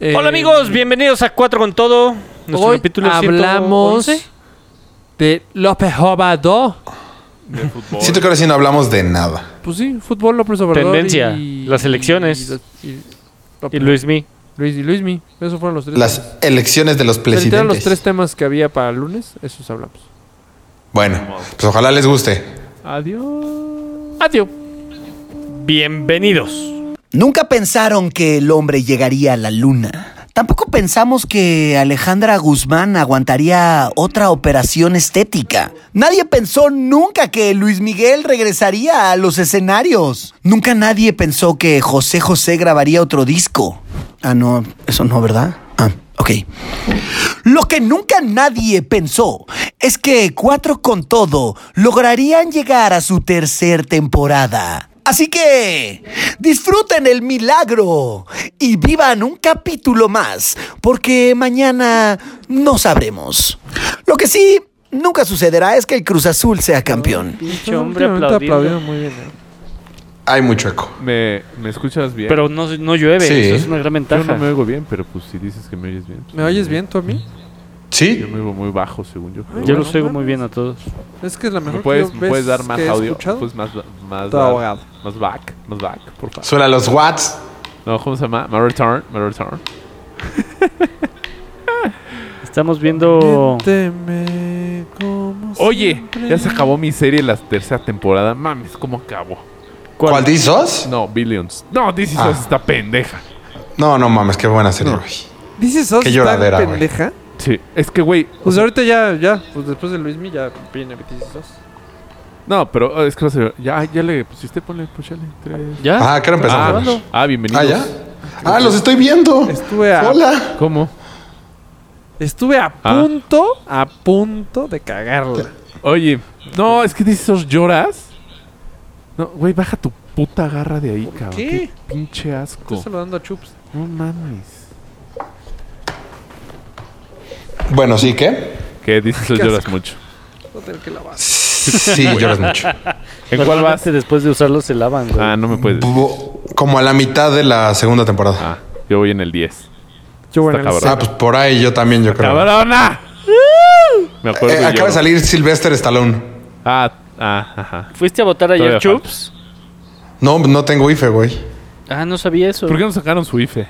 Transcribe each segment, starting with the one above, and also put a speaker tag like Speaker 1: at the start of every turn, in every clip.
Speaker 1: Eh,
Speaker 2: Hola amigos, bienvenidos a Cuatro con Todo. Nuestro
Speaker 1: Hoy
Speaker 2: capítulo
Speaker 1: hablamos
Speaker 2: 111.
Speaker 1: de López Obrador.
Speaker 2: de fútbol.
Speaker 3: Siento que ahora sí no hablamos de nada.
Speaker 1: Pues sí, fútbol López Obrador.
Speaker 2: Tendencia,
Speaker 1: y-
Speaker 2: las elecciones.
Speaker 1: Y, los- y-
Speaker 2: Y Luis Mi.
Speaker 1: Luis y Luismi. Esos fueron los tres.
Speaker 3: Las elecciones de los
Speaker 1: Pero eran los tres
Speaker 3: presidentes.
Speaker 1: temas que había para el lunes, esos hablamos.
Speaker 3: Bueno, pues ojalá les guste.
Speaker 1: Adiós. Adiós.
Speaker 2: Bienvenidos.
Speaker 4: Nunca pensaron que el hombre llegaría a la luna. Tampoco pensamos que Alejandra Guzmán aguantaría otra operación estética. Nadie pensó nunca que Luis Miguel regresaría a los escenarios. Nunca nadie pensó que José José grabaría otro disco. Ah, no, eso no, ¿verdad? Ah, ok. Lo que nunca nadie pensó es que Cuatro con Todo lograrían llegar a su tercer temporada. Así que disfruten el milagro y vivan un capítulo más, porque mañana no sabremos. Lo que sí nunca sucederá es que el Cruz Azul sea campeón.
Speaker 2: Pinche hombre
Speaker 1: Últimamente
Speaker 2: aplaudido.
Speaker 1: aplaudieron muy bien. ¿eh?
Speaker 3: Hay mucho eco.
Speaker 5: ¿Me, ¿Me escuchas bien?
Speaker 2: Pero no, no llueve,
Speaker 3: Sí.
Speaker 2: eso es una gran
Speaker 5: Yo
Speaker 2: ventaja.
Speaker 5: no me oigo bien, pero pues si dices que me oyes bien. pues,
Speaker 1: ¿Me oyes bien tú a mí?
Speaker 5: Yo
Speaker 3: ¿Sí?
Speaker 5: me oigo muy bajo, según yo. pero
Speaker 2: Yo
Speaker 5: bueno.
Speaker 2: los oigo muy bien a todos.
Speaker 1: Es que es la
Speaker 5: ¿Me
Speaker 1: mejor
Speaker 5: puedes,
Speaker 1: que
Speaker 5: me
Speaker 1: yo vez
Speaker 5: puedes dar más
Speaker 1: que he
Speaker 5: audio?
Speaker 1: escuchado.
Speaker 5: Pues más, más,
Speaker 1: Está ahogado.
Speaker 5: más, más back, más back, por favor.
Speaker 3: Suena los watts.
Speaker 5: No, ¿cómo se llama? My return, my return.
Speaker 2: Estamos viendo.
Speaker 1: Miénteme como
Speaker 5: Oye,
Speaker 1: siempre.
Speaker 5: ya se acabó mi serie la tercera temporada. Mames, ¿cómo acabó?
Speaker 3: ¿Cuál dices?
Speaker 5: No, Billions. No, This is
Speaker 3: Ah.
Speaker 5: Us está pendeja.
Speaker 3: No, no mames, qué buena serie, güey.
Speaker 1: ¿Dices sos
Speaker 3: Qué
Speaker 1: tan
Speaker 3: lloradera, güey.
Speaker 1: pendeja?
Speaker 5: Sí, es que, güey. o
Speaker 1: Pues
Speaker 5: sea,
Speaker 1: ahorita ya, ya. Pues después de Luismi ya viene Dices sos.
Speaker 5: No, pero eh, es que va a ser- Ya, ya le pusiste, ponle, puchale. tres.
Speaker 2: ¿Ya?
Speaker 3: Ah, ¿qué hora
Speaker 1: Pues,
Speaker 5: Ah,
Speaker 3: empezamos?
Speaker 5: ah,
Speaker 3: Ah,
Speaker 5: bienvenidos.
Speaker 3: ¿ya? Ah, los estoy viendo.
Speaker 1: Estuve a,
Speaker 3: Hola.
Speaker 5: ¿Cómo?
Speaker 1: estuve a
Speaker 5: Ah.
Speaker 1: punto, a punto de cagarla.
Speaker 5: Oye, no, es que dices esos lloras. No, güey, baja tu puta garra de ahí, cabrón.
Speaker 1: qué? Pues,
Speaker 5: Qué, pinche asco.
Speaker 1: Estoy saludando a Chups.
Speaker 5: No mames.
Speaker 3: Bueno, sí, ¿qué?
Speaker 5: Que dices esos
Speaker 1: Qué
Speaker 5: lloras mucho.
Speaker 1: Voy a tener que lavar.
Speaker 3: Sí, lloras mucho.
Speaker 5: ¿En cuál vas?
Speaker 2: Normalmente después de usarlo se lavan, güey.
Speaker 5: Ah, no me puedes.
Speaker 3: Bu- Como a la mitad de la segunda temporada.
Speaker 5: Ah, yo voy en el 10.
Speaker 1: Yo
Speaker 5: bueno,
Speaker 1: bueno,
Speaker 5: Está el- cabrón.
Speaker 3: Ah, pues por ahí yo también, yo creo.
Speaker 5: ¡Cabrona! Me acuerdo.
Speaker 3: Eh,
Speaker 5: y
Speaker 3: acaba de
Speaker 5: lloro.
Speaker 3: salir Sylvester Stallone.
Speaker 5: Ah, ah, ajá.
Speaker 2: ¿Fuiste a votar ayer,
Speaker 5: Todavía falta.
Speaker 2: Chups?
Speaker 3: No, no tengo IFE, güey.
Speaker 2: Ah, no sabía eso.
Speaker 5: ¿Por qué no sacaron su E? IFE?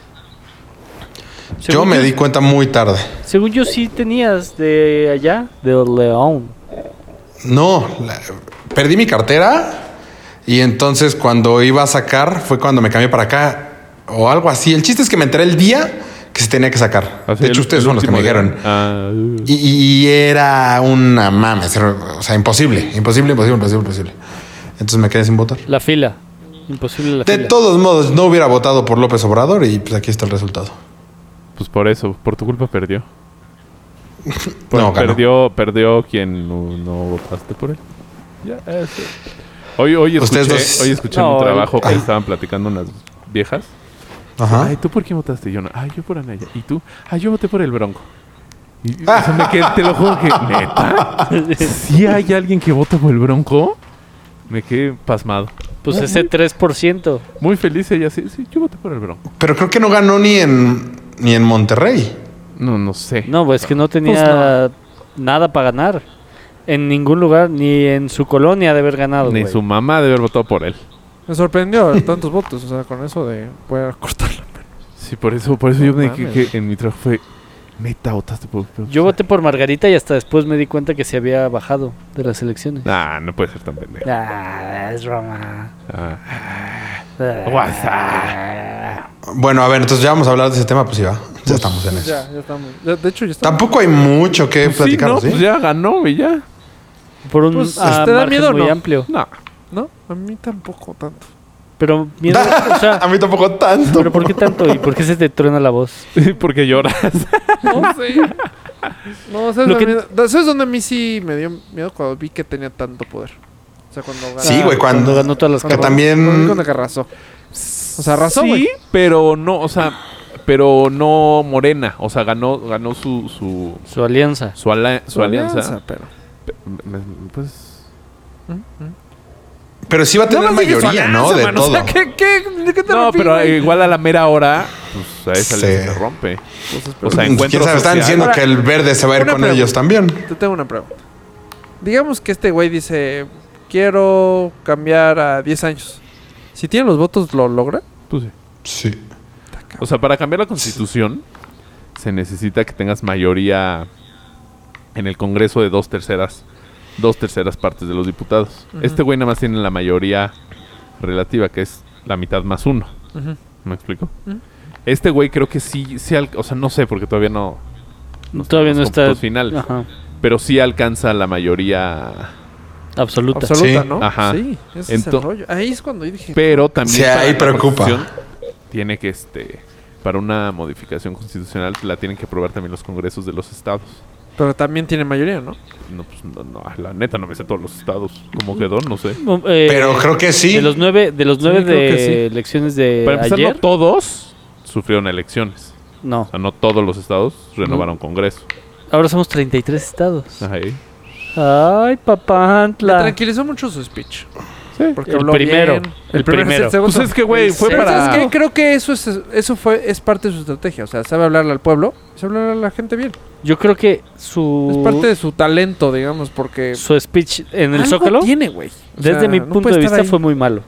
Speaker 3: Yo
Speaker 2: Según
Speaker 3: me di cuenta muy tarde.
Speaker 2: Según yo sí tenías de allá, de León.
Speaker 3: No, la- perdí mi cartera y entonces cuando iba a sacar fue cuando me cambié para acá o algo así. El chiste es que me enteré el día que se tenía que sacar.
Speaker 5: Así,
Speaker 3: de hecho,
Speaker 5: Ah, el-
Speaker 3: ustedes
Speaker 5: el
Speaker 3: son los que me
Speaker 5: último día.
Speaker 3: dijeron.
Speaker 5: Ah, uh.
Speaker 3: Y, y- y era una mames, era- o sea, imposible, imposible, imposible, imposible, imposible. Entonces me quedé sin votar.
Speaker 2: La fila. Imposible la
Speaker 3: De
Speaker 2: fila.
Speaker 3: todos modos, no hubiera votado por López Obrador y pues aquí está el resultado.
Speaker 5: Pues por eso, por tu culpa perdió.
Speaker 3: no, ganó.
Speaker 5: Pues perdió, perdió quien no, no votaste por él. Ya, eso. Hoy, hoy escuché,
Speaker 3: Ustedes dos-
Speaker 5: hoy escuché en
Speaker 2: No,
Speaker 5: un
Speaker 2: el-
Speaker 5: trabajo que
Speaker 2: el-
Speaker 5: estaban platicando unas viejas.
Speaker 3: Ajá.
Speaker 5: Ay, ¿tú por quién votaste? Y Yo no. Ay, yo por Anaya. ¿Y tú? Ay, yo voté por el Bronco. Y, y- o sea, me quedé- te lo juro que, neta, si hay alguien que vota por el Bronco, me quedé pasmado.
Speaker 2: Pues ese 3%.
Speaker 5: Muy feliz ella, sí, sí, yo voté por el Bronco.
Speaker 3: Pero creo que no ganó ni en ni en Monterrey.
Speaker 5: No, no sé.
Speaker 2: No, pues que no tenía nada para ganar. En ningún lugar, ni en su colonia de haber ganado.
Speaker 5: Ni
Speaker 2: güey.
Speaker 5: su mamá debe haber votado por él.
Speaker 1: Me sorprendió tantos votos. O sea, con eso de voy a cortarla.
Speaker 5: Sí, por eso, por eso yo me que,
Speaker 1: mames.
Speaker 5: que en mi trabajo fue, neta, votaste por el Bronco.
Speaker 2: Yo voté por Margarita y hasta después me di cuenta que se había bajado de las elecciones.
Speaker 5: Nah, no puede ser tan pendejo.
Speaker 2: Ah, es broma.
Speaker 5: Ah.
Speaker 2: Ah.
Speaker 3: Bueno, a ver, entonces ya vamos a hablar de ese tema, pues sí, va. Ya estamos en eso.
Speaker 1: Ya, ya estamos. Ya, de hecho, ya estamos.
Speaker 3: Tampoco hay mucho que
Speaker 5: Pues sí,
Speaker 3: platicar,
Speaker 5: no,
Speaker 3: ¿sí?
Speaker 5: pues ya ganó, y ya.
Speaker 2: Por un
Speaker 1: Pues,
Speaker 2: ah,
Speaker 1: ¿te da
Speaker 2: margen
Speaker 1: miedo o
Speaker 2: muy
Speaker 1: no?
Speaker 2: amplio.
Speaker 5: No.
Speaker 1: No, a mí tampoco tanto.
Speaker 2: Pero miedo, o sea,
Speaker 3: A mí tampoco tanto.
Speaker 2: ¿pero por qué tanto? ¿Y por qué se te truena la voz?
Speaker 5: Porque lloras.
Speaker 1: No sé. No, ¿sabes,
Speaker 2: Lo que-
Speaker 1: dónde me da- ¿sabes dónde a mí sí me dio miedo? Cuando vi que tenía tanto poder. O sea, cuando ganó.
Speaker 3: Sí, güey, cuando-
Speaker 2: Ah, ganó todas las
Speaker 3: que
Speaker 2: campañas.
Speaker 3: también-
Speaker 1: Cuando, vi cuando que arrasó. O sea, arrasó, güey.
Speaker 5: Sí, pero no, o sea, pero no Morena. O sea, ganó, ganó su, su,
Speaker 2: Su alianza.
Speaker 5: su, ala- su alianza.
Speaker 1: pero.
Speaker 5: Me- me- Pues,
Speaker 3: Pero sí va a tener mayoría, ¿no? De todo.
Speaker 1: ¿qué, qué, ¿De qué te eh,
Speaker 5: no, pero igual a la mera hora pues a esa
Speaker 3: Sí.
Speaker 5: alianza se rompe.
Speaker 1: Entonces,
Speaker 5: O
Speaker 1: pues,
Speaker 5: sea, encuentro
Speaker 3: ¿Quién sabe? Están
Speaker 5: social.
Speaker 3: diciendo
Speaker 1: Ahora,
Speaker 3: que el verde se va a ir
Speaker 1: una
Speaker 3: con
Speaker 1: pregunta.
Speaker 3: ellos también.
Speaker 1: te tengo una pregunta. Digamos que este güey dice, quiero cambiar a 10 años. Si tiene los votos, ¿lo logra?
Speaker 5: Pues sí.
Speaker 3: Sí.
Speaker 5: O sea, para cambiar la constitución se necesita que tengas mayoría en el Congreso de dos terceras, dos terceras partes de los diputados. Este güey nada más tiene la mayoría relativa, que es la mitad más uno. ¿Me explico? Este güey creo que sí, sí al- o sea, no sé porque todavía no,
Speaker 2: Todavía no
Speaker 5: los
Speaker 2: está.
Speaker 5: cómputos finales.
Speaker 2: Ajá.
Speaker 5: pero sí alcanza la mayoría.
Speaker 2: Absoluta.
Speaker 1: Absoluta,
Speaker 3: Sí,
Speaker 1: ¿no?
Speaker 5: ajá.
Speaker 1: Sí, ese es el
Speaker 5: Ento-
Speaker 1: rollo. Ahí es cuando yo dije,
Speaker 5: Pero también
Speaker 3: Sí,
Speaker 5: para
Speaker 3: ahí
Speaker 5: la
Speaker 3: preocupa.
Speaker 5: Constitución tiene que este para una modificación constitucional la tienen que aprobar también los congresos de los estados.
Speaker 1: pero también tiene mayoría, ¿no?
Speaker 5: No, pues no, no, la neta no me sé todos los estados. ¿Cómo quedó? No sé.
Speaker 2: Mo- eh,
Speaker 3: Pero creo que sí.
Speaker 2: De los nueve de, los nueve
Speaker 1: Sí, creo
Speaker 2: de
Speaker 1: que sí.
Speaker 2: elecciones de
Speaker 5: Para empezar,
Speaker 2: Eh, ayer.
Speaker 5: no todos sufrieron elecciones.
Speaker 2: No.
Speaker 5: O sea, no todos los estados renovaron congreso.
Speaker 2: Ahora somos 33 estados.
Speaker 5: Ahí.
Speaker 1: Ah.
Speaker 2: Ay, papá
Speaker 1: Me
Speaker 2: Antla.
Speaker 1: tranquilizó mucho su speech.
Speaker 5: Sí.
Speaker 1: Porque
Speaker 2: Ah. El
Speaker 1: habló
Speaker 2: primero,
Speaker 1: bien.
Speaker 2: el primero.
Speaker 1: segundo.
Speaker 5: Pues es que, güey, fue
Speaker 1: Pero
Speaker 5: para...
Speaker 1: ¿sabes qué? Creo que eso es, eso fue, es parte de su estrategia. O sea, sabe hablarle al pueblo, sabe hablarle a la gente bien.
Speaker 2: Yo creo que su
Speaker 1: Es parte de su talento, digamos, porque.
Speaker 2: su speech Uh. en el
Speaker 1: algo
Speaker 2: Zócalo,
Speaker 1: tiene, güey. O
Speaker 2: desde
Speaker 1: sea,
Speaker 2: mi
Speaker 1: no
Speaker 2: punto
Speaker 1: puede
Speaker 2: de
Speaker 1: estar
Speaker 2: vista,
Speaker 1: ahí.
Speaker 2: fue muy malo.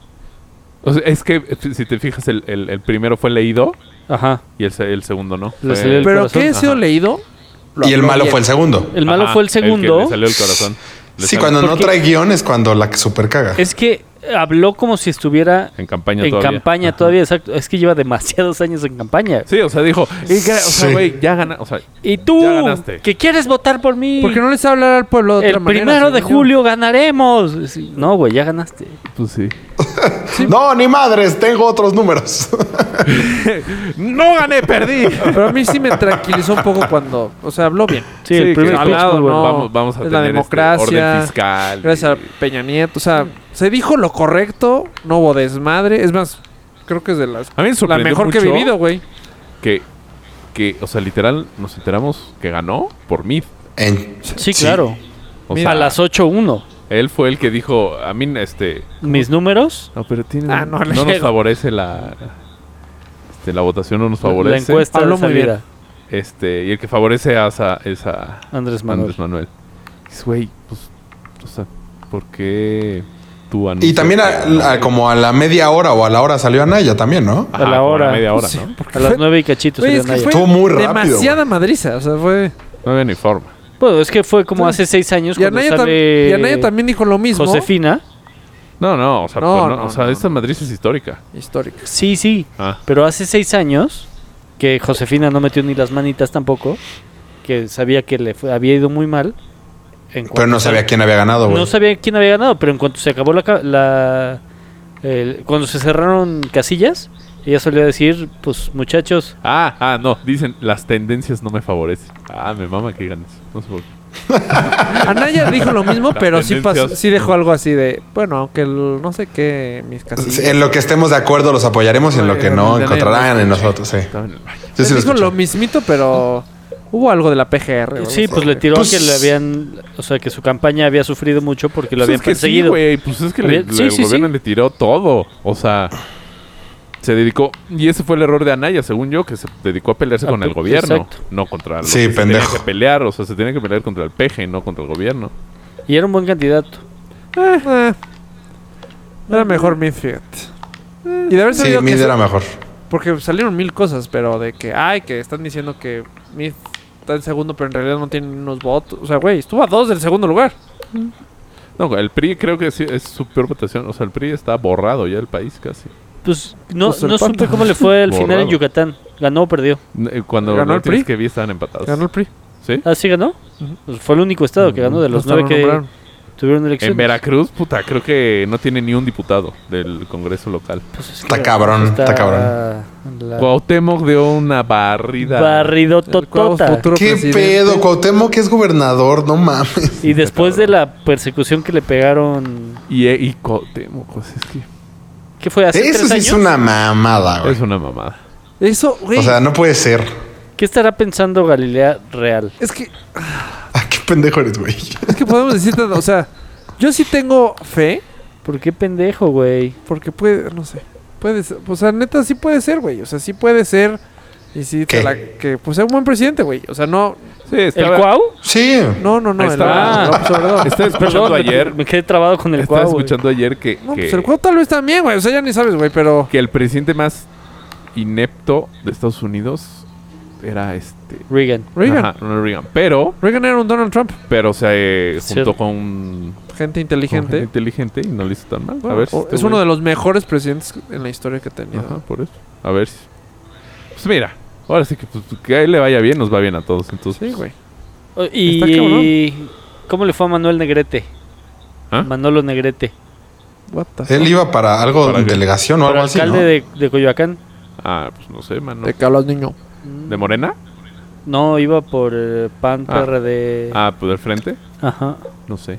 Speaker 5: O sea, es que, eh, si te fijas, el, el- el primero fue leído
Speaker 2: Ajá.
Speaker 5: y el, se- el segundo no.
Speaker 2: Le
Speaker 5: Fue-
Speaker 2: salió el-
Speaker 1: Pero
Speaker 2: corazón,
Speaker 1: que he sido
Speaker 5: ajá.
Speaker 1: leído. lo
Speaker 3: Y el
Speaker 1: habló
Speaker 3: malo
Speaker 1: bien.
Speaker 3: fue el segundo.
Speaker 2: El malo
Speaker 5: Ajá,
Speaker 2: fue el
Speaker 5: que
Speaker 2: segundo.
Speaker 5: le salió el corazón. Le
Speaker 3: Sí,
Speaker 5: salió-
Speaker 3: cuando no
Speaker 2: porque-
Speaker 3: trae guión es cuando la que super caga.
Speaker 2: Es que habló como si estuviera
Speaker 5: En campaña
Speaker 2: en
Speaker 5: todavía.
Speaker 2: campaña todavía, exacto. Es que lleva demasiados años en campaña.
Speaker 5: Sí, o sea, dijo, "Y gra- o sea,
Speaker 3: Sí.
Speaker 5: güey, ya gana, o sea,
Speaker 2: Y tú,
Speaker 5: Ya ganaste.
Speaker 2: que quieres votar por mí.
Speaker 1: Porque no le sabe hablar al pueblo de
Speaker 2: el
Speaker 1: otra manera.
Speaker 2: primero de
Speaker 1: según yo.
Speaker 2: julio ganaremos. Sí, No, güey, ya ganaste.
Speaker 5: pues sí.
Speaker 3: No, ni madres, tengo otros números.
Speaker 5: No gané, perdí.
Speaker 1: Pero a mí sí me tranquilizó un poco cuando. O sea, habló bien.
Speaker 2: Sí,
Speaker 5: que
Speaker 2: el primer
Speaker 5: no,
Speaker 2: speech
Speaker 1: hablado,
Speaker 2: muy bueno.
Speaker 1: no.
Speaker 5: vamos, vamos a
Speaker 1: es
Speaker 5: tener
Speaker 1: la
Speaker 5: este
Speaker 1: democracia,
Speaker 5: orden fiscal.
Speaker 1: Gracias a Peña Nieto. O sea, se dijo lo correcto, no hubo desmadre. Es más, creo que es de las.
Speaker 5: A mí me
Speaker 1: La
Speaker 5: sorprendió
Speaker 1: mejor que he
Speaker 5: mucho
Speaker 1: vivido, güey.
Speaker 5: Que, que, o sea, literal, nos enteramos que ganó por mí.
Speaker 3: En-
Speaker 2: Sí, claro.
Speaker 5: O
Speaker 2: a
Speaker 5: sea,
Speaker 2: las 8.1.
Speaker 5: él fue el que dijo, a mí, este...
Speaker 2: Mis números,
Speaker 5: No, pero tiene...
Speaker 1: Ah, no,
Speaker 5: no,
Speaker 1: le
Speaker 5: nos
Speaker 1: llego.
Speaker 5: favorece la... Este, la votación no nos
Speaker 2: la
Speaker 5: favorece.
Speaker 2: encuesta
Speaker 1: Habló
Speaker 2: de
Speaker 1: muy
Speaker 2: salida.
Speaker 1: bien.
Speaker 5: Este, y el que favorece a esa... esa
Speaker 2: Andrés Manuel.
Speaker 5: Andrés Manuel. Dices, güey, pues, o sea, ¿por qué tú anuncias
Speaker 3: Y también
Speaker 5: que ganó?
Speaker 3: a- a- como a la media hora o a la hora salió Anaya también, ¿no?
Speaker 5: Ajá,
Speaker 2: a la
Speaker 5: como
Speaker 2: hora.
Speaker 5: media hora,
Speaker 1: Sí,
Speaker 5: ¿no?
Speaker 1: porque
Speaker 2: A las
Speaker 1: fue-
Speaker 2: 9 y cachito
Speaker 1: Oye,
Speaker 2: sería
Speaker 1: es que
Speaker 2: Naya.
Speaker 1: fue
Speaker 3: Estuvo muy rápido,
Speaker 1: demasiada madriza. O sea, fue.
Speaker 5: No había ni forma.
Speaker 2: Bueno, es que fue como hace seis años
Speaker 1: Y
Speaker 2: cuando
Speaker 1: Anaya, tam-
Speaker 2: sale
Speaker 1: y Anaya también dijo lo mismo.
Speaker 2: Josefina.
Speaker 5: No, no, o sea,
Speaker 1: No,
Speaker 5: pues, no,
Speaker 1: no,
Speaker 5: o sea
Speaker 1: no,
Speaker 5: esta Madrid es histórica.
Speaker 1: Histórica.
Speaker 2: Sí, sí.
Speaker 5: Ah.
Speaker 2: Pero hace seis años que Josefina no metió ni las manitas tampoco, que sabía que le fue- había ido muy mal. en
Speaker 3: Pero
Speaker 2: cuanto
Speaker 3: no
Speaker 2: se-
Speaker 3: sabía quién había ganado, güey.
Speaker 2: No sabía quién había ganado, pero en cuanto se acabó la... ca- la- el- cuando se cerraron casillas, ella solía decir, pues muchachos,
Speaker 5: Ah, ah, no, dicen, las tendencias no me favorecen. Ah, me mama que ganes. No sé por qué.
Speaker 1: Anaya dijo lo mismo, pero sí, pasó,
Speaker 5: Tendencias.
Speaker 1: sí dejó algo así de. Bueno, aunque el- no sé qué, mis casillas.
Speaker 3: En lo que estemos de acuerdo los apoyaremos y en lo que no
Speaker 5: Anaya
Speaker 3: encontrarán
Speaker 5: no
Speaker 3: en
Speaker 5: escuché.
Speaker 3: nosotros, sí.
Speaker 5: Estaba en el baño.
Speaker 3: Yo sí
Speaker 1: Él
Speaker 3: lo
Speaker 1: dijo
Speaker 3: escuché.
Speaker 1: lo mismito, pero hubo algo de la PGR. o
Speaker 2: sí,
Speaker 1: algo
Speaker 2: pues
Speaker 1: así.
Speaker 2: le tiró
Speaker 3: Pues-
Speaker 2: que le habían, o sea, que su campaña había sufrido mucho porque lo
Speaker 5: Pues
Speaker 2: habían
Speaker 5: es que sí,
Speaker 2: perseguido.
Speaker 5: güey, pues es que le-
Speaker 2: Había- sí,
Speaker 5: le- el
Speaker 2: sí, sí.
Speaker 5: gobierno le tiró todo. O sea, se dedicó. Y ese fue el error de Anaya, según yo, que se dedicó a pelearse
Speaker 2: A
Speaker 5: con
Speaker 2: pe-
Speaker 5: el gobierno.
Speaker 2: exacto.
Speaker 5: No contra los
Speaker 3: Sí,
Speaker 5: que se tenían
Speaker 3: pendejo.
Speaker 5: que pelear. O sea, se tiene que pelear contra el peje, no contra el gobierno.
Speaker 2: y era un buen candidato.
Speaker 1: Eh, eh.
Speaker 2: eh.
Speaker 1: Era mejor Mid, fíjate. Y de haber
Speaker 3: Sí,
Speaker 1: sabido que
Speaker 3: Mid
Speaker 1: eso-
Speaker 3: era mejor.
Speaker 1: Porque salieron mil cosas, pero de que, ay, que están diciendo que Mid está en segundo, pero en realidad no tienen unos votos. O sea, güey, estuvo a dos del segundo lugar.
Speaker 5: No, el PRI creo que sí, es su peor votación. O sea, el PRI está borrado ya el país casi.
Speaker 2: Pues no,
Speaker 1: Pues el
Speaker 2: no supe
Speaker 1: pato.
Speaker 2: cómo le fue al
Speaker 5: Borrado.
Speaker 2: final en Yucatán. Ganó o perdió.
Speaker 5: Eh, Cuando
Speaker 1: ¿Ganó
Speaker 5: los
Speaker 1: el PRI?
Speaker 5: que vi estaban empatados.
Speaker 1: Ganó el PRI.
Speaker 5: ¿Sí?
Speaker 2: Ah, sí ganó. Pues fue el único estado que ganó de los
Speaker 1: Hasta
Speaker 2: nueve
Speaker 1: lo
Speaker 2: que
Speaker 1: nombraron.
Speaker 2: tuvieron elecciones.
Speaker 5: En Veracruz, puta, creo que no tiene ni un diputado del Congreso local.
Speaker 2: Pues es
Speaker 3: Está
Speaker 2: que
Speaker 3: cabrón, está cabrón.
Speaker 2: la
Speaker 5: Cuauhtémoc dio una barrida.
Speaker 1: El cuadro
Speaker 2: barridototota.
Speaker 1: futuro
Speaker 3: ¿Qué
Speaker 1: presidente.
Speaker 3: pedo? Cuauhtémoc que es gobernador, no mames.
Speaker 2: Y después de la persecución que le pegaron,
Speaker 5: Y, y Cuauhtémoc, pues, es que
Speaker 2: ¿qué fue hace
Speaker 3: Eso
Speaker 2: tres
Speaker 3: sí
Speaker 2: años?
Speaker 3: es una mamada, güey.
Speaker 5: es una mamada.
Speaker 1: Eso, güey.
Speaker 3: O sea, no puede ser.
Speaker 2: ¿Qué estará pensando Galilea Real?
Speaker 1: es, que,
Speaker 3: Ah, qué pendejo eres, güey.
Speaker 1: es que podemos decir, tanto, o sea, yo sí tengo fe,
Speaker 2: ¿Por qué pendejo, güey?
Speaker 1: porque puede, no sé. Puede ser, o sea, neta, sí puede ser, güey. O sea, sí puede ser Y sí,
Speaker 3: ¿Qué?
Speaker 1: te la- que pues es un buen presidente, güey. O sea, no,
Speaker 5: Sí,
Speaker 2: ¿El
Speaker 5: estaba,
Speaker 2: Cuau?
Speaker 3: Sí.
Speaker 1: no, no, no.
Speaker 5: Ahí
Speaker 1: el-
Speaker 5: estaba.
Speaker 1: no, pues, Obrador.
Speaker 5: Estaba escuchando
Speaker 2: Perdón, me-
Speaker 5: ayer.
Speaker 2: Me quedé trabado con el
Speaker 5: estaba
Speaker 2: Cuau. güey.
Speaker 5: escuchando ayer que,
Speaker 1: No,
Speaker 5: que,
Speaker 1: pues el Cuau tal vez también, güey. O sea, ya ni sabes, güey, pero...
Speaker 5: que el presidente más inepto de Estados Unidos era este.
Speaker 2: Reagan.
Speaker 1: Reagan.
Speaker 5: Ajá, Ronald Reagan. Pero,
Speaker 1: Reagan era un Donald Trump.
Speaker 5: pero se juntó
Speaker 2: Cierto.
Speaker 5: con
Speaker 1: Gente
Speaker 5: con gente
Speaker 1: inteligente.
Speaker 5: inteligente y no le hizo tan mal. A ver si
Speaker 1: O-
Speaker 5: este
Speaker 1: es uno
Speaker 5: güey-
Speaker 1: de los mejores presidentes en la historia que ha tenido.
Speaker 5: Ajá, por eso. A ver si. Pues mira, ahora sí que, pues, que a él le vaya bien, nos va bien a todos. Entonces,
Speaker 1: Sí, güey.
Speaker 2: Oh, Y,
Speaker 1: Está
Speaker 2: ¿Cómo le fue a Manuel Negrete?
Speaker 5: ¿Ah?
Speaker 2: Manolo Negrete.
Speaker 1: What the
Speaker 3: Él iba para algo
Speaker 5: ¿Para
Speaker 3: en
Speaker 5: qué?
Speaker 3: delegación o
Speaker 2: Pero
Speaker 3: algo así.
Speaker 2: alcalde
Speaker 3: ¿no?
Speaker 2: de, de Coyoacán.
Speaker 5: Ah, pues no sé, mano.
Speaker 1: De que hablas, niño.
Speaker 5: ¿De Morena?
Speaker 2: No, iba por eh, PAN,
Speaker 5: Ah.
Speaker 2: PRD.
Speaker 5: Ah, pues del frente.
Speaker 2: Ajá.
Speaker 5: No sé.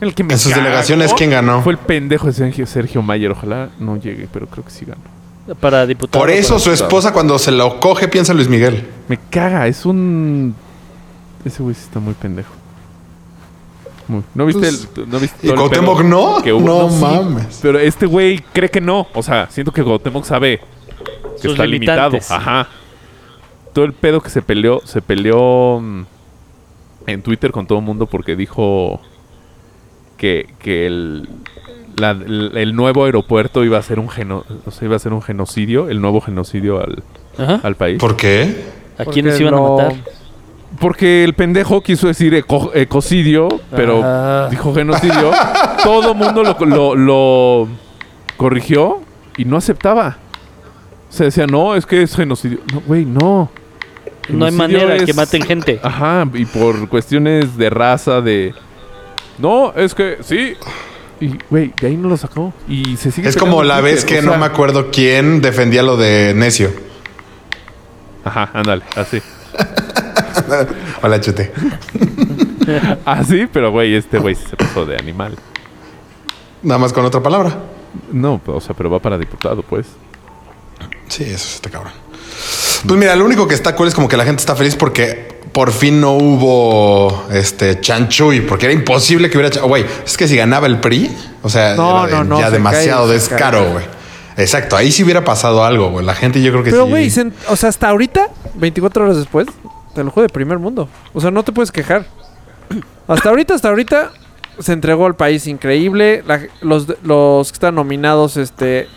Speaker 5: El que me
Speaker 3: En sus
Speaker 5: cagó
Speaker 3: delegaciones, ¿quién ganó?
Speaker 5: Fue el pendejo de Sergio, Sergio Mayer. Ojalá no llegue, pero creo que sí ganó.
Speaker 2: Para diputado.
Speaker 3: Por eso su esposa cuando se lo coge piensa en Luis Miguel.
Speaker 5: Me caga, es un. Ese güey sí está muy pendejo. Muy- ¿No viste
Speaker 3: Pues-
Speaker 5: el.? ¿No viste
Speaker 3: ¿Y
Speaker 5: todo el
Speaker 3: Cuauhtémoc
Speaker 5: pedo
Speaker 3: no?
Speaker 5: que hubo?
Speaker 3: No
Speaker 5: sí,
Speaker 3: mames.
Speaker 5: pero este güey cree que no. O sea, siento que Cuauhtémoc sabe que
Speaker 2: Sus
Speaker 5: está limitado.
Speaker 2: limitantes.
Speaker 5: Ajá. Todo el pedo que se peleó, se peleó mm, en Twitter con todo el mundo porque dijo que, que el, la- el, el nuevo aeropuerto iba a ser un geno, o sea, iba a ser un genocidio, el nuevo genocidio al,
Speaker 2: Ajá.
Speaker 5: al país.
Speaker 3: ¿Por qué?
Speaker 2: ¿A quiénes
Speaker 1: Porque
Speaker 2: iban
Speaker 1: lo-
Speaker 2: a matar?
Speaker 5: Porque el pendejo quiso decir eco- ecocidio, pero
Speaker 2: Ah.
Speaker 5: dijo genocidio. Todo mundo lo, lo- lo corrigió y no aceptaba. Se decía, no, es que es genocidio. No, güey, no.
Speaker 2: No hay
Speaker 5: Genocidio
Speaker 2: manera que
Speaker 5: es-
Speaker 2: maten gente.
Speaker 5: Ajá, y por cuestiones de raza, de... No, es que sí. Y, güey, de ahí no lo sacó. Y se sigue...
Speaker 3: Es como
Speaker 5: peleando
Speaker 3: la
Speaker 5: en
Speaker 3: vez
Speaker 5: Twitter,
Speaker 3: que
Speaker 5: o
Speaker 3: no
Speaker 5: sea-
Speaker 3: me acuerdo quién defendía lo de necio.
Speaker 5: Ajá, ándale, así.
Speaker 3: Hola, chute.
Speaker 5: Así, pero, güey, este güey sí se pasó de animal.
Speaker 3: Nada más con otra palabra.
Speaker 5: No, o sea, pero va para diputado, pues.
Speaker 3: Sí, eso está cabrón. Pues mira, lo único que está cool es como que la gente está feliz porque por fin no hubo este chanchuy, porque era imposible que hubiera. cha- Güey, es que si ganaba el PRI, o sea,
Speaker 1: No,
Speaker 3: era de-
Speaker 1: no, no,
Speaker 3: ya
Speaker 1: se
Speaker 3: demasiado
Speaker 1: cae, se
Speaker 3: descaro,
Speaker 1: cae.
Speaker 3: güey. Exacto, ahí sí hubiera pasado algo, güey. La gente yo creo que
Speaker 1: Pero,
Speaker 3: sí.
Speaker 1: güey, se- o sea, hasta ahorita, 24 horas después, te lo juro de primer mundo. O sea, no te puedes quejar. Hasta ahorita, hasta ahorita, se entregó al país increíble. La- los, los que están nominados, este,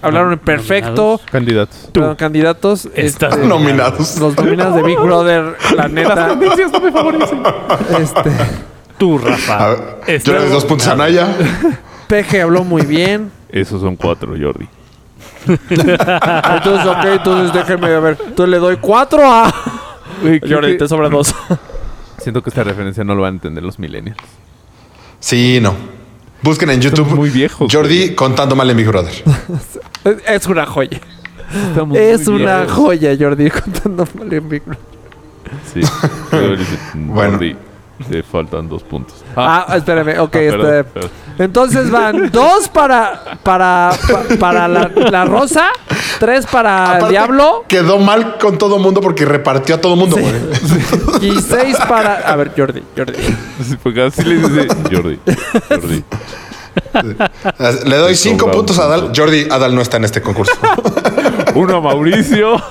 Speaker 1: hablaron en perfecto.
Speaker 2: ¿Nominados?
Speaker 5: Candidatos.
Speaker 1: Perdón, candidatos.
Speaker 2: Estás
Speaker 1: este,
Speaker 3: nominados.
Speaker 1: Los nominados de Big Brother, la neta.
Speaker 5: no me favorecen.
Speaker 1: Este,
Speaker 2: Tú,
Speaker 3: A
Speaker 2: Rafa.
Speaker 3: ver, yo le doy dos puntos a Naya.
Speaker 1: Peje habló muy bien.
Speaker 5: Esos son cuatro, Jordi.
Speaker 1: Entonces, ok, entonces déjeme a ver. Entonces le doy cuatro a. Jordi, te sobran dos.
Speaker 5: Siento que esta referencia no lo van a entender los millennials.
Speaker 3: Sí, no. Busquen en YouTube.
Speaker 5: muy viejos,
Speaker 3: Jordi
Speaker 5: güey.
Speaker 3: contando mal en Big Brother.
Speaker 1: Es- Es una joya.
Speaker 5: Estamos
Speaker 1: Es
Speaker 5: muy
Speaker 1: una
Speaker 5: viejos.
Speaker 1: joya, Jordi, contando mal en Big Brother.
Speaker 5: Sí. Jordi, dice, "Mm,
Speaker 3: Bueno.
Speaker 5: Jordi, te faltan dos puntos.
Speaker 1: Ah, espérame, ok,
Speaker 5: perdón,
Speaker 1: este-
Speaker 5: perdón.
Speaker 1: Entonces van dos para para pa- para la, la rosa, tres para el
Speaker 3: Aparte,
Speaker 1: diablo
Speaker 3: Quedó mal con todo mundo porque repartió a todo mundo, güey.
Speaker 1: y seis para. A ver, Jordi, Jordi.
Speaker 5: Sí, porque así le dice Jordi. Jordi.
Speaker 3: Le doy cinco
Speaker 5: sobra un
Speaker 3: puntos a Adal.
Speaker 5: punto.
Speaker 3: Jordi, Adal no está en este concurso.
Speaker 5: Uno a Mauricio.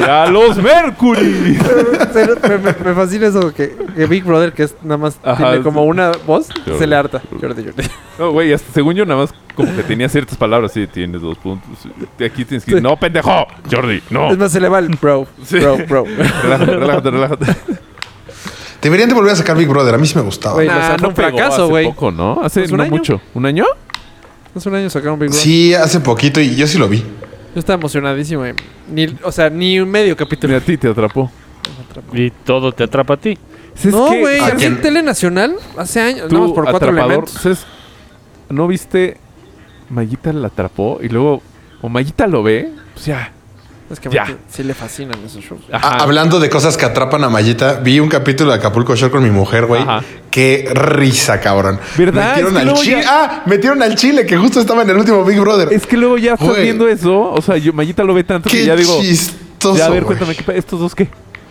Speaker 5: y a los Mercury.
Speaker 1: Pero me, me- me fascina eso que, que Big Brother, que es nada más
Speaker 5: Ajá,
Speaker 1: tiene como
Speaker 5: sí.
Speaker 1: una voz,
Speaker 5: Jordi,
Speaker 1: se le harta. Jordi, Jordi.
Speaker 5: No, güey, hasta según yo nada más como que tenía ciertas palabras. Sí, tienes dos puntos. De Aquí tienes que...
Speaker 1: Sí.
Speaker 5: No, pendejo. Jordi, no.
Speaker 1: Es más, se le va el bro,
Speaker 5: Sí.
Speaker 1: bro, bro.
Speaker 5: Relájate, relájate, relájate.
Speaker 3: Deberían de volver a sacar Big Brother. A mí sí me gustaba.
Speaker 1: Güey, lo sacó un
Speaker 5: pegó
Speaker 1: fracaso,
Speaker 5: hace
Speaker 1: güey.
Speaker 5: poco, ¿no? Hace
Speaker 1: Pues un
Speaker 5: no
Speaker 1: año.
Speaker 5: mucho. ¿Un año?
Speaker 1: Hace un año sacaron Big Brother.
Speaker 3: Sí, hace poquito y yo sí lo vi.
Speaker 1: Yo estaba emocionadísimo. eh. Ni, o sea, ni un medio
Speaker 5: Ni
Speaker 1: capítulo.
Speaker 5: a ti te atrapó.
Speaker 2: Y todo te atrapa a ti.
Speaker 5: ¿Sabes
Speaker 1: no,
Speaker 5: qué?
Speaker 1: güey.
Speaker 3: ¿A
Speaker 1: Así
Speaker 3: quién?
Speaker 1: en Tele Nacional hace años.
Speaker 5: Tú,
Speaker 1: No, por cuatro
Speaker 5: atrapador,
Speaker 1: elementos.
Speaker 5: ¿sabes? ¿No viste? Mayita la atrapó y luego... O Mayita lo ve. Pues ya.
Speaker 1: Es que
Speaker 5: Ya.
Speaker 1: aparte, sí le fascinan esos shows.
Speaker 5: Ajá.
Speaker 3: A- Hablando de cosas que atrapan a Mayita, vi un capítulo de Acapulco Shore con mi mujer, güey.
Speaker 5: Ajá.
Speaker 3: Qué risa, cabrón.
Speaker 5: ¿Verdad?
Speaker 3: Metieron
Speaker 5: Es que
Speaker 3: al
Speaker 5: luego
Speaker 3: chile.
Speaker 5: ya-
Speaker 3: Ah, metieron al chile, que justo estaba en el último Big Brother.
Speaker 5: Es que luego ya estás
Speaker 3: Güey.
Speaker 5: viendo eso. O sea, yo, Mayita lo ve tanto
Speaker 3: Qué
Speaker 5: que ya digo...
Speaker 3: chistoso.
Speaker 5: ya, a ver,
Speaker 3: güey.
Speaker 5: cuéntame, ¿qué pa- ¿estos dos qué?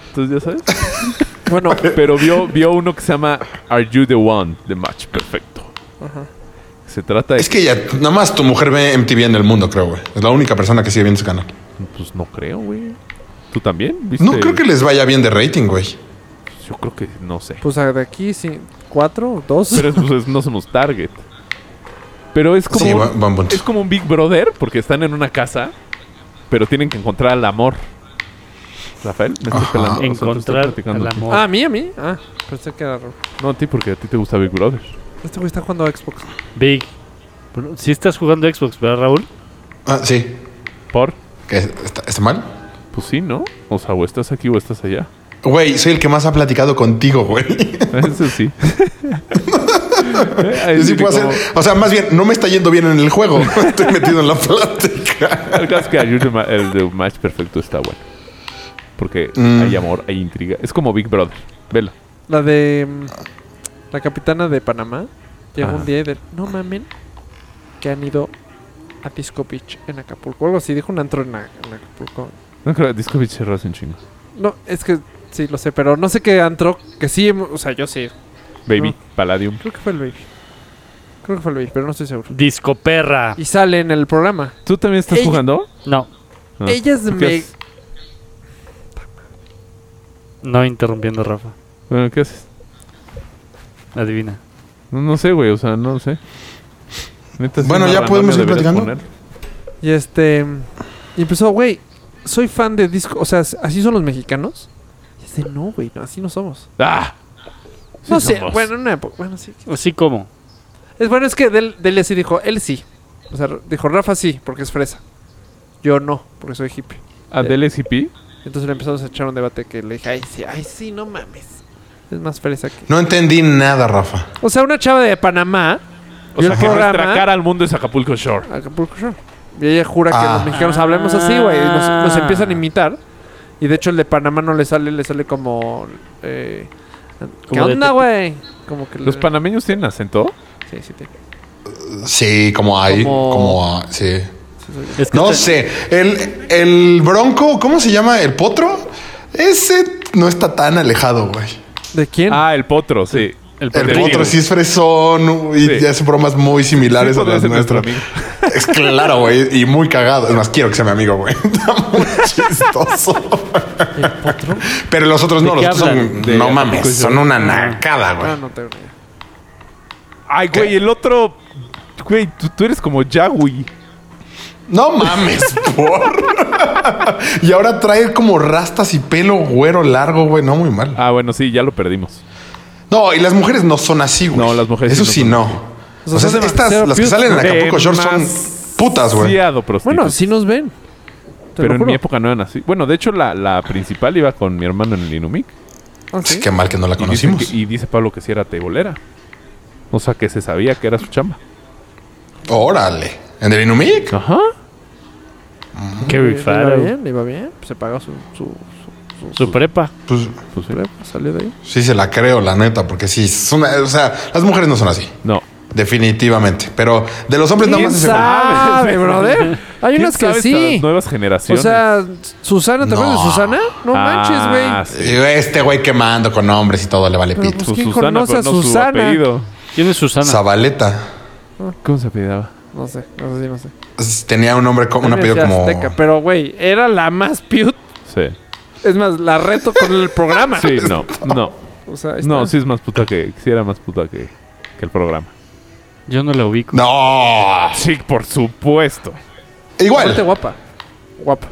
Speaker 5: Entonces, ¿ya sabes?
Speaker 1: Bueno,
Speaker 5: Pero vio, vio uno que se llama Are You The One? The Match Perfecto. Se trata de...
Speaker 3: Es que ya, nada más tu mujer ve MTV en el mundo, creo, güey. Es la única persona que sigue viendo su canal.
Speaker 5: Pues no creo, güey. ¿Tú también? ¿Viste?
Speaker 3: No creo que les vaya bien de rating, güey.
Speaker 5: Yo creo que no sé.
Speaker 1: Pues a- de aquí, sí. ¿Cuatro? ¿Dos?
Speaker 5: Pero pues, es- no somos target. Pero es como,
Speaker 3: Sí,
Speaker 5: un-
Speaker 3: buen- buen punto.
Speaker 5: es como un Big Brother porque están en una casa, pero tienen que encontrar al amor. Rafael, me estás
Speaker 3: Ajá.
Speaker 5: pelando. O sea, tú estás
Speaker 2: Encontrar
Speaker 5: platicando
Speaker 2: al
Speaker 5: tú.
Speaker 2: amor.
Speaker 1: ah, ¿a mí? ¿A mí? Ah, pensé que era... Raúl.
Speaker 5: No, a ti porque a ti te gusta Big Brother.
Speaker 1: Este güey está jugando a Xbox.
Speaker 2: Big. Si estás jugando Xbox, ¿verdad, Raúl?
Speaker 3: Ah, sí.
Speaker 5: ¿Por?
Speaker 3: ¿Qué? ¿Está, está mal?
Speaker 5: Pues sí, ¿no? O sea, o estás aquí o estás allá.
Speaker 3: Güey, soy el que más ha platicado contigo, güey.
Speaker 5: Eso sí.
Speaker 3: Yo
Speaker 5: Ahí
Speaker 3: sí
Speaker 5: sí
Speaker 3: puedo hacer.
Speaker 5: como,
Speaker 3: O sea, más bien, no me está yendo bien en el juego. Estoy metido en la plática.
Speaker 5: El caso es que ayuda ma- el de Match Perfecto está bueno. Porque
Speaker 3: Mm.
Speaker 5: hay amor, hay intriga. Es como Big Brother. Vela.
Speaker 1: La de... mm, La capitana de Panamá. Llegó
Speaker 5: Ajá.
Speaker 1: un día y de... No mamen. Que han ido a Disco Beach en Acapulco. Algo así. Dijo un antro en, A- en Acapulco.
Speaker 5: No creo Disco Beach cerró hace un chingo.
Speaker 1: No, es que... Sí, lo sé. Pero no sé qué antro. Que sí... hemos- O sea, yo sí.
Speaker 5: Baby,
Speaker 1: No.
Speaker 5: Palladium.
Speaker 1: Creo que fue el Baby. Creo que fue el Baby. Pero no estoy seguro.
Speaker 2: Disco perra.
Speaker 1: Y sale en el programa.
Speaker 5: ¿Tú también estás
Speaker 1: Ey.
Speaker 5: jugando? Ah.
Speaker 2: No,
Speaker 5: No.
Speaker 1: Ellas
Speaker 5: ¿Tú
Speaker 1: me...
Speaker 5: qué haces?
Speaker 2: no interrumpiendo, Rafa.
Speaker 5: Bueno, ¿qué haces?
Speaker 2: Adivina.
Speaker 5: No, no sé, güey. O sea, no sé. Neta, sí,
Speaker 3: Bueno,
Speaker 5: una
Speaker 3: ya podemos
Speaker 5: randomia
Speaker 3: ir
Speaker 5: deberías
Speaker 3: platicando.
Speaker 5: poner.
Speaker 1: Y este. Y empezó, güey, soy fan de disco. O sea, así son los mexicanos. Y es de, no, güey, no, así no somos.
Speaker 5: ¡Ah! Sí
Speaker 1: no sé,
Speaker 5: somos.
Speaker 1: bueno, en una época. Bueno, sí.
Speaker 2: Así como.
Speaker 1: Es bueno, es que Del, Delia sí dijo, él sí. O sea, dijo, Rafa sí, porque es fresa. Yo no, porque soy hippie.
Speaker 5: ¿A DLCP?
Speaker 1: Entonces le empezamos a echar un debate que le dije, ay, sí, ay, sí, no mames. Es más fresa que.
Speaker 3: No entendí nada, Rafa.
Speaker 1: O sea, una chava de Panamá.
Speaker 5: O
Speaker 1: vio
Speaker 5: sea,
Speaker 1: el
Speaker 5: que nuestra
Speaker 1: programa-
Speaker 5: cara al mundo es Acapulco Shore.
Speaker 1: Acapulco Shore. Y ella jura que
Speaker 3: Ah.
Speaker 1: los mexicanos hablamos así, güey. y Nos, nos
Speaker 5: Ah.
Speaker 1: empiezan a imitar. Y de hecho el de Panamá no le sale, le sale como... Eh, ¿Qué
Speaker 2: Como de
Speaker 1: onda,
Speaker 2: Tepic.
Speaker 1: güey? Como que...
Speaker 5: ¿Los
Speaker 1: le-
Speaker 5: panameños tienen acento?
Speaker 1: Sí, sí, tiene.
Speaker 3: Sí, como hay.
Speaker 1: Como-
Speaker 3: Como, ah, sí.
Speaker 2: Es que este-
Speaker 3: No
Speaker 2: te-
Speaker 3: sé. El, el bronco, ¿cómo se llama? ¿El potro? Ese no está tan alejado, güey.
Speaker 1: ¿De quién?
Speaker 5: Ah, el potro, sí.
Speaker 3: El
Speaker 5: potrillo.
Speaker 3: potro sí es fresón y
Speaker 5: Sí.
Speaker 3: ya hace bromas muy similares
Speaker 5: Sí,
Speaker 3: a las
Speaker 5: podría ser nuestro
Speaker 3: nuestras. Es claro, güey. Y muy cagado. Es más, quiero que sea mi amigo, güey. Está muy chistoso. Pero los otros
Speaker 2: ¿De
Speaker 3: no, los
Speaker 2: qué
Speaker 3: otros son.
Speaker 2: hablan?
Speaker 5: De
Speaker 3: no
Speaker 5: Acapulco y
Speaker 3: mames, son
Speaker 5: Shore.
Speaker 3: una nacada,
Speaker 1: Ah,
Speaker 3: güey.
Speaker 1: no tengo ni idea.
Speaker 5: Ay, güey, el otro. Güey, tú, tú eres como Yagui.
Speaker 3: No mames, por. y ahora trae como rastas y pelo güero largo, güey. No, muy mal.
Speaker 5: Ah, bueno, sí, ya lo perdimos.
Speaker 3: No, y las mujeres no son así, güey.
Speaker 5: No, las mujeres
Speaker 3: Eso
Speaker 5: sí
Speaker 3: sí,
Speaker 5: no
Speaker 3: no.
Speaker 1: así.
Speaker 3: O sea,
Speaker 1: O sea, son
Speaker 3: estas,
Speaker 1: demasiado
Speaker 3: las que salen en
Speaker 5: cute.
Speaker 3: Acapulco Short son
Speaker 5: Demasiado
Speaker 3: putas, güey.
Speaker 5: Ciado prostituta.
Speaker 1: Bueno, sí nos ven. Te
Speaker 5: pues. pero
Speaker 1: lo
Speaker 5: en
Speaker 1: juro.
Speaker 5: mi época no eran así. Bueno, de hecho, la, la principal iba con mi hermano en el Inumic.
Speaker 1: Ah,
Speaker 5: pues,
Speaker 3: Sí,
Speaker 1: ¿sí?
Speaker 3: Qué mal que no la
Speaker 5: Y dice,
Speaker 3: conocimos.
Speaker 5: que- y dice Pablo que sí era tebolera. O sea, que se sabía que era su chamba.
Speaker 3: Órale. ¿En el Inumic?
Speaker 5: Ajá.
Speaker 2: Qué
Speaker 1: Le iba
Speaker 2: rifado.
Speaker 1: bien, le iba bien. Pues se pagó su... su, su, su-
Speaker 2: ¿eh? Su prepa.
Speaker 3: Pues
Speaker 5: Pues sí.
Speaker 1: prepa, salió de ahí.
Speaker 3: sí se la creo, la neta, porque sí, es una- o sea, las mujeres no son así,
Speaker 5: No.
Speaker 3: definitivamente. Pero de los hombres no
Speaker 1: ¿Quién
Speaker 3: Pues más se seguro.
Speaker 1: sabe, brother? Hay
Speaker 5: ¿Quién
Speaker 1: unas que
Speaker 5: sabe
Speaker 1: sí.
Speaker 5: estas nuevas
Speaker 1: O
Speaker 5: generaciones.
Speaker 1: sea, Susana, ¿te acuerdas de
Speaker 3: No.
Speaker 1: Susana? No manches, güey.
Speaker 5: Ah, sí.
Speaker 3: Este güey quemando con hombres y todo le vale
Speaker 1: Pero,
Speaker 3: pito.
Speaker 1: pues,
Speaker 5: Su
Speaker 1: ¿quién
Speaker 5: Susana,
Speaker 1: conoce a
Speaker 5: pero no su
Speaker 1: Susana?
Speaker 5: apellido.
Speaker 2: ¿Quién es Susana?
Speaker 3: Zabaleta
Speaker 5: ¿Cómo se apellidaba?
Speaker 1: No sé, no sé, sí, no sé.
Speaker 3: S- tenía un nombre como un
Speaker 1: También
Speaker 3: apellido
Speaker 1: decía
Speaker 3: como
Speaker 1: Azteca, pero, güey, era la más cute.
Speaker 5: Sí.
Speaker 1: Es más, la reto con el programa.
Speaker 5: Sí, no. No.
Speaker 1: O sea, ahí
Speaker 5: No,
Speaker 1: está.
Speaker 5: sí es más puta que. Sí era más puta que, que el programa.
Speaker 2: Yo no la ubico.
Speaker 3: No.
Speaker 5: Sí, por supuesto.
Speaker 1: Aparte
Speaker 3: Igual.
Speaker 1: guapa. Guapa.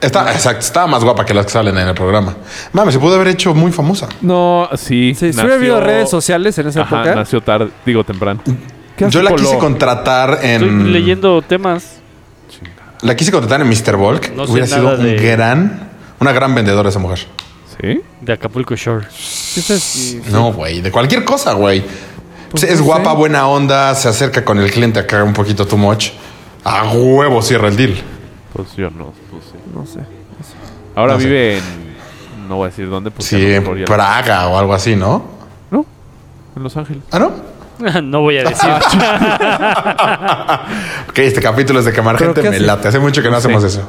Speaker 3: Está, exacto, estaba más guapa que las que salen en el programa. Mames, se pudo haber hecho muy famosa.
Speaker 5: No,
Speaker 1: Sí,
Speaker 5: sí.
Speaker 1: si
Speaker 5: nació-
Speaker 1: hubiera habido redes sociales en esa
Speaker 5: Ajá,
Speaker 1: época.
Speaker 5: nació tarde, digo temprano.
Speaker 3: Yo la
Speaker 5: Polo?
Speaker 3: quise contratar en
Speaker 2: Estoy leyendo temas.
Speaker 3: la quise contratar en Mr. Volk.
Speaker 2: No sé
Speaker 3: Hubiera sido
Speaker 2: nada
Speaker 3: un
Speaker 2: de-
Speaker 3: gran una gran vendedora esa mujer.
Speaker 5: ¿Sí?
Speaker 2: De Acapulco Shore.
Speaker 1: Sí, sí, sí.
Speaker 3: No, güey, de cualquier cosa, güey.
Speaker 1: Pues,
Speaker 3: es
Speaker 1: no
Speaker 3: guapa,
Speaker 1: sé.
Speaker 3: buena onda, se acerca con el cliente acá un poquito too much. A huevo cierra el deal.
Speaker 5: Pues yo no. pues sí.
Speaker 1: No sé.
Speaker 5: Ahora
Speaker 3: No sé.
Speaker 5: vive en. No voy a decir dónde, porque
Speaker 3: Sí,
Speaker 5: a lo
Speaker 3: en
Speaker 5: mejor ya-
Speaker 3: Praga o algo así, ¿no?
Speaker 5: No, en Los Ángeles.
Speaker 3: Ah, ¿no?
Speaker 2: no voy a decir.
Speaker 3: Ok, este capítulo es de quemar
Speaker 1: ¿Pero
Speaker 3: gente,
Speaker 1: qué
Speaker 3: me
Speaker 1: hace?
Speaker 3: late. Hace mucho que no
Speaker 5: Sí.
Speaker 3: hacemos eso.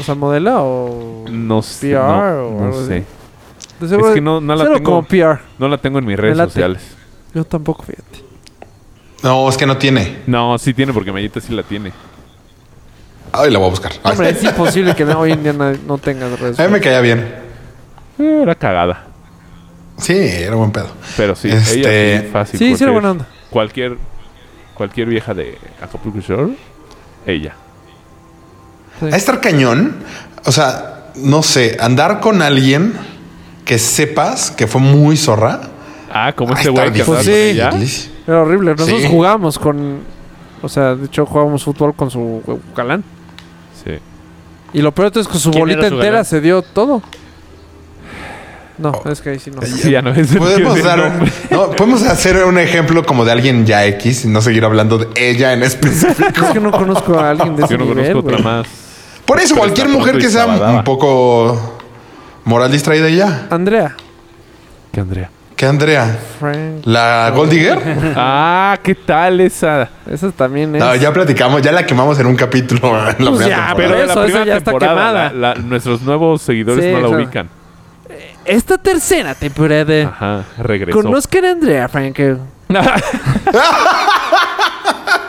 Speaker 1: O sea, modela o.
Speaker 5: No sé.
Speaker 1: PR
Speaker 5: No,
Speaker 1: o
Speaker 5: no
Speaker 1: algo
Speaker 5: sé.
Speaker 1: así. De seguro-
Speaker 5: Mm, Es que no- no la
Speaker 1: cero
Speaker 5: tengo.
Speaker 1: como PR.
Speaker 5: No la tengo en mis redes
Speaker 1: late.
Speaker 5: sociales.
Speaker 1: Yo tampoco, fíjate.
Speaker 3: No, es que no tiene.
Speaker 5: No, sí tiene, porque Mayita sí la tiene.
Speaker 3: Ay, la voy a buscar. Ay.
Speaker 1: Hombre, es imposible que no- hoy en día na- no tengas redes
Speaker 3: Ah, A mí me
Speaker 1: sociales.
Speaker 3: caía bien.
Speaker 5: Eh, Era cagada.
Speaker 3: Sí, era buen pedo.
Speaker 5: Pero sí,
Speaker 3: Este-
Speaker 5: ella sí,
Speaker 1: Sí,
Speaker 5: fácil.
Speaker 1: sí era
Speaker 5: cualquier-
Speaker 1: buena onda.
Speaker 5: Cualquier, cualquier vieja de Acapulco Shore, ella.
Speaker 3: A estar cañón, o sea, no sé, andar con alguien que sepas que fue muy zorra.
Speaker 5: Ah, como
Speaker 3: Ay,
Speaker 5: este
Speaker 3: está
Speaker 5: güey que
Speaker 3: difícil.
Speaker 5: andaba
Speaker 1: Pues sí.
Speaker 5: con ella.
Speaker 3: Difícil.
Speaker 1: Era horrible. Nosotros
Speaker 3: Sí.
Speaker 1: jugábamos con. O sea, de hecho jugábamos fútbol con su galán.
Speaker 5: Sí.
Speaker 1: Y lo peor de todo es que su
Speaker 2: ¿Quién
Speaker 1: bolita
Speaker 2: era su
Speaker 1: entera
Speaker 2: galán?
Speaker 1: se dio todo. No,
Speaker 3: Oh.
Speaker 1: es que ahí sí no.
Speaker 5: Sí, ya no es el que
Speaker 3: Podemos
Speaker 5: es el
Speaker 3: dar,
Speaker 5: nombre.
Speaker 3: no, podemos hacer un ejemplo como de alguien ya X y no seguir hablando de ella en específico.
Speaker 1: Es que no conozco a alguien de ese
Speaker 5: Yo no
Speaker 1: nivel,
Speaker 5: conozco otra
Speaker 1: güey.
Speaker 5: más.
Speaker 3: Por eso,
Speaker 5: Pero
Speaker 3: cualquier
Speaker 5: está
Speaker 3: mujer
Speaker 5: pronto
Speaker 3: que
Speaker 5: y
Speaker 3: sea
Speaker 5: sabadaba.
Speaker 3: un poco moral distraída y ya.
Speaker 1: Andrea.
Speaker 5: Que Andrea.
Speaker 3: ¿Qué Andrea?
Speaker 1: Frank.
Speaker 3: ¿La Gold Digger?
Speaker 5: Ah, ¿qué tal esa?
Speaker 1: Esa también es.
Speaker 3: No, ya platicamos, ya la quemamos en un capítulo. en la
Speaker 1: Pues
Speaker 3: primera
Speaker 1: ya,
Speaker 3: temporada.
Speaker 5: Pero
Speaker 1: Por
Speaker 5: la
Speaker 1: eso, esa
Speaker 5: primera
Speaker 1: ya está
Speaker 5: temporada,
Speaker 1: quemada.
Speaker 5: la- la- nuestros nuevos seguidores
Speaker 1: Sí,
Speaker 5: no la
Speaker 1: claro.
Speaker 5: ubican.
Speaker 1: Esta tercera temporada.
Speaker 5: Ajá, regresó.
Speaker 1: Conozcan a Andrea, eh. Frankel.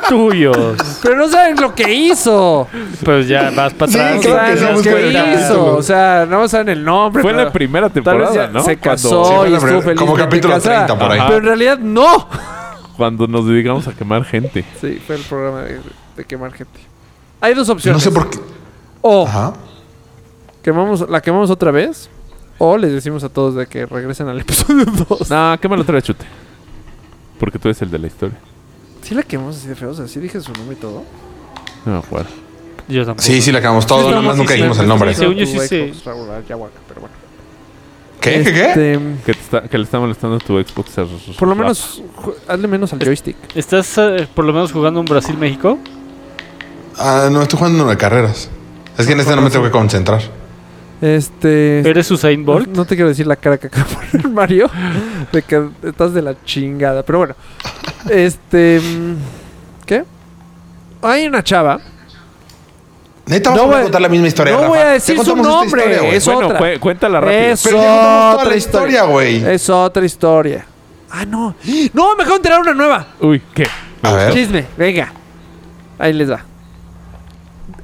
Speaker 2: Tuyos.
Speaker 1: Pero no saben lo que hizo.
Speaker 2: Pues ya vas para
Speaker 3: Sí,
Speaker 2: atrás.
Speaker 1: No
Speaker 3: Ah, Creo que
Speaker 1: saben
Speaker 3: somos
Speaker 1: lo que
Speaker 3: cuarenta
Speaker 1: hizo.
Speaker 3: capítulos.
Speaker 1: O sea, no saben el nombre.
Speaker 5: Fue
Speaker 1: pero-
Speaker 5: la primera
Speaker 1: Tal vez
Speaker 5: temporada,
Speaker 1: ya
Speaker 5: ¿no?
Speaker 1: se casó
Speaker 3: Sí, fue
Speaker 1: y
Speaker 3: la
Speaker 1: estuvo
Speaker 3: primera-
Speaker 1: feliz.
Speaker 3: como
Speaker 1: de que
Speaker 3: capítulo
Speaker 1: casara.
Speaker 3: 30 por ahí.
Speaker 1: Pero en realidad no.
Speaker 5: Cuando, cuando nos dedicamos a quemar gente.
Speaker 1: Sí, fue el programa de, de quemar gente. Hay dos
Speaker 3: No
Speaker 1: opciones.
Speaker 3: sé por qué.
Speaker 1: O
Speaker 3: Ajá.
Speaker 1: quemamos, la quemamos otra vez. O les decimos a todos de que regresen al episodio 2.
Speaker 5: No, quémalo otra vez, chute. Porque tú eres el de la historia.
Speaker 1: Sí la quemamos así de feo. O sea, sí dije su nombre y todo.
Speaker 5: No me acuerdo.
Speaker 2: Yo tampoco.
Speaker 3: Sí, sí, la quemamos todo, nada más nunca dijimos el nombre.
Speaker 2: sí, según yo sí sé.
Speaker 1: Pero bueno.
Speaker 3: ¿Qué? ¿Qué? ¿Qué?
Speaker 1: Este,
Speaker 5: Que, te está- que le está molestando a tu Xbox. a-
Speaker 1: Por lo menos, ju- hazle menos al joystick.
Speaker 2: ¿Estás eh, por lo menos jugando un Brasil-México?
Speaker 3: Ah, no, estoy jugando de carreras. Es que en este no me tengo que concentrar.
Speaker 1: Este.
Speaker 2: ¿Eres Usain
Speaker 1: No,
Speaker 2: Bolt?
Speaker 1: no te quiero decir la cara que acaba de poner Mario. De que estás de la chingada. Pero bueno. Este. mm, ¿Qué? Hay una chava.
Speaker 3: Neta, vamos
Speaker 1: No
Speaker 3: a volver
Speaker 1: voy-
Speaker 3: a contar la misma historia.
Speaker 1: no
Speaker 3: Rafa.
Speaker 1: voy a
Speaker 3: Te
Speaker 1: decir su
Speaker 3: contamos esta
Speaker 1: nombre,
Speaker 3: historia, güey.
Speaker 1: es
Speaker 5: Bueno,
Speaker 1: otra.
Speaker 5: cu- cuéntala rápido.
Speaker 1: Es
Speaker 3: Pero ya contamos toda
Speaker 1: otra
Speaker 3: la historia, güey.
Speaker 1: Es otra historia. Ah, no. No, me acabo de enterar una nueva.
Speaker 5: Uy, ¿qué?
Speaker 3: A ver.
Speaker 1: Chisme, venga. Ahí les va.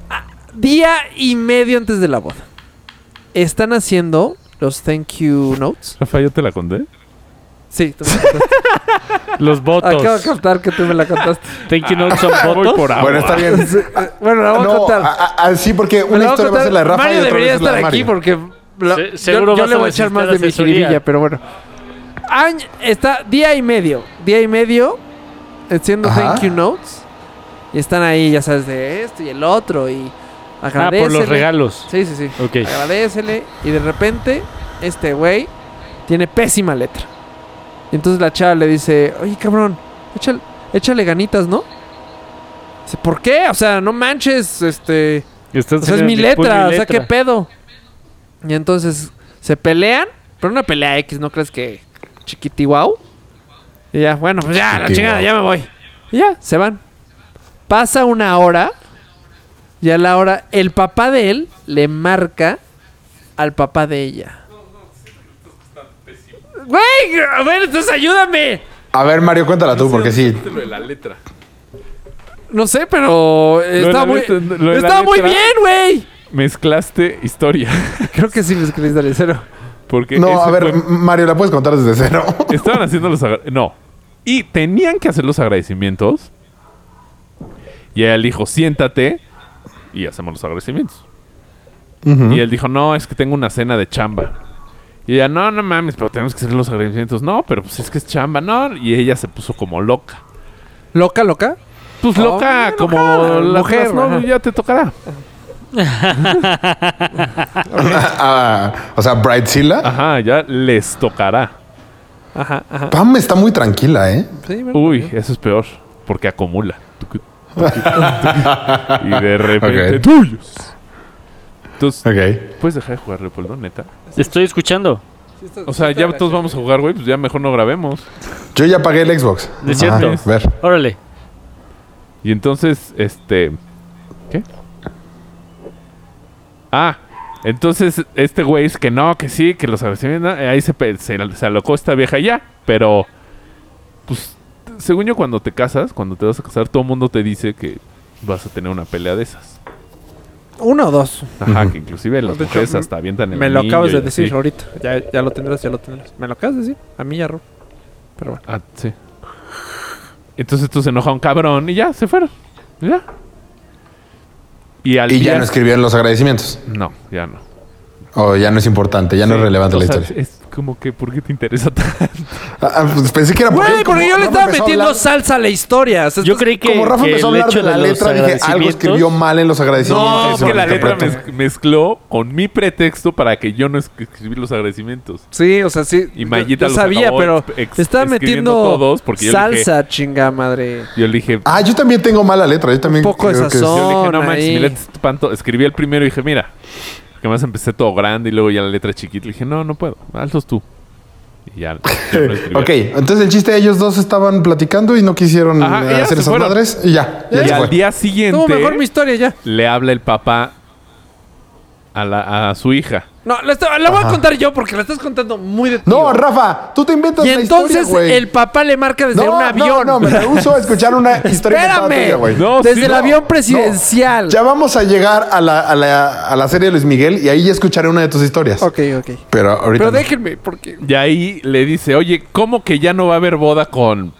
Speaker 1: Ah, Día y medio antes de la boda. Están haciendo los thank you notes.
Speaker 5: Rafa, yo te la conté.
Speaker 1: Sí, tú me la contaste.
Speaker 2: Los
Speaker 1: acabo de
Speaker 2: votos.
Speaker 1: captar que tú me la contaste.
Speaker 2: Thank you notes son
Speaker 3: Ah,
Speaker 5: Voy
Speaker 2: votos. Ah,
Speaker 5: por agua.
Speaker 3: Bueno, está bien.
Speaker 1: Sí, eh, bueno, la voy a
Speaker 3: No, ah,
Speaker 1: contar.
Speaker 3: así porque
Speaker 1: Me la
Speaker 3: una
Speaker 1: voy a
Speaker 3: historia va a
Speaker 1: contar.
Speaker 3: ser la de Rafa
Speaker 1: Mario
Speaker 3: y otra
Speaker 1: debería
Speaker 3: vez es la
Speaker 1: estar
Speaker 3: de
Speaker 1: aquí
Speaker 3: Mario.
Speaker 1: porque la-
Speaker 2: Se-
Speaker 1: yo,
Speaker 2: seguro
Speaker 1: yo
Speaker 2: vas
Speaker 1: le
Speaker 2: a
Speaker 1: voy a echar más de mi
Speaker 2: necesitar asesoría.
Speaker 1: jiribilla, pero bueno. Añ- está día y medio. Día y medio haciendo
Speaker 3: Ajá.
Speaker 1: thank you notes. Y están ahí, ya sabes, de esto y el otro. Y
Speaker 2: Ah, por los
Speaker 1: agradécele.
Speaker 2: regalos.
Speaker 1: Sí, sí, sí.
Speaker 2: Ok.
Speaker 1: Agradecele. Y de repente, este güey tiene pésima letra. Y entonces la chava le dice, oye, cabrón, échale, échale ganitas, ¿no? Dice, ¿por qué? O sea, no manches, este...
Speaker 2: Estás
Speaker 1: O sea, es
Speaker 2: en
Speaker 1: mi
Speaker 2: el-
Speaker 1: letra,
Speaker 2: pon
Speaker 1: o
Speaker 2: mi
Speaker 1: sea, qué
Speaker 2: letra.
Speaker 1: pedo. Y entonces se pelean, pero una pelea X, ¿no crees que chiquitiguau? Y ya, bueno, pues ya, la
Speaker 3: Chiquitiguau.
Speaker 1: chingada, ya me voy. Y ya, se van. Pasa una hora, y a la hora, el papá de él le marca al papá de ella. Güey, a ver, entonces ayúdame.
Speaker 3: A ver, Mario, cuéntala tú porque sí.
Speaker 5: Este Lo de la letra.
Speaker 1: No sé, pero eh,
Speaker 5: de la
Speaker 1: estaba muy,
Speaker 5: letra, lo de la
Speaker 1: estaba muy
Speaker 5: letra.
Speaker 1: bien, güey.
Speaker 5: Mezclaste historia.
Speaker 1: Creo que sí, me escribiste cero.
Speaker 5: Porque
Speaker 3: No,
Speaker 5: ese
Speaker 3: a ver,
Speaker 5: fue-
Speaker 3: M- Mario, ¿la puedes contar desde cero?
Speaker 5: Estaban haciendo los agra- No. Y tenían que hacer los agradecimientos. Y ella le dijo, siéntate. Y hacemos los agradecimientos. Y él dijo, no, es que tengo una cena de chamba. Y ella, no, no mames, pero tenemos que hacer los agradecimientos. No, pero pues es que es chamba, no. Y ella se puso como loca.
Speaker 1: ¿Loca, loca?
Speaker 5: Pues
Speaker 1: Oh,
Speaker 5: loca,
Speaker 1: enojada,
Speaker 5: como la
Speaker 1: mujer,
Speaker 5: mujer, no,
Speaker 1: ajá.
Speaker 5: ya te tocará.
Speaker 3: Ah, o sea, Bridezilla.
Speaker 5: Ajá, ya les tocará.
Speaker 1: Ajá, ajá.
Speaker 3: Pam está muy tranquila, ¿eh?
Speaker 1: Sí, bueno.
Speaker 5: Uy, eso es peor, porque acumula. Tucu, tucu, tucu. y de repente
Speaker 3: Ok.
Speaker 5: tuyos. Entonces,
Speaker 3: Ok.
Speaker 5: ¿puedes dejar de jugar Leopoldo, neta?
Speaker 2: Estoy escuchando.
Speaker 5: O sea, ya todos vamos a jugar, güey, pues ya mejor no grabemos.
Speaker 3: Yo ya pagué el Xbox.
Speaker 2: De cierto.
Speaker 3: Ajá, ver.
Speaker 2: Órale.
Speaker 5: Y entonces, este... ¿Qué? Ah, entonces este güey es que no, que sí, que los agradecimientos... eh, Ahí se, pe- se, se alocó esta vieja ya, pero... Pues, según yo, cuando te casas, cuando te vas a casar, todo el mundo te dice que vas a tener una pelea de esas.
Speaker 1: Uno o dos.
Speaker 5: Ajá, que inclusive las
Speaker 1: De hecho,
Speaker 5: mujeres hasta avientan el
Speaker 1: Me lo
Speaker 5: anillo
Speaker 1: acabas
Speaker 5: y
Speaker 1: de
Speaker 5: así.
Speaker 1: decir ahorita. Ya, ya lo tendrás, ya lo tendrás. Me lo acabas de decir. A mí ya, Rob. Pero bueno.
Speaker 5: Ah, sí. Entonces tú se enoja un cabrón y ya, se fueron. Y Ya. Y al
Speaker 3: Y
Speaker 5: día...
Speaker 3: ya no escribieron los agradecimientos.
Speaker 5: No, ya no.
Speaker 3: O ya no es importante, ya no es
Speaker 5: Sí,
Speaker 3: relevante
Speaker 5: o
Speaker 3: la
Speaker 5: sea,
Speaker 3: historia.
Speaker 5: Es como que, ¿por qué te interesa tanto?
Speaker 3: Ah, ah, pues pensé que era por
Speaker 1: Güey,
Speaker 3: ahí, como
Speaker 1: porque yo le
Speaker 3: Rafa
Speaker 1: estaba
Speaker 3: empezó a
Speaker 1: metiendo
Speaker 3: hablar-
Speaker 1: salsa a la historia. O sea,
Speaker 2: Yo
Speaker 1: estás-
Speaker 2: creí que,
Speaker 3: Como Rafa
Speaker 2: que
Speaker 3: empezó a
Speaker 2: el
Speaker 3: hablar
Speaker 2: hecho
Speaker 3: de la
Speaker 2: los
Speaker 3: letra, dije, algo
Speaker 2: agradecimientos-
Speaker 3: escribió mal en los agradecimientos.
Speaker 5: No, es
Speaker 3: Eso
Speaker 5: que la
Speaker 3: lo
Speaker 5: letra
Speaker 3: interpreto.
Speaker 5: mez- mezcló con mi pretexto para que yo no es- escribí los agradecimientos.
Speaker 1: Sí, o sea, sí.
Speaker 5: Y
Speaker 1: yo-
Speaker 5: Mayita
Speaker 1: yo
Speaker 5: los
Speaker 1: sabía,
Speaker 5: acabó
Speaker 1: pero
Speaker 5: ex-
Speaker 1: te estaba metiendo
Speaker 5: escribiendo todos porque yo le dije-
Speaker 1: salsa, chinga madre.
Speaker 5: Yo le dije,
Speaker 3: Ah, yo también tengo mala letra. Yo también
Speaker 1: poco de
Speaker 3: creo que es-
Speaker 1: sazón.
Speaker 5: yo le dije, no
Speaker 1: ahí.
Speaker 5: manches, mi letra está espanto- Escribí el primero y dije, mira. Que más empecé todo grande y luego ya la letra chiquita. Le dije, no, no puedo. Hazlos tú. Y ya. ya no escribí.
Speaker 3: Ok, entonces el chiste de ellos dos estaban platicando y no quisieron
Speaker 5: Ajá, y
Speaker 3: eh,
Speaker 5: ya
Speaker 3: hacer
Speaker 5: se
Speaker 3: esas
Speaker 5: fueron.
Speaker 3: madres y ya. ya
Speaker 5: Y
Speaker 3: se
Speaker 5: al
Speaker 3: fue.
Speaker 5: día siguiente
Speaker 1: Tuvo mejor mi historia ya.
Speaker 5: le habla el papá a, la- a su hija.
Speaker 1: No, la, esta- la voy a
Speaker 3: Ajá.
Speaker 1: contar yo porque la estás contando muy de
Speaker 3: No,
Speaker 1: tío.
Speaker 3: Rafa, tú te inventas
Speaker 1: Y
Speaker 3: la
Speaker 1: entonces
Speaker 3: historia, güey.
Speaker 1: el papá le marca desde
Speaker 3: no,
Speaker 1: un avión.
Speaker 3: No, no, me rehuso a escuchar una historia inventada
Speaker 1: Espérame.
Speaker 3: tuya, güey.
Speaker 5: No,
Speaker 1: desde
Speaker 5: sí,
Speaker 1: el
Speaker 5: no.
Speaker 1: avión presidencial.
Speaker 3: Ya vamos a llegar a la, a, la, a la serie de Luis Miguel y ahí ya escucharé una de tus historias.
Speaker 1: Ok, ok.
Speaker 3: Pero ahorita.
Speaker 1: Pero
Speaker 3: no.
Speaker 1: déjenme, porque.
Speaker 5: Y ahí le dice, oye, ¿cómo que ya no va a haber boda con...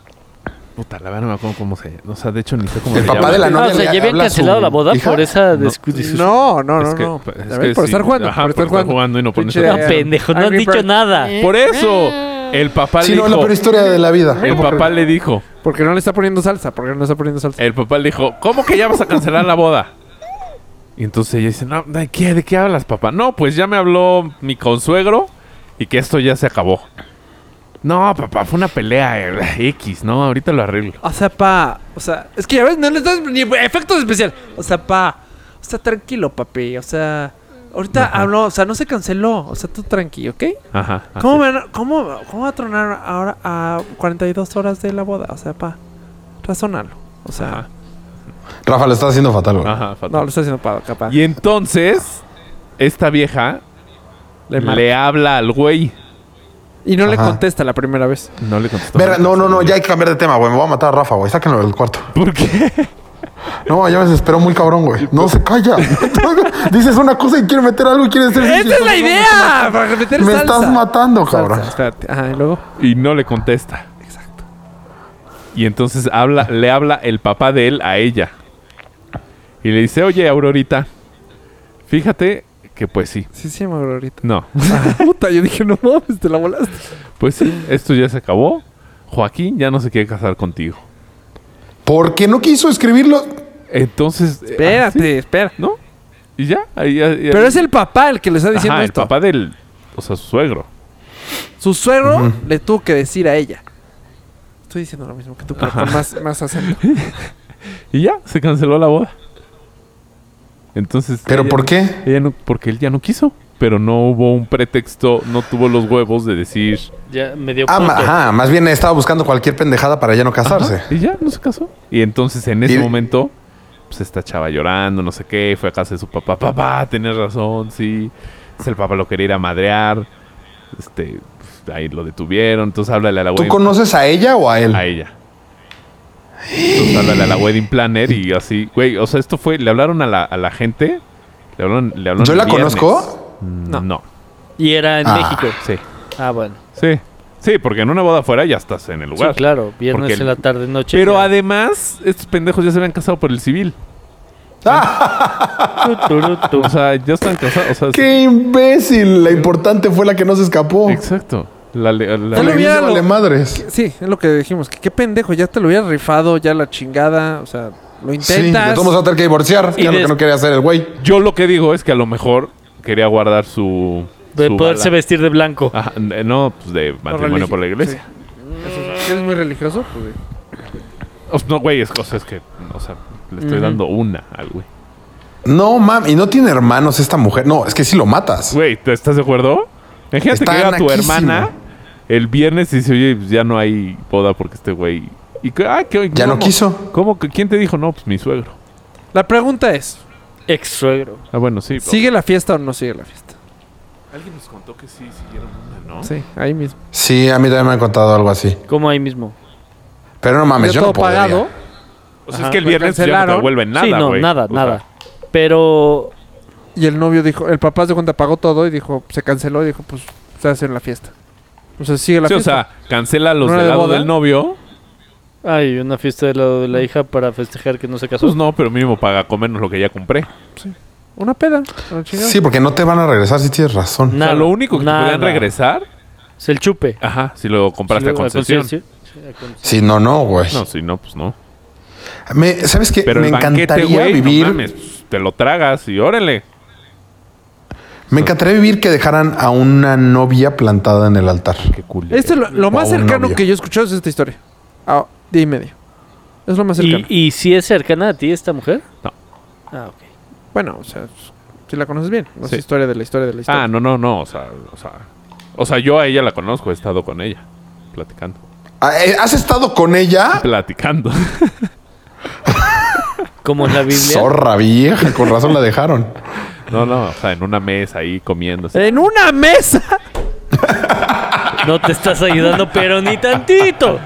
Speaker 5: Puta, la verdad no me acuerdo cómo se... O sea, de hecho ni sé cómo
Speaker 3: El
Speaker 5: se
Speaker 3: papá
Speaker 5: llama.
Speaker 3: de la
Speaker 2: Ah,
Speaker 3: novia.
Speaker 2: o sea,
Speaker 3: le
Speaker 2: ya habían
Speaker 3: habla a su
Speaker 2: cancelado la boda
Speaker 3: hija.
Speaker 2: por esa
Speaker 5: No.
Speaker 2: discusión.
Speaker 1: No, no,
Speaker 5: Es
Speaker 1: no,
Speaker 5: que-
Speaker 1: no.
Speaker 5: es
Speaker 1: A ver,
Speaker 5: que
Speaker 1: por
Speaker 5: sí,
Speaker 1: estar jugando.
Speaker 5: ajá,
Speaker 1: por estar jugando.
Speaker 5: y no poner
Speaker 1: Pinche-
Speaker 5: atención.
Speaker 2: Ah, pendejo, no han
Speaker 1: Angry
Speaker 2: dicho
Speaker 1: Birds.
Speaker 2: nada.
Speaker 5: Por eso, el papá
Speaker 3: Sí,
Speaker 5: le
Speaker 3: no, la
Speaker 5: dijo...
Speaker 3: peor historia de la vida.
Speaker 5: el papá le dijo...
Speaker 1: Porque no le está poniendo salsa. Porque no le está poniendo salsa.
Speaker 5: El papá le dijo, ¿cómo que ya vas a cancelar la boda? Y entonces ella dice, no, ¿de qué, ¿de qué hablas, papá? No, pues ya me habló mi consuegro y que esto ya se acabó. No, papá, fue una pelea eh, X, ¿no? Ahorita lo arreglo.
Speaker 1: O sea, pa. O sea, es que ya ves, no le estás ni efectos especial. O sea, pa. O sea, tranquilo, papi. O sea, ahorita habló. O sea, no se canceló. O sea, tú tranqui, ¿ok?
Speaker 5: Ajá. así.
Speaker 1: ¿Cómo, van a- cómo, ¿Cómo va a tronar ahora a 42 horas de la boda? O sea, pa. Razónalo. O sea,
Speaker 5: Ajá.
Speaker 3: Rafa, lo estás haciendo fatal, güey.
Speaker 5: Ajá, fatal.
Speaker 1: no, lo está haciendo pa, capaz.
Speaker 5: Y entonces, esta vieja
Speaker 1: Le
Speaker 5: le,
Speaker 1: marca.
Speaker 5: habla al güey.
Speaker 1: Y no le
Speaker 3: Ajá.
Speaker 1: contesta la primera vez.
Speaker 5: No le contestó.
Speaker 3: Verga, no, no, no, ya hay que cambiar de tema, güey. Me voy a matar a Rafa, güey. Sáquenlo del cuarto.
Speaker 5: ¿Por qué?
Speaker 3: No, ya me desesperó muy cabrón, güey. No se calla. Dices una cosa y quiere meter algo y quiere decir.
Speaker 1: ¡Esta es la idea! Para meter
Speaker 3: Me
Speaker 1: salsa.
Speaker 3: estás matando, cabrón.
Speaker 1: Salsa, espérate. Ajá, y luego.
Speaker 5: Y no le contesta. Exacto. Y entonces habla, le habla el papá de él a ella. Y le dice, oye, Aurorita, fíjate que pues sí.
Speaker 1: Sí, se llama Aurorita.
Speaker 5: No,
Speaker 1: Puta, yo dije, no mames, te la volaste.
Speaker 5: pues sí, esto ya se acabó. Joaquín ya no se quiere casar contigo.
Speaker 3: Porque no quiso escribirlo.
Speaker 5: Entonces... eh, ah,
Speaker 1: Espérate,
Speaker 5: sí,
Speaker 1: espera.
Speaker 5: ¿No? Y ya. ahí- ahí-
Speaker 1: Pero
Speaker 5: ahí-
Speaker 1: es el papá el que le está
Speaker 5: Ajá,
Speaker 1: diciendo
Speaker 5: el
Speaker 1: esto.
Speaker 5: papá del... O sea, su suegro.
Speaker 1: Su suegro le tuvo que decir a ella. Estoy diciendo lo mismo que tú, pero con
Speaker 5: Ajá.
Speaker 1: más, más acento.
Speaker 5: Y ya, se canceló la boda. Entonces... eh,
Speaker 3: ¿Pero
Speaker 5: ella-
Speaker 3: por qué?
Speaker 5: Ella no, porque él ya no quiso. Pero no hubo un pretexto, no tuvo los huevos de decir...
Speaker 2: Ya me dio
Speaker 3: Ah, ma-
Speaker 2: punto.
Speaker 3: ajá, más bien estaba buscando cualquier pendejada para ya no casarse.
Speaker 5: Y ya, no se casó. Y entonces en ese
Speaker 3: Y-
Speaker 5: momento, pues esta chava llorando, no sé qué, fue a casa de su papá. Papá, tenés razón, sí. Entonces el papá lo quería ir a madrear. Este, pues, ahí lo detuvieron. Entonces háblale a la
Speaker 3: ¿Tú
Speaker 5: wedding
Speaker 3: conoces a ella o a él?
Speaker 5: a ella. Entonces háblale a la wedding planner y así. Güey, o sea, esto fue, le hablaron a la, a la gente. Le hablaron, le hablaron
Speaker 3: ¿Yo
Speaker 5: el
Speaker 3: la
Speaker 5: viernes.
Speaker 3: conozco?
Speaker 5: Mm, No.
Speaker 2: Y era en
Speaker 3: Ah.
Speaker 2: México.
Speaker 5: Sí.
Speaker 2: Ah, bueno.
Speaker 5: Sí. Sí, porque en una boda afuera ya estás en el
Speaker 2: Sí,
Speaker 5: lugar.
Speaker 2: claro. Viernes
Speaker 5: Porque el-
Speaker 2: en la tarde, noche.
Speaker 5: Pero
Speaker 2: ya.
Speaker 5: además, estos pendejos ya se habían casado por el civil.
Speaker 2: Tu, tu, tu, tu.
Speaker 5: O sea, ya están casados. O sea,
Speaker 3: ¡Qué imbécil! La importante fue la que no se escapó.
Speaker 5: Exacto. La, le- la-
Speaker 1: Ya
Speaker 3: La
Speaker 1: lo
Speaker 3: que
Speaker 1: hubiera
Speaker 3: no se vale
Speaker 1: lo-
Speaker 3: madres.
Speaker 1: Sí, es lo que dijimos. Que qué pendejo, ya te lo hubiera rifado, ya la chingada. O sea, lo
Speaker 3: Sí, de
Speaker 1: intentas.
Speaker 3: todos modos va a tener que divorciar.
Speaker 2: Y
Speaker 3: que es lo que
Speaker 2: des-
Speaker 3: no quería hacer el güey.
Speaker 5: Yo lo que digo es que a lo mejor quería guardar su.
Speaker 2: De
Speaker 5: su
Speaker 2: poderse
Speaker 5: bala.
Speaker 2: vestir de blanco.
Speaker 5: Ajá, n- no, pues de matrimonio
Speaker 1: religi-
Speaker 5: por la iglesia.
Speaker 1: Sí. Mm. ¿Eres muy religioso? Pues, sí.
Speaker 5: O sea, no, güey, es cosas que. O sea, le estoy dando una al güey.
Speaker 3: No, mami, y no tiene hermanos esta mujer. No, es que sí lo matas.
Speaker 5: Güey, ¿te estás de acuerdo? Imagínate
Speaker 3: Está
Speaker 5: que llega tu
Speaker 3: naquísimo.
Speaker 5: hermana el viernes y dice, oye, pues ya no hay boda porque este güey. Y, que- ah, ¿qué,
Speaker 3: Ya no
Speaker 5: cómo?
Speaker 3: quiso.
Speaker 5: ¿Cómo? que- ¿Quién te dijo? No, pues mi suegro.
Speaker 1: La pregunta es:
Speaker 2: Ex suegro.
Speaker 5: Ah, bueno, sí.
Speaker 1: ¿sigue la fiesta o no sigue la fiesta?
Speaker 5: Alguien nos contó que sí siguieron una, ¿no?
Speaker 1: Sí, ahí mismo.
Speaker 3: Sí, a mí también me han contado algo así.
Speaker 2: Como ahí mismo.
Speaker 3: Pero no mames,
Speaker 1: Ya
Speaker 3: Ah, yo no
Speaker 1: todo
Speaker 3: podría.
Speaker 1: pagado.
Speaker 5: O sea, es que el
Speaker 1: Pues
Speaker 5: viernes ya no te
Speaker 1: cancelaron.
Speaker 5: devuelven nada,
Speaker 2: sí, no,
Speaker 5: güey.
Speaker 2: nada,
Speaker 5: O sea,
Speaker 2: nada. Pero
Speaker 1: Y el novio dijo, el papá de cuenta pagó todo y dijo, se canceló y dijo, pues se hace la fiesta. O sea, sigue la
Speaker 5: Sí, o
Speaker 1: fiesta.
Speaker 5: sea, cancela los
Speaker 1: ¿No era
Speaker 5: del
Speaker 1: de
Speaker 5: lado
Speaker 1: boda?
Speaker 5: del novio.
Speaker 2: Ay, una fiesta del lado de la hija para festejar que no se casó.
Speaker 5: Pues no, pero mínimo para comernos lo que ya compré.
Speaker 1: Una peda. Ah, a la chingada.
Speaker 3: Sí, porque no te van a regresar si tienes razón.
Speaker 5: o
Speaker 2: Nada,
Speaker 5: sea, lo único que
Speaker 2: nada.
Speaker 5: te podían regresar,
Speaker 2: Es el chupe.
Speaker 5: ajá, si lo compraste
Speaker 2: Sí,
Speaker 5: a
Speaker 2: luego,
Speaker 5: concesión.
Speaker 2: concesión, sí, a concesión.
Speaker 3: Si no, no, güey.
Speaker 5: No, si no, pues no.
Speaker 3: Me- ¿Sabes qué?
Speaker 5: Pero
Speaker 3: me
Speaker 5: el banquete,
Speaker 3: encantaría
Speaker 5: güey, no
Speaker 3: vivir.
Speaker 5: mames, pues, te lo tragas y órale. pues.
Speaker 3: me encantaría vivir que dejaran a una novia plantada en el altar.
Speaker 5: Qué cool.
Speaker 1: Este es lo, lo más
Speaker 3: O un
Speaker 1: cercano
Speaker 3: novio.
Speaker 1: que yo he escuchado es esta historia. A día y medio. Es lo más cercano.
Speaker 2: ¿Y, ¿Y si es cercana a ti esta mujer?
Speaker 5: No.
Speaker 2: Ah, ok.
Speaker 1: Bueno, o sea, si la conoces bien. Es
Speaker 5: Sí.
Speaker 1: historia de la historia de la historia.
Speaker 5: Ah, no, no, no, o sea, o sea, o sea, yo a ella la conozco, he estado con ella platicando.
Speaker 3: Ah, eh, ¿Has estado con ella?
Speaker 5: Platicando.
Speaker 2: Como en la Biblia.
Speaker 3: Zorra vieja, con razón la dejaron.
Speaker 5: No, no, o sea, en una mesa ahí comiendo.
Speaker 3: Eh.
Speaker 5: así.
Speaker 1: En una mesa.
Speaker 2: No te estás ayudando, pero ni tantito.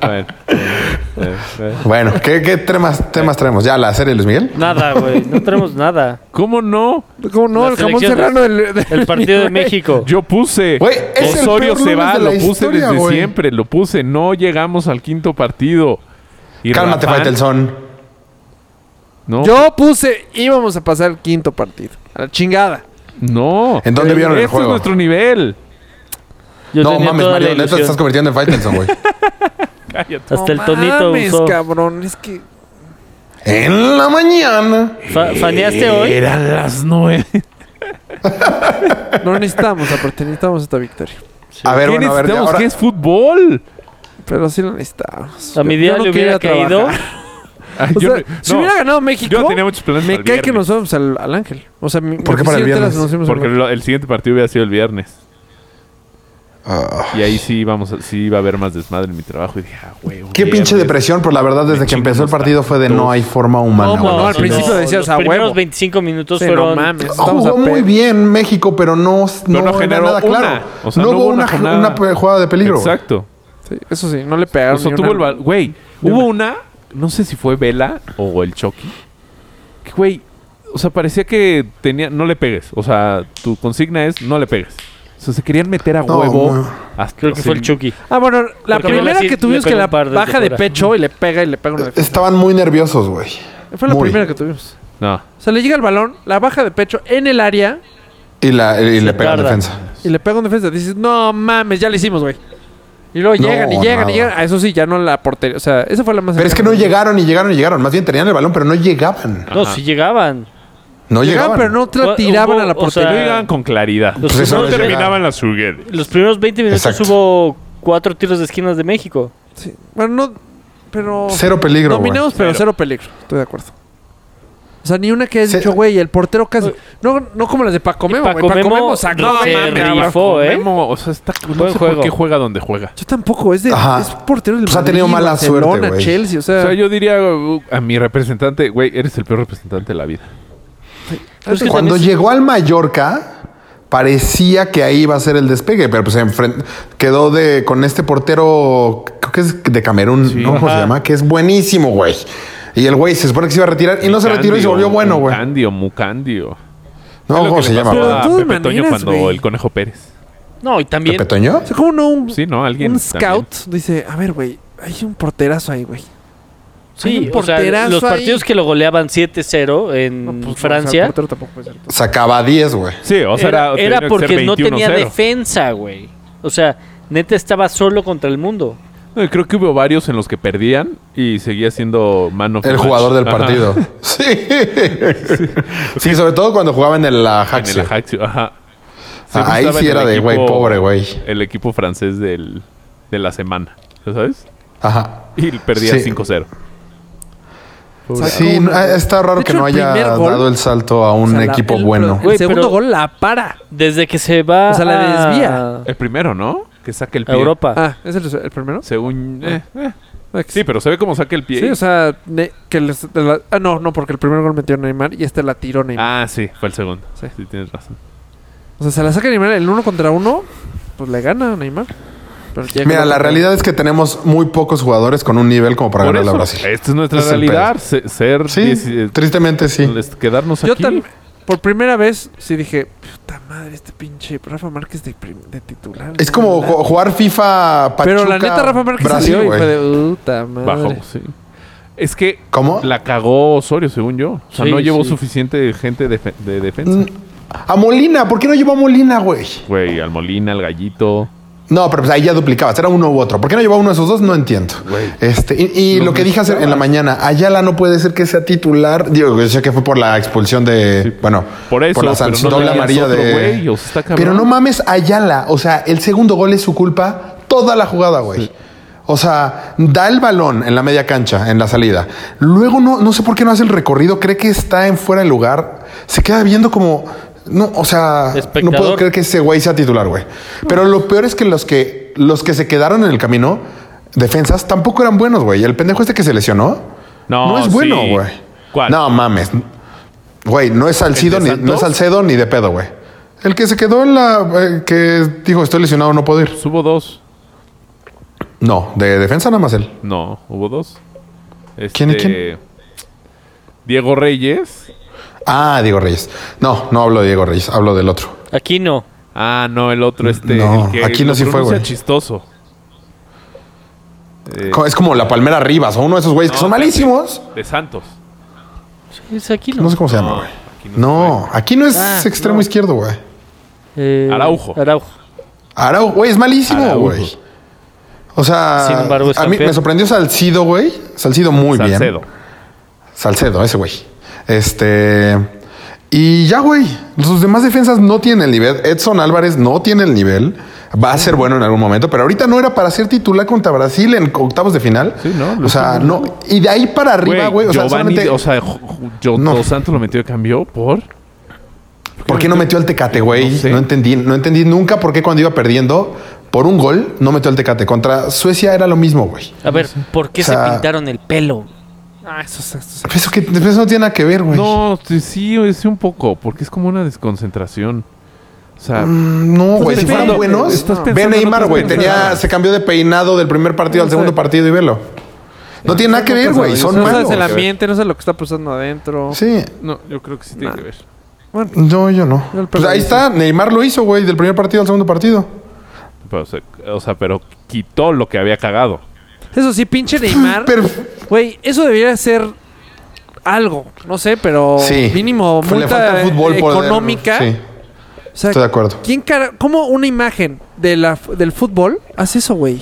Speaker 5: Bueno, eh, eh.
Speaker 3: Bueno, ¿qué, qué temas, temas traemos? ¿Ya la serie de Luis Miguel?
Speaker 2: Nada, güey. No tenemos nada.
Speaker 5: ¿Cómo no?
Speaker 1: ¿Cómo no?
Speaker 2: La
Speaker 1: el jamón
Speaker 2: selección-
Speaker 1: serrano del, del-
Speaker 2: El partido de México.
Speaker 5: Yo puse.
Speaker 3: Güey, es el
Speaker 5: Osorio
Speaker 3: peor
Speaker 5: se
Speaker 3: lunes
Speaker 5: va,
Speaker 3: de la
Speaker 5: lo puse
Speaker 3: historia,
Speaker 5: desde
Speaker 3: güey.
Speaker 5: siempre, lo puse. No llegamos al quinto partido. Y
Speaker 3: Cálmate,
Speaker 5: Rafán,
Speaker 3: Faitelson.
Speaker 5: No,
Speaker 1: Yo puse, íbamos a pasar el quinto partido. A la chingada.
Speaker 5: no.
Speaker 3: ¿En dónde vieron el
Speaker 5: Este
Speaker 3: juego?
Speaker 5: es nuestro nivel.
Speaker 2: Yo
Speaker 3: no
Speaker 2: tenía
Speaker 3: mames,
Speaker 2: toda la
Speaker 3: Mario, neta te
Speaker 2: ilusión.
Speaker 3: estás convirtiendo en Faitelson, güey.
Speaker 5: Cállate.
Speaker 2: Hasta el
Speaker 1: No
Speaker 2: tonito
Speaker 1: mames,
Speaker 2: usó.
Speaker 1: cabrón. Es que
Speaker 3: en la mañana.
Speaker 2: Fa- ¿Faneaste hoy?
Speaker 5: Eran las nueve.
Speaker 1: no necesitamos, aparte, necesitamos esta victoria.
Speaker 3: A ver,
Speaker 5: ¿Qué
Speaker 3: bueno, a ver,
Speaker 5: necesitamos?
Speaker 3: ahora-
Speaker 5: ¿Qué es fútbol?
Speaker 1: Pero sí lo necesitamos.
Speaker 2: A mi día
Speaker 1: no
Speaker 2: le
Speaker 1: quería
Speaker 2: hubiera caído.
Speaker 1: trabajar.
Speaker 5: Ay,
Speaker 1: O
Speaker 5: yo
Speaker 1: sea,
Speaker 5: no-
Speaker 1: si
Speaker 5: no,
Speaker 1: hubiera ganado México,
Speaker 5: yo tenía muchos planes
Speaker 1: me
Speaker 5: para el
Speaker 1: cae que
Speaker 5: viernes.
Speaker 1: nos vamos al, al Ángel. O sea, mi,
Speaker 3: ¿Por qué
Speaker 1: mi
Speaker 3: para el
Speaker 1: siguiente las
Speaker 3: viernes?
Speaker 1: nos fuimos al
Speaker 5: Porque
Speaker 1: Ángel.
Speaker 5: lo- el siguiente partido hubiera sido el viernes.
Speaker 3: ah,
Speaker 5: Y ahí sí vamos a- sí iba a haber más desmadre en mi trabajo. Y dije, ah, güey, un
Speaker 3: Qué pinche
Speaker 5: viernes.
Speaker 3: depresión, por la verdad, desde
Speaker 5: Me
Speaker 3: que empezó el
Speaker 5: chingan
Speaker 3: partido
Speaker 5: los
Speaker 3: fue de no
Speaker 5: tantos.
Speaker 3: hay forma humana.
Speaker 1: No,
Speaker 3: güey.
Speaker 1: no, al principio decías,
Speaker 2: los
Speaker 1: "A
Speaker 2: primeros
Speaker 1: huevo".
Speaker 2: 25 minutos
Speaker 1: Sí, no
Speaker 2: fueron...
Speaker 1: mames, estamos a
Speaker 3: Jugó muy
Speaker 1: pedo.
Speaker 3: bien México, pero no, no,
Speaker 5: no
Speaker 3: era
Speaker 5: generó
Speaker 3: nada
Speaker 5: una.
Speaker 3: claro.
Speaker 5: O sea,
Speaker 3: no,
Speaker 5: no
Speaker 3: hubo
Speaker 5: hubo una
Speaker 3: una,
Speaker 5: jornada.
Speaker 3: una pe- jugada de peligro. güey.
Speaker 5: Exacto.
Speaker 1: Sí, eso sí, no le pegaron.
Speaker 5: O sea,
Speaker 1: ni una.
Speaker 5: tuvo el bal- Güey, hubo una. No sé si fue Vela o el Chucky. que, güey, o sea, parecía que tenía. No le pegues. O sea, tu consigna es no le pegues. O sea, se querían meter a
Speaker 3: No,
Speaker 5: huevo.
Speaker 3: no.
Speaker 5: hasta-
Speaker 2: Creo
Speaker 5: o
Speaker 2: que
Speaker 5: sea,
Speaker 2: fue el Chucky.
Speaker 1: Ah, bueno, la
Speaker 2: Porque
Speaker 1: primera
Speaker 2: Messi
Speaker 1: que
Speaker 2: le
Speaker 1: tuvimos
Speaker 2: pega
Speaker 1: que
Speaker 2: un
Speaker 1: la
Speaker 2: par desde
Speaker 1: baja de
Speaker 2: fuera.
Speaker 1: pecho y le pega y le pega una defensa.
Speaker 3: Estaban muy nerviosos, güey.
Speaker 1: Fue la
Speaker 3: muy.
Speaker 1: primera que tuvimos.
Speaker 3: Ah,
Speaker 5: No. Ah,
Speaker 1: O sea, le llega el balón, la baja de pecho en el área
Speaker 3: Y, la, y le pegan
Speaker 2: tarda.
Speaker 3: defensa.
Speaker 1: y le pega un defensa. Dices, no mames, ya le hicimos, güey. Y luego
Speaker 3: No,
Speaker 1: llegan y llegan
Speaker 3: nada.
Speaker 1: y llegan. Ah, eso sí, ya no la portería. O sea, esa fue la más.
Speaker 3: Pero es que no
Speaker 1: cercana.
Speaker 3: llegaron y llegaron y llegaron. Más bien tenían el balón, pero no llegaban.
Speaker 2: No, si llegaban.
Speaker 3: No
Speaker 1: Llegaban,
Speaker 3: llegaban.
Speaker 1: pero no te la
Speaker 2: Hubo-
Speaker 1: tiraban a la
Speaker 2: o
Speaker 1: portería.
Speaker 2: sea,
Speaker 5: No llegaban con claridad.
Speaker 2: Los,
Speaker 3: Pues eso
Speaker 5: no
Speaker 3: no
Speaker 2: primeros,
Speaker 3: es llegaban.
Speaker 5: terminaban las juguetes.
Speaker 2: los primeros 20 minutos
Speaker 3: Exacto.
Speaker 2: hubo cuatro tiros de esquinas de México.
Speaker 1: Sí. Bueno, no. Pero.
Speaker 3: Cero peligro, güey.
Speaker 1: Dominamos, pero
Speaker 5: Cero.
Speaker 1: cero peligro. Estoy de acuerdo. O sea, ni una que hayas
Speaker 3: Se-
Speaker 1: dicho, güey, el portero casi. No, no como las de Paco Memo, güey.
Speaker 2: Paco
Speaker 1: Paco
Speaker 2: Memo
Speaker 1: Memo sacó.
Speaker 2: no
Speaker 1: güey,
Speaker 2: mames,
Speaker 1: cabrón.
Speaker 2: rifó. Fo, ¿eh?
Speaker 5: Memo, o sea, está, no
Speaker 2: Buen
Speaker 5: sé
Speaker 2: juego.
Speaker 5: por qué juega donde juega.
Speaker 1: Yo tampoco, es de
Speaker 3: Ajá.
Speaker 1: es portero del
Speaker 3: Pues ha tenido mala suerte,
Speaker 1: Barcelona,
Speaker 3: güey.
Speaker 1: Chelsea, o sea,
Speaker 5: O sea, yo diría uh, a mi representante, güey, eres el peor representante de la vida.
Speaker 1: es que
Speaker 3: Cuando
Speaker 1: también-
Speaker 3: llegó al Mallorca, parecía que ahí iba a ser el despegue, pero pues enfren- quedó de con este portero, creo que es de Camerún, ¿no? ¿Cómo se llama? Que es buenísimo, güey. Y el güey se supone que se iba a retirar y no se retiró y se volvió bueno, güey.
Speaker 5: Mucandio, Mucandio.
Speaker 3: No,
Speaker 5: Es lo
Speaker 3: ¿cómo
Speaker 5: que
Speaker 3: se
Speaker 5: le
Speaker 3: llama?
Speaker 5: pasó
Speaker 1: Pero
Speaker 5: a
Speaker 1: de todas
Speaker 5: Pepe Toño
Speaker 1: maneras,
Speaker 5: cuando
Speaker 1: güey.
Speaker 5: el Conejo Pérez.
Speaker 2: No, y también...
Speaker 3: ¿Pepe Toño?
Speaker 1: O sea, ¿cómo no un,
Speaker 5: Sí, ¿no? Alguien
Speaker 1: un
Speaker 5: también.
Speaker 1: scout dice, a ver, güey, hay un porterazo ahí, güey? Hay
Speaker 2: Sí,
Speaker 1: un
Speaker 2: o sea,
Speaker 1: porterazo
Speaker 2: los
Speaker 1: ahí.
Speaker 2: partidos que lo goleaban 7-0 en
Speaker 1: No, pues, no, o sea,
Speaker 2: Mm, Francia...
Speaker 1: el portero tampoco puede ser todo.
Speaker 3: Sacaba 10, güey.
Speaker 5: Sí, o sea,
Speaker 2: era,
Speaker 5: era,
Speaker 2: era
Speaker 5: tenía que ser
Speaker 2: porque no tenía
Speaker 5: 21-0.
Speaker 2: defensa, güey. O sea, neta estaba solo contra el mundo.
Speaker 5: No, y creo que hubo varios en los que perdían y seguía siendo man of the
Speaker 3: El
Speaker 5: match.
Speaker 3: jugador del
Speaker 5: Ajá.
Speaker 3: partido. Sí. Sí, sobre todo cuando jugaba en el
Speaker 5: En el
Speaker 3: Ajax.
Speaker 5: Ajaxio, ajá.
Speaker 3: Ah, ahí
Speaker 5: estaba
Speaker 3: sí
Speaker 5: en
Speaker 3: era
Speaker 5: el
Speaker 3: de, güey,
Speaker 5: equipo-
Speaker 3: pobre, güey.
Speaker 5: El equipo francés del, de la semana, ¿ya ¿sabes?
Speaker 3: Ajá.
Speaker 5: Y perdía
Speaker 3: Sí.
Speaker 5: 5-0
Speaker 3: Sí, no, ah, está raro
Speaker 1: De
Speaker 3: que
Speaker 1: hecho,
Speaker 3: no
Speaker 1: el
Speaker 3: haya
Speaker 1: primer gol-
Speaker 3: dado el salto a un
Speaker 1: O sea, la-
Speaker 3: equipo
Speaker 1: el-
Speaker 3: bueno.
Speaker 1: El,
Speaker 2: Güey,
Speaker 1: segundo
Speaker 2: pero-
Speaker 1: gol la para.
Speaker 2: Desde que se va
Speaker 1: O sea, la
Speaker 2: a-
Speaker 1: desvía.
Speaker 5: El primero, ¿no? Que saque el
Speaker 2: a
Speaker 5: pie.
Speaker 2: Europa.
Speaker 1: Ah, ¿es el, el primero?
Speaker 5: Según... eh, eh.
Speaker 1: Ah, que
Speaker 5: Sí, pero se ve como saque el pie.
Speaker 1: Sí, o sea, ne- que les- de la- ah, no, no, porque el primer gol metió Neymar y este la tiró Neymar.
Speaker 5: Ah, sí, fue el segundo.
Speaker 1: Sí.
Speaker 5: Sí, tienes razón.
Speaker 1: O sea, se la saca Neymar el uno contra uno, pues le gana a Neymar. Pero llega
Speaker 3: Mira,
Speaker 1: el
Speaker 3: la
Speaker 1: otro.
Speaker 3: realidad es que tenemos muy pocos jugadores con un nivel como para
Speaker 5: Por
Speaker 3: ganarle a
Speaker 5: eso, eh,
Speaker 3: Brasil.
Speaker 5: esta es nuestra
Speaker 3: Es el
Speaker 5: realidad. se- ser...
Speaker 3: Sí,
Speaker 5: dieci-
Speaker 3: tristemente sí.
Speaker 5: les- Quedarnos
Speaker 1: Yo
Speaker 5: aquí.
Speaker 1: también. por primera vez sí dije, puta madre, este pinche Rafa Márquez de, prim- de titular.
Speaker 3: Es
Speaker 1: ¿no?
Speaker 3: como ju- jugar FIFA Pachuca.
Speaker 1: Pero la neta, Rafa Márquez
Speaker 3: Brasil,
Speaker 1: salió y
Speaker 3: güey.
Speaker 1: fue de puta madre.
Speaker 5: Bajó, sí. Es que
Speaker 3: ¿Cómo?
Speaker 5: la cagó Osorio, según yo. O sea,
Speaker 2: Sí,
Speaker 5: no llevó
Speaker 2: sí.
Speaker 5: suficiente gente de, fe- de defensa.
Speaker 3: Mm. A Molina, ¿por qué no llevó a Molina, güey?
Speaker 5: Güey, al Molina, al Gallito.
Speaker 3: No, pero pues ahí ya duplicabas, era uno u otro. ¿Por qué no llevaba uno de esos dos? No entiendo. Este, y y lo que dije hace- en la mañana, Ayala no puede ser que sea titular. Digo, yo sé que fue por la expulsión de.
Speaker 5: Sí.
Speaker 3: Bueno,
Speaker 5: Por eso,
Speaker 3: la
Speaker 5: pero
Speaker 3: sanción
Speaker 5: no
Speaker 3: doble
Speaker 5: traías
Speaker 3: amarilla
Speaker 5: otro
Speaker 3: de.
Speaker 5: güey, o sea, está cabrón.
Speaker 3: pero no mames, Ayala. O sea, el segundo gol es su culpa toda la jugada, güey. O sea, da el balón en la media cancha, en la salida. Luego no, no sé por qué no hace el recorrido. Cree que está en fuera de lugar. Se queda viendo como. No, o sea, no puedo
Speaker 2: Espectador.
Speaker 3: creer que ese güey sea titular, güey. Pero lo peor es que los que los que se quedaron en el camino, defensas, tampoco eran buenos, güey. El pendejo este que se lesionó
Speaker 5: No,
Speaker 3: no, es
Speaker 5: sí.
Speaker 3: bueno, güey.
Speaker 5: ¿Cuál?
Speaker 3: No mames. Güey, no es Salcido
Speaker 5: de
Speaker 3: ni,
Speaker 5: Santos?
Speaker 3: no es Salcedo ni de pedo, güey. El que se quedó en la eh, que dijo, "Estoy lesionado, no puedo ir."
Speaker 5: Subo dos.
Speaker 3: No, de defensa nada más él.
Speaker 5: No, hubo dos. Este,
Speaker 3: ¿Quién- quién?
Speaker 5: Diego Reyes.
Speaker 3: Ah, Diego Reyes. No, no hablo de Diego Reyes, hablo del otro.
Speaker 2: Aquí no.
Speaker 5: Ah, no, el otro, este.
Speaker 3: No,
Speaker 5: el que
Speaker 3: aquí no
Speaker 5: lo
Speaker 3: sí fue,
Speaker 5: pronuncia
Speaker 3: güey.
Speaker 5: chistoso. Eh,
Speaker 3: Es como la Palmera Rivas o uno de esos güeyes que
Speaker 5: no,
Speaker 3: son malísimos.
Speaker 5: De Santos.
Speaker 2: Sí, Es aquí no.
Speaker 3: No sé cómo se llama, güey.
Speaker 5: aquí
Speaker 3: No, aquí no es
Speaker 2: Ah,
Speaker 3: extremo
Speaker 2: no.
Speaker 3: izquierdo, güey.
Speaker 2: Eh,
Speaker 5: Araujo.
Speaker 2: Araujo.
Speaker 3: Araujo, güey, es malísimo,
Speaker 5: Araujo.
Speaker 3: güey. O sea,
Speaker 2: Sin embargo, es
Speaker 3: a mí
Speaker 2: campeón.
Speaker 3: me sorprendió Salcido, güey. Salcido muy
Speaker 5: Salcedo.
Speaker 3: bien. Salcedo, ese güey. Este. Y ya, güey. Sus demás defensas no tienen el nivel. Edson Álvarez no tiene el nivel. Va a ser bueno en algún momento, pero ahorita no era para ser titular contra Brasil en octavos de final.
Speaker 5: Sí, no, lo
Speaker 3: O sea,
Speaker 5: estoy
Speaker 3: no. Y de ahí para arriba, güey. O sea,
Speaker 5: Giovanni,
Speaker 3: solamente.
Speaker 5: o sea, Ju- Ju- Yo-
Speaker 3: No.
Speaker 5: Dos Santos lo metió y cambió por.
Speaker 3: ¿Por qué no metió al Tecate, güey?
Speaker 5: No
Speaker 3: No,
Speaker 5: sé.
Speaker 3: entendí, no entendí nunca por qué cuando iba perdiendo por un gol no metió al Tecate. Contra Suecia era lo mismo, güey.
Speaker 2: A ver, ¿por qué
Speaker 3: O sea-
Speaker 2: se pintaron el pelo?
Speaker 1: Ah, eso es- eso es-
Speaker 3: Eso, que, eso no tiene nada que ver, güey.
Speaker 5: No, sí, sí, sí, un poco, porque es como una desconcentración. O sea,
Speaker 1: pues,
Speaker 3: Mm, No, güey. Si fueran
Speaker 5: pensando-
Speaker 3: buenos,
Speaker 5: estás
Speaker 3: ve
Speaker 5: pensando en
Speaker 3: Neymar,
Speaker 5: otras
Speaker 3: güey. Tenía,
Speaker 5: pendejadas.
Speaker 3: se cambió de peinado del primer partido al segundo partido y velo. No tiene nada que ver, güey. Son
Speaker 1: no
Speaker 3: malos.
Speaker 1: sabes el ambiente, no sabes lo que está pasando adentro.
Speaker 3: Sí.
Speaker 5: no, yo creo que sí tiene que ver.
Speaker 1: Bueno,
Speaker 3: No, yo no.
Speaker 1: Yo el
Speaker 3: Pues ahí
Speaker 1: perro
Speaker 3: está. Neymar lo hizo, güey, del primer partido al segundo partido.
Speaker 5: Pero, o, sea, o sea, pero quitó lo que había cagado.
Speaker 1: eso sí, pinche Neymar.
Speaker 3: Pero-
Speaker 1: Güey, eso debería ser algo, no sé, pero
Speaker 3: sí.
Speaker 1: mínimo
Speaker 3: Le falta
Speaker 1: multa eh,
Speaker 3: al fútbol por-
Speaker 1: económica.
Speaker 3: Sí.
Speaker 1: O sea,
Speaker 3: Estoy de acuerdo.
Speaker 1: ¿quién cara- ¿Cómo una imagen de la, f- del fútbol hace eso, güey?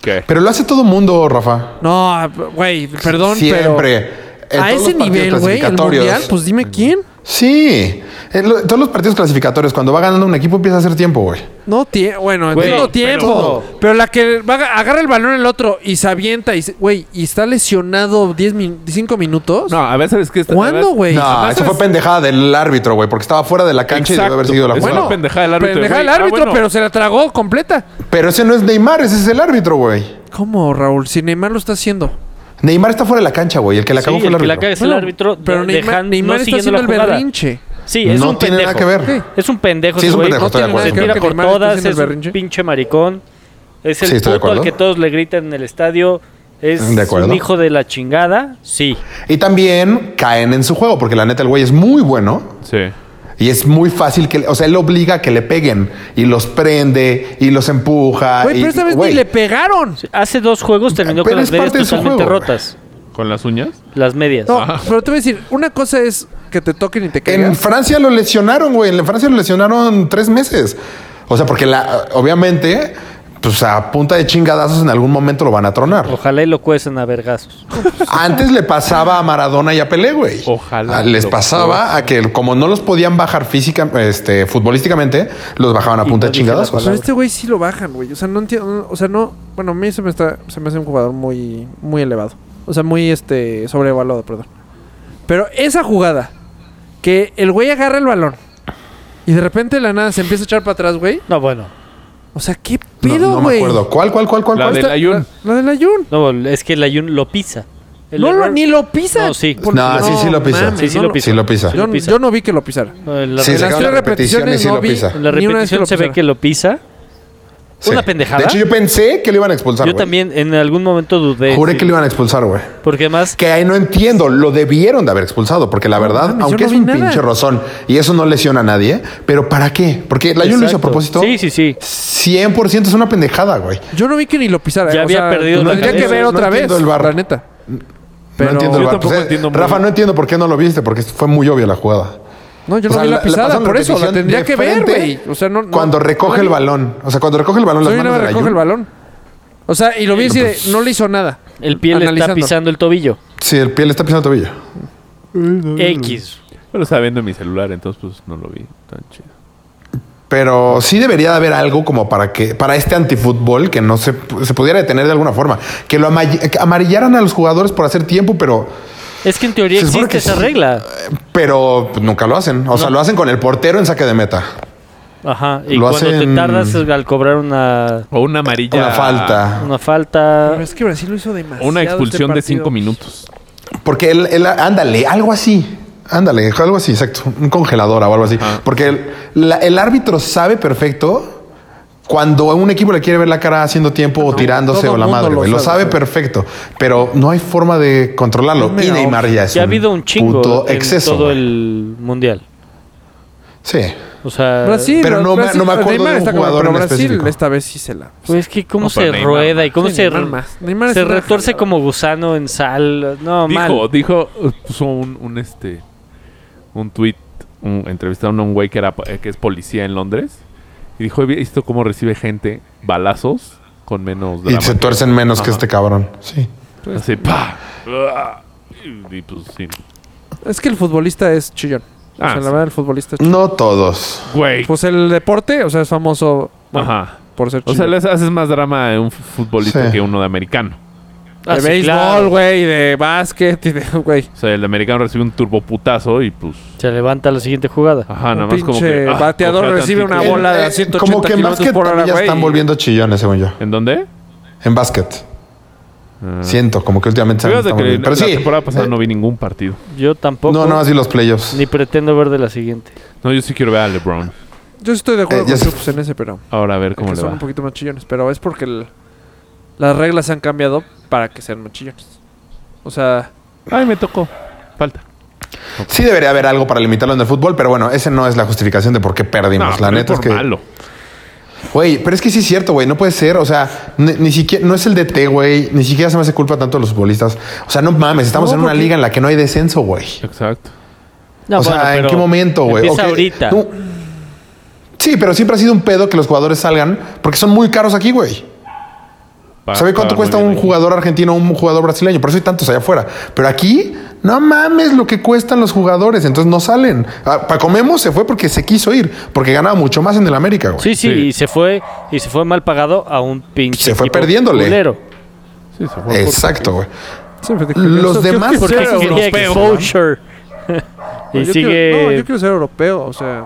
Speaker 5: ¿Qué?
Speaker 3: Pero lo hace todo mundo, Rafa.
Speaker 1: No, güey, perdón,
Speaker 3: Siempre. En
Speaker 1: pero... A
Speaker 3: todos
Speaker 1: ese
Speaker 3: los partidos
Speaker 1: nivel, güey, el
Speaker 3: clasificatorios.
Speaker 1: mundial, pues dime quién.
Speaker 3: Sí. En lo- todos los partidos clasificatorios, cuando va ganando un equipo, empieza a hacer tiempo, güey.
Speaker 1: No tiene, bueno,
Speaker 5: Güey,
Speaker 1: no
Speaker 5: pero-
Speaker 1: tiempo. Pero, la que va a- agarra el balón el otro y se avienta y, se- güey, y está lesionado 10 min- 5 minutos.
Speaker 5: No, a veces es que... esta- a
Speaker 1: ¿Cuándo,
Speaker 5: veces-
Speaker 1: güey?
Speaker 3: No, eso fue pendejada del árbitro, güey, porque estaba fuera de la cancha y
Speaker 5: Exacto.
Speaker 3: debe haber seguido la
Speaker 5: Eso
Speaker 3: jugada.
Speaker 5: fue pendejada del árbitro.
Speaker 1: Pendejada el
Speaker 5: Güey, ah,
Speaker 1: árbitro,
Speaker 5: bueno.
Speaker 1: pero se la tragó completa.
Speaker 3: Pero ese no es Neymar, ese es el árbitro, güey.
Speaker 1: ¿Cómo, Raúl? Si Neymar lo está haciendo.
Speaker 3: Neymar está fuera de la cancha, güey. El que la
Speaker 2: Sí,
Speaker 3: acabó fue
Speaker 2: el
Speaker 3: el
Speaker 2: que la
Speaker 3: árbitro.
Speaker 2: caga es el
Speaker 1: Bueno,
Speaker 2: árbitro.
Speaker 1: Pero
Speaker 2: de-
Speaker 1: Neymar,
Speaker 2: dejando-
Speaker 1: Neymar
Speaker 2: no
Speaker 1: está
Speaker 2: siguiendo
Speaker 1: haciendo
Speaker 2: la
Speaker 1: el
Speaker 2: jugada.
Speaker 1: berrinche.
Speaker 2: Sí, es
Speaker 3: No
Speaker 2: un
Speaker 3: tiene
Speaker 2: pendejo.
Speaker 3: nada que ver.
Speaker 2: Es un pendejo
Speaker 3: Sí,
Speaker 2: ese
Speaker 3: es un
Speaker 2: güey.
Speaker 3: pendejo, estoy de
Speaker 1: No tiene
Speaker 2: Se
Speaker 3: acuerdo.
Speaker 1: nada
Speaker 2: tira
Speaker 1: que
Speaker 2: por
Speaker 1: Neymar esté
Speaker 2: todas,
Speaker 1: haciendo el
Speaker 2: es un
Speaker 1: berrinche.
Speaker 2: pinche maricón. Es
Speaker 3: Sí,
Speaker 2: el
Speaker 3: estoy de
Speaker 2: puto al
Speaker 3: acuerdo.
Speaker 2: que todos le gritan en el estadio. Es
Speaker 3: De acuerdo.
Speaker 2: un hijo de la chingada. Sí.
Speaker 3: Y también caen en su juego, porque la neta el güey es muy bueno
Speaker 5: Sí.
Speaker 3: y es muy fácil que, le- o sea, él obliga a que le peguen y los prende y los empuja.
Speaker 1: Güey,
Speaker 3: Ah, y-
Speaker 1: pero esta vez
Speaker 3: güey,
Speaker 1: ni le pegaron.
Speaker 2: Hace dos juegos terminó
Speaker 3: Pero
Speaker 2: con las
Speaker 3: es
Speaker 2: medias
Speaker 3: parte de su
Speaker 2: totalmente
Speaker 3: juego, güey.
Speaker 2: rotas.
Speaker 5: ¿Con las uñas?
Speaker 2: Las medias.
Speaker 1: No, pero te voy a decir, una cosa es que te toquen y te
Speaker 3: Ah. En
Speaker 1: caigas.
Speaker 3: Francia lo lesionaron, güey. En Francia lo lesionaron tres meses. O sea, porque la, obviamente, pues a punta de chingadazos en algún momento lo van a tronar.
Speaker 2: Ojalá y lo cuecen a vergazos.
Speaker 3: Antes le pasaba a Maradona y a Pelé, güey.
Speaker 5: Ojalá.
Speaker 3: Ah, Les pasaba a que como no los podían bajar física, este, futbolísticamente, los bajaban a
Speaker 2: Y
Speaker 3: punta
Speaker 2: no
Speaker 3: de
Speaker 2: dije la
Speaker 3: chingadazos.
Speaker 1: Pero este güey sí lo bajan, güey. O sea, no entiendo. O sea, no. Bueno, a mí se me, está, se me hace un jugador muy, muy elevado. O sea, muy este sobrevaluado, perdón. Pero esa jugada, que el güey agarra el balón y de repente de la nada se empieza a echar para atrás, güey.
Speaker 2: No, bueno.
Speaker 1: O sea, ¿qué
Speaker 3: No,
Speaker 1: pedo,
Speaker 3: no me
Speaker 1: güey?
Speaker 3: acuerdo. ¿Cuál, cuál, cuál, cuál?
Speaker 5: La
Speaker 3: cuál?
Speaker 5: del ayun.
Speaker 1: La del ayun.
Speaker 2: No, es que el ayun lo pisa. El
Speaker 1: No, lo,
Speaker 2: error-
Speaker 1: ni lo pisa.
Speaker 2: No, sí.
Speaker 1: Por-
Speaker 3: No, sí, sí lo pisa.
Speaker 1: mames,
Speaker 2: Sí, sí
Speaker 1: no
Speaker 2: lo pisa.
Speaker 3: Sí lo pisa.
Speaker 1: Yo,
Speaker 2: lo pisa.
Speaker 1: yo no vi que lo pisara.
Speaker 2: No, en la
Speaker 3: Sí,
Speaker 1: En
Speaker 3: se
Speaker 1: las
Speaker 3: sacaron
Speaker 1: tres
Speaker 3: la repetición y
Speaker 1: repeticiones
Speaker 3: sí
Speaker 1: no
Speaker 3: lo
Speaker 1: vi
Speaker 3: pisa.
Speaker 2: En la
Speaker 1: ni una vez
Speaker 2: repetición
Speaker 1: lo
Speaker 2: se ve
Speaker 1: pisara.
Speaker 2: que lo pisa.
Speaker 6: Sí.
Speaker 2: Una pendejada.
Speaker 3: De hecho, yo pensé que lo iban a expulsar.
Speaker 2: Yo
Speaker 3: güey.
Speaker 2: también en algún momento dudé.
Speaker 6: Juré
Speaker 2: sí.
Speaker 6: que lo iban a expulsar, güey.
Speaker 2: Porque además,
Speaker 3: Que ahí no entiendo, lo debieron de haber expulsado, porque la verdad,
Speaker 1: mames, yo
Speaker 3: aunque
Speaker 1: no
Speaker 3: es
Speaker 1: vi
Speaker 3: un
Speaker 1: nada.
Speaker 3: pinche rozón y eso no lesiona a nadie, pero ¿para qué? Porque la Jun lo hizo a
Speaker 2: Exacto.
Speaker 3: propósito.
Speaker 2: Sí, sí, sí.
Speaker 3: 100% es una pendejada, güey.
Speaker 1: Yo no vi que ni lo pisara.
Speaker 2: Ya
Speaker 1: eh,
Speaker 2: había perdido
Speaker 1: lo
Speaker 2: la
Speaker 1: tendría que
Speaker 2: cabeza.
Speaker 1: ver
Speaker 3: No
Speaker 1: otra vez.
Speaker 3: entiendo el VAR.
Speaker 1: La neta.
Speaker 3: no entiendo el
Speaker 5: Yo
Speaker 3: VAR.
Speaker 5: tampoco
Speaker 3: Pues, eh,
Speaker 5: entiendo muy
Speaker 3: Rafa,
Speaker 5: bien.
Speaker 3: no entiendo por qué no lo viste, porque fue muy obvia la jugada.
Speaker 1: No, yo
Speaker 3: O
Speaker 1: no
Speaker 3: sea,
Speaker 1: vi la
Speaker 3: le
Speaker 1: pisada.
Speaker 3: pasaron
Speaker 1: Por eso, la
Speaker 3: repetición
Speaker 1: tendría
Speaker 3: de
Speaker 1: que ver,
Speaker 3: frente
Speaker 1: güey. O sea, no. no-
Speaker 3: Cuando recoge el balón. O sea, cuando recoge el balón, las
Speaker 1: Soy una
Speaker 3: manos
Speaker 1: vez
Speaker 3: de la
Speaker 1: recoge
Speaker 3: Jun.
Speaker 1: el balón. O sea, y lo vi así de. No le hizo nada.
Speaker 2: el pie le está
Speaker 1: Analizando.
Speaker 2: pisando el tobillo.
Speaker 3: Sí, el pie le está pisando el tobillo.
Speaker 1: Mm.
Speaker 2: X.
Speaker 5: Pero estaba viendo en mi celular, entonces pues no lo vi tan chido.
Speaker 3: Pero sí debería de haber algo como para que para este antifútbol que no se, se pudiera detener de alguna forma. Que lo ama- que amarillaran a los jugadores por hacer tiempo, pero,
Speaker 2: Es que en teoría
Speaker 3: Se supone
Speaker 2: existe
Speaker 3: que
Speaker 2: esa
Speaker 3: sí. Eh,
Speaker 2: regla.
Speaker 3: pero pues, nunca lo hacen. O sea, lo hacen con el portero en saque de meta.
Speaker 2: Ajá. Y
Speaker 3: Lo
Speaker 2: cuando te
Speaker 3: hacen-
Speaker 2: tardas al cobrar una,
Speaker 5: O una amarilla.
Speaker 3: Una falta.
Speaker 2: una falta.
Speaker 1: Pero es que Brasil lo hizo
Speaker 5: o
Speaker 1: demasiado.
Speaker 5: Una
Speaker 1: este
Speaker 5: expulsión de
Speaker 1: partido.
Speaker 5: cinco minutos.
Speaker 3: Porque él, él- ándale, algo así. Ándale, algo así, exacto. Un congelador o algo así. Porque el, la- el árbitro sabe perfecto cuando a un equipo le quiere ver la cara haciendo tiempo o tirándose
Speaker 1: todo
Speaker 3: o la
Speaker 1: mundo
Speaker 3: madre,
Speaker 1: lo
Speaker 3: güey. Lo,
Speaker 1: sabe,
Speaker 3: sabe
Speaker 1: sí.
Speaker 3: perfecto. Pero no hay forma de controlarlo.
Speaker 1: Mira,
Speaker 3: y Neymar ya es
Speaker 2: Ya ha habido un chingo
Speaker 3: puto
Speaker 2: en
Speaker 3: exceso.
Speaker 2: todo
Speaker 3: güey.
Speaker 2: el mundial.
Speaker 3: Sí.
Speaker 2: O sea,
Speaker 1: Brasil.
Speaker 3: Pero no me-
Speaker 1: Brasil-
Speaker 3: no me acuerdo
Speaker 1: Neymar
Speaker 3: de un
Speaker 1: está como-
Speaker 3: jugador
Speaker 1: Pero
Speaker 3: en
Speaker 1: Brasil
Speaker 3: específico.
Speaker 1: esta vez sí se la.
Speaker 2: pues es que cómo
Speaker 5: No,
Speaker 2: se
Speaker 5: pero Neymar
Speaker 2: rueda y cómo
Speaker 1: Sí,
Speaker 2: se,
Speaker 1: Neymar más. Neymar
Speaker 2: se
Speaker 1: es una
Speaker 2: retuerce
Speaker 1: jalada.
Speaker 2: como gusano en sal. No, mal.
Speaker 5: Dijo, dijo, eh, puso un, un este, un tweet, un, entrevistaron a un güey que, era, eh, que es policía en Londres. Y dijo, he visto cómo recibe gente balazos con menos
Speaker 3: Y
Speaker 5: drama. Pues,
Speaker 3: se tuercen menos que este cabrón. Sí.
Speaker 5: Así, pa. Ah, Y, y, pues sí.
Speaker 1: Es que el futbolista es chillón. O
Speaker 5: Ah,
Speaker 1: sea, la
Speaker 5: sí.
Speaker 1: verdad, el futbolista es chillón.
Speaker 3: No todos.
Speaker 5: Güey.
Speaker 1: Pues el deporte, o sea, es famoso bueno,
Speaker 5: Ajá.
Speaker 1: por ser
Speaker 5: O
Speaker 1: chillón.
Speaker 5: sea, les haces más drama de un f- futbolista
Speaker 3: Sí.
Speaker 5: que uno de americano.
Speaker 1: De
Speaker 2: Ah, sí,
Speaker 1: béisbol,
Speaker 2: claro.
Speaker 1: güey, de básquet y de, güey.
Speaker 5: O sea, el americano recibe un turboputazo y pues.
Speaker 2: Se levanta la siguiente jugada.
Speaker 5: Ajá,
Speaker 1: Un
Speaker 5: nada más como
Speaker 1: pinche
Speaker 5: que. ah,
Speaker 1: bateador
Speaker 5: cojea
Speaker 1: recibe
Speaker 5: tantito.
Speaker 1: una bola. de
Speaker 3: Eh,
Speaker 1: 180
Speaker 3: como que en
Speaker 1: kilómetros
Speaker 3: básquet
Speaker 1: por hora,
Speaker 3: también ya
Speaker 1: güey.
Speaker 3: están volviendo chillones, según yo.
Speaker 5: ¿En dónde?
Speaker 3: En básquet. Siento, como que últimamente se han-
Speaker 5: Fíjate
Speaker 3: están
Speaker 5: que
Speaker 3: volviendo-
Speaker 5: la
Speaker 3: Pero sí. eh,
Speaker 5: temporada pasada no vi ningún partido.
Speaker 2: Yo tampoco.
Speaker 3: No, no, así los playoffs.
Speaker 2: Ni pretendo ver de la siguiente.
Speaker 5: No, yo sí quiero ver a LeBron.
Speaker 1: Yo sí estoy de acuerdo
Speaker 3: Eh, ya
Speaker 1: con
Speaker 3: se-
Speaker 1: Chups en ese, pero
Speaker 5: Ahora a ver cómo
Speaker 1: que
Speaker 5: le
Speaker 1: son
Speaker 5: va.
Speaker 1: un poquito más chillones. Pero es porque el- las reglas se han cambiado para que sean más chillones. O sea,
Speaker 5: Ay, me tocó. Falta.
Speaker 3: Sí debería haber algo para limitarlo en el fútbol, pero bueno, esa no es la justificación de por qué perdimos. pues, la
Speaker 5: pero
Speaker 3: neta es
Speaker 5: por
Speaker 3: que...
Speaker 5: malo.
Speaker 3: Güey, pero es que sí es cierto, güey. No puede ser. O sea, ni, ni siquiera... No es el DT, güey. Ni siquiera se me hace culpa tanto a los futbolistas. O sea, no mames. Estamos
Speaker 1: No,
Speaker 3: en una
Speaker 1: porque-
Speaker 3: liga en la que no hay descenso, güey.
Speaker 5: Exacto.
Speaker 2: No,
Speaker 3: o sea,
Speaker 2: bueno,
Speaker 3: ¿en
Speaker 2: pero
Speaker 3: qué momento, güey?
Speaker 2: Empieza
Speaker 3: Ok,
Speaker 2: ahorita.
Speaker 3: no. Sí, pero siempre ha sido un pedo que los jugadores salgan porque son muy caros aquí, güey.
Speaker 5: Pa-
Speaker 3: ¿Sabe
Speaker 5: paga
Speaker 3: cuánto
Speaker 5: muy
Speaker 3: cuesta
Speaker 5: bien
Speaker 3: un
Speaker 5: aquí.
Speaker 3: jugador argentino o un jugador brasileño? Por eso hay tantos allá afuera. Pero aquí, no mames lo que cuestan los jugadores. Entonces no salen. Ah, Pa comemos se fue porque se quiso ir. Porque ganaba mucho más en el América, güey.
Speaker 2: Sí, sí,
Speaker 5: Sí.
Speaker 2: y se fue y se fue mal pagado a un pinche
Speaker 3: Se fue
Speaker 2: equipo
Speaker 3: perdiéndole.
Speaker 2: culero.
Speaker 5: Sí, se fue
Speaker 3: Eh,
Speaker 5: por-
Speaker 3: Exacto, güey.
Speaker 1: sí, fíjate que-
Speaker 3: Los
Speaker 1: yo- yo
Speaker 3: demás-
Speaker 1: quiero
Speaker 2: Porque
Speaker 1: ser
Speaker 2: sigue
Speaker 1: europeo.
Speaker 2: exposure. y
Speaker 1: Yo quiero-
Speaker 2: sigue
Speaker 1: no, yo quiero ser europeo. O sea,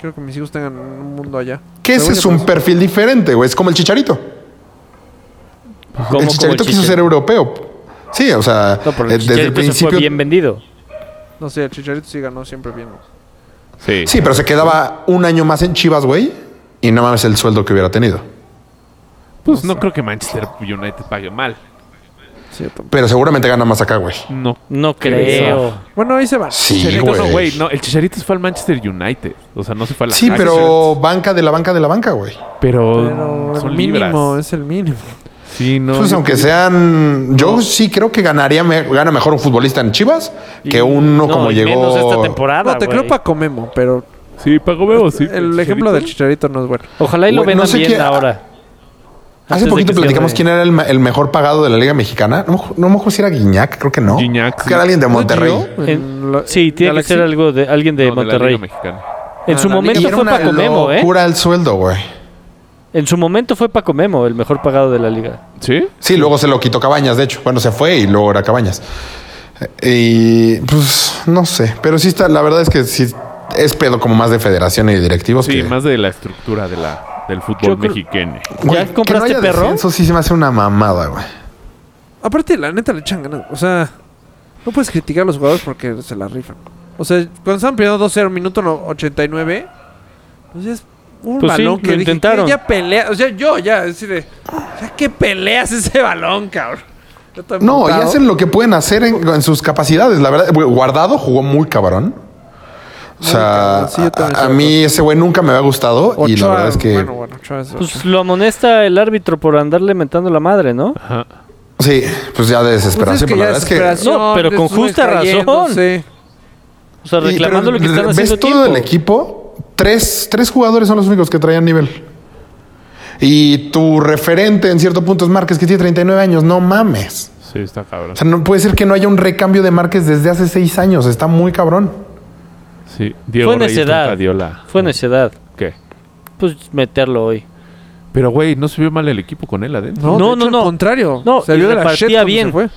Speaker 1: quiero que mis hijos tengan un mundo allá.
Speaker 3: Que ese
Speaker 1: Según
Speaker 3: es
Speaker 1: yo,
Speaker 3: un
Speaker 1: pues,
Speaker 3: perfil diferente, güey. Es como el Chicharito.
Speaker 2: como-
Speaker 3: El
Speaker 2: como
Speaker 3: Chicharito quiso
Speaker 2: Chicharo.
Speaker 3: ser europeo. Sí, o sea,
Speaker 2: No, pero
Speaker 3: eh,
Speaker 2: el
Speaker 3: desde el
Speaker 2: Chicharito se
Speaker 3: principio.
Speaker 2: fue bien vendido.
Speaker 1: No sé, el Chicharito sí ganó siempre bien.
Speaker 5: Sí.
Speaker 3: Sí, pero se quedaba un año más en Chivas, güey. Y no mames el sueldo que hubiera tenido.
Speaker 5: Pues no creo que Manchester United pague mal.
Speaker 1: Sí, yo tampoco.
Speaker 3: Pero seguramente gana más acá, güey.
Speaker 5: No.
Speaker 2: No creo.
Speaker 1: Bueno, ahí se van.
Speaker 3: Sí,
Speaker 5: Chicharito, no,
Speaker 3: güey.
Speaker 5: güey. Ah, No, el Chicharito se fue al Manchester United. O sea, no se fue a la
Speaker 3: Sí,
Speaker 5: Ajax.
Speaker 3: pero banca de la banca de la banca, güey.
Speaker 5: Pero,
Speaker 1: Pero el
Speaker 5: son
Speaker 1: mínimo,
Speaker 5: libras.
Speaker 1: es el mínimo.
Speaker 5: Sí, no.
Speaker 3: Pues
Speaker 5: yo
Speaker 3: aunque
Speaker 5: creo-
Speaker 3: sean, yo sí creo que ganaría, me- gana mejor un futbolista en Chivas que uno
Speaker 2: No,
Speaker 3: como
Speaker 2: y
Speaker 3: llegó.
Speaker 2: menos esta temporada,
Speaker 1: No, te
Speaker 2: güey.
Speaker 1: creo para Comemo, pero
Speaker 5: Sí, Pago Bebo,
Speaker 2: Oh,
Speaker 5: sí.
Speaker 1: el ejemplo del Chicharito
Speaker 5: Chicharito.
Speaker 1: no es bueno.
Speaker 2: Ojalá y lo
Speaker 3: Güey, no
Speaker 2: vendan
Speaker 3: sé
Speaker 2: bien
Speaker 3: qué-
Speaker 2: ahora. Antes
Speaker 3: Hace
Speaker 2: de
Speaker 3: poquito
Speaker 2: que
Speaker 3: platicamos
Speaker 2: cierre.
Speaker 3: quién era el, ma- el mejor pagado de la Liga Mexicana. No, me ju- no me acuerdo si era Guiñac, creo que no.
Speaker 5: Guiñac,
Speaker 3: Creo
Speaker 5: sí.
Speaker 3: que era alguien de Monterrey.
Speaker 1: En
Speaker 2: En-
Speaker 1: la-
Speaker 2: sí, tiene
Speaker 1: Galaxy.
Speaker 2: que ser algo de alguien de
Speaker 5: No, la
Speaker 2: Monterrey.
Speaker 5: Liga Mexicana.
Speaker 2: en su
Speaker 1: Ah, la Liga.
Speaker 2: momento
Speaker 3: era
Speaker 2: fue
Speaker 3: una
Speaker 2: Paco Memo, ¿eh?
Speaker 3: locura el sueldo, güey.
Speaker 2: En su momento fue Paco Memo, el mejor pagado de la liga.
Speaker 5: ¿Sí?
Speaker 3: Sí, luego se lo quitó Cabañas, de hecho. Bueno, se fue y luego era Cabañas. Eh, Y pues no sé, pero sí está, la verdad es que sí es pedo como más de federación y de directivos.
Speaker 5: Sí,
Speaker 3: que,
Speaker 5: más de la estructura de la, del
Speaker 2: Yo
Speaker 5: fútbol
Speaker 2: creo-
Speaker 5: mexicano.
Speaker 3: Güey,
Speaker 2: ¿Ya
Speaker 3: que no
Speaker 2: compraste
Speaker 3: haya
Speaker 2: perro?
Speaker 3: descenso sí se me hace una mamada, güey.
Speaker 1: Aparte, la neta le echan ganas. O sea, no puedes criticar a los jugadores porque se la rifan. O sea, cuando estaban perdiendo 2-0, minuto no- 89, pues ya es un
Speaker 2: Pues sí,
Speaker 1: balón
Speaker 2: lo
Speaker 1: que dije,
Speaker 2: intentaron.
Speaker 1: "¿Qué ya pelea, o sea, yo ya, es decir, de, o sea, ¿qué peleas ese balón, cabrón? Yo todo
Speaker 3: No, y
Speaker 1: emputado.
Speaker 3: hacen lo que pueden hacer en, en sus capacidades. La verdad, Güey, Guardado jugó muy cabrón. O sea,
Speaker 1: cabrón, sí, yo también
Speaker 3: a- a,
Speaker 1: estoy de
Speaker 3: mí ese güey nunca me había gustado y la
Speaker 1: Ochoa,
Speaker 3: verdad es que
Speaker 1: bueno, bueno, Ochoa es-
Speaker 2: Pues lo amonesta el árbitro por andarle mentando la madre, ¿no?
Speaker 3: sí, pues ya de
Speaker 1: Pues
Speaker 3: desesperación.
Speaker 1: que
Speaker 3: pero
Speaker 1: ya
Speaker 3: la verdad es que
Speaker 1: desesperación,
Speaker 2: No, pero con
Speaker 1: estuve
Speaker 2: justa razón.
Speaker 1: cayéndose.
Speaker 2: O sea,
Speaker 3: Y-
Speaker 2: reclamando
Speaker 3: pero
Speaker 2: lo que están
Speaker 3: ¿Ves
Speaker 2: haciendo
Speaker 3: todo
Speaker 2: tiempo.
Speaker 3: el equipo? Tres, tres jugadores son los únicos que traían nivel. Y tu referente en cierto punto es Márquez, que tiene 39 años. No mames.
Speaker 5: Sí, está cabrón.
Speaker 3: O sea, no puede ser que no haya un recambio de Márquez desde hace seis años. Está muy cabrón.
Speaker 5: Sí. Diego
Speaker 2: Fue
Speaker 5: Reyes
Speaker 2: necedad.
Speaker 5: nunca dio la-
Speaker 2: Fue necedad.
Speaker 5: ¿Qué?
Speaker 2: Pues meterlo hoy.
Speaker 5: Pero, güey, no se vio mal el equipo con él adentro.
Speaker 1: No, no,
Speaker 2: No, no,
Speaker 1: no,
Speaker 2: no.
Speaker 1: Al contrario.
Speaker 2: No,
Speaker 1: se
Speaker 2: y
Speaker 1: vio de la
Speaker 2: repartía
Speaker 1: shit cuando
Speaker 2: bien.
Speaker 1: se fue.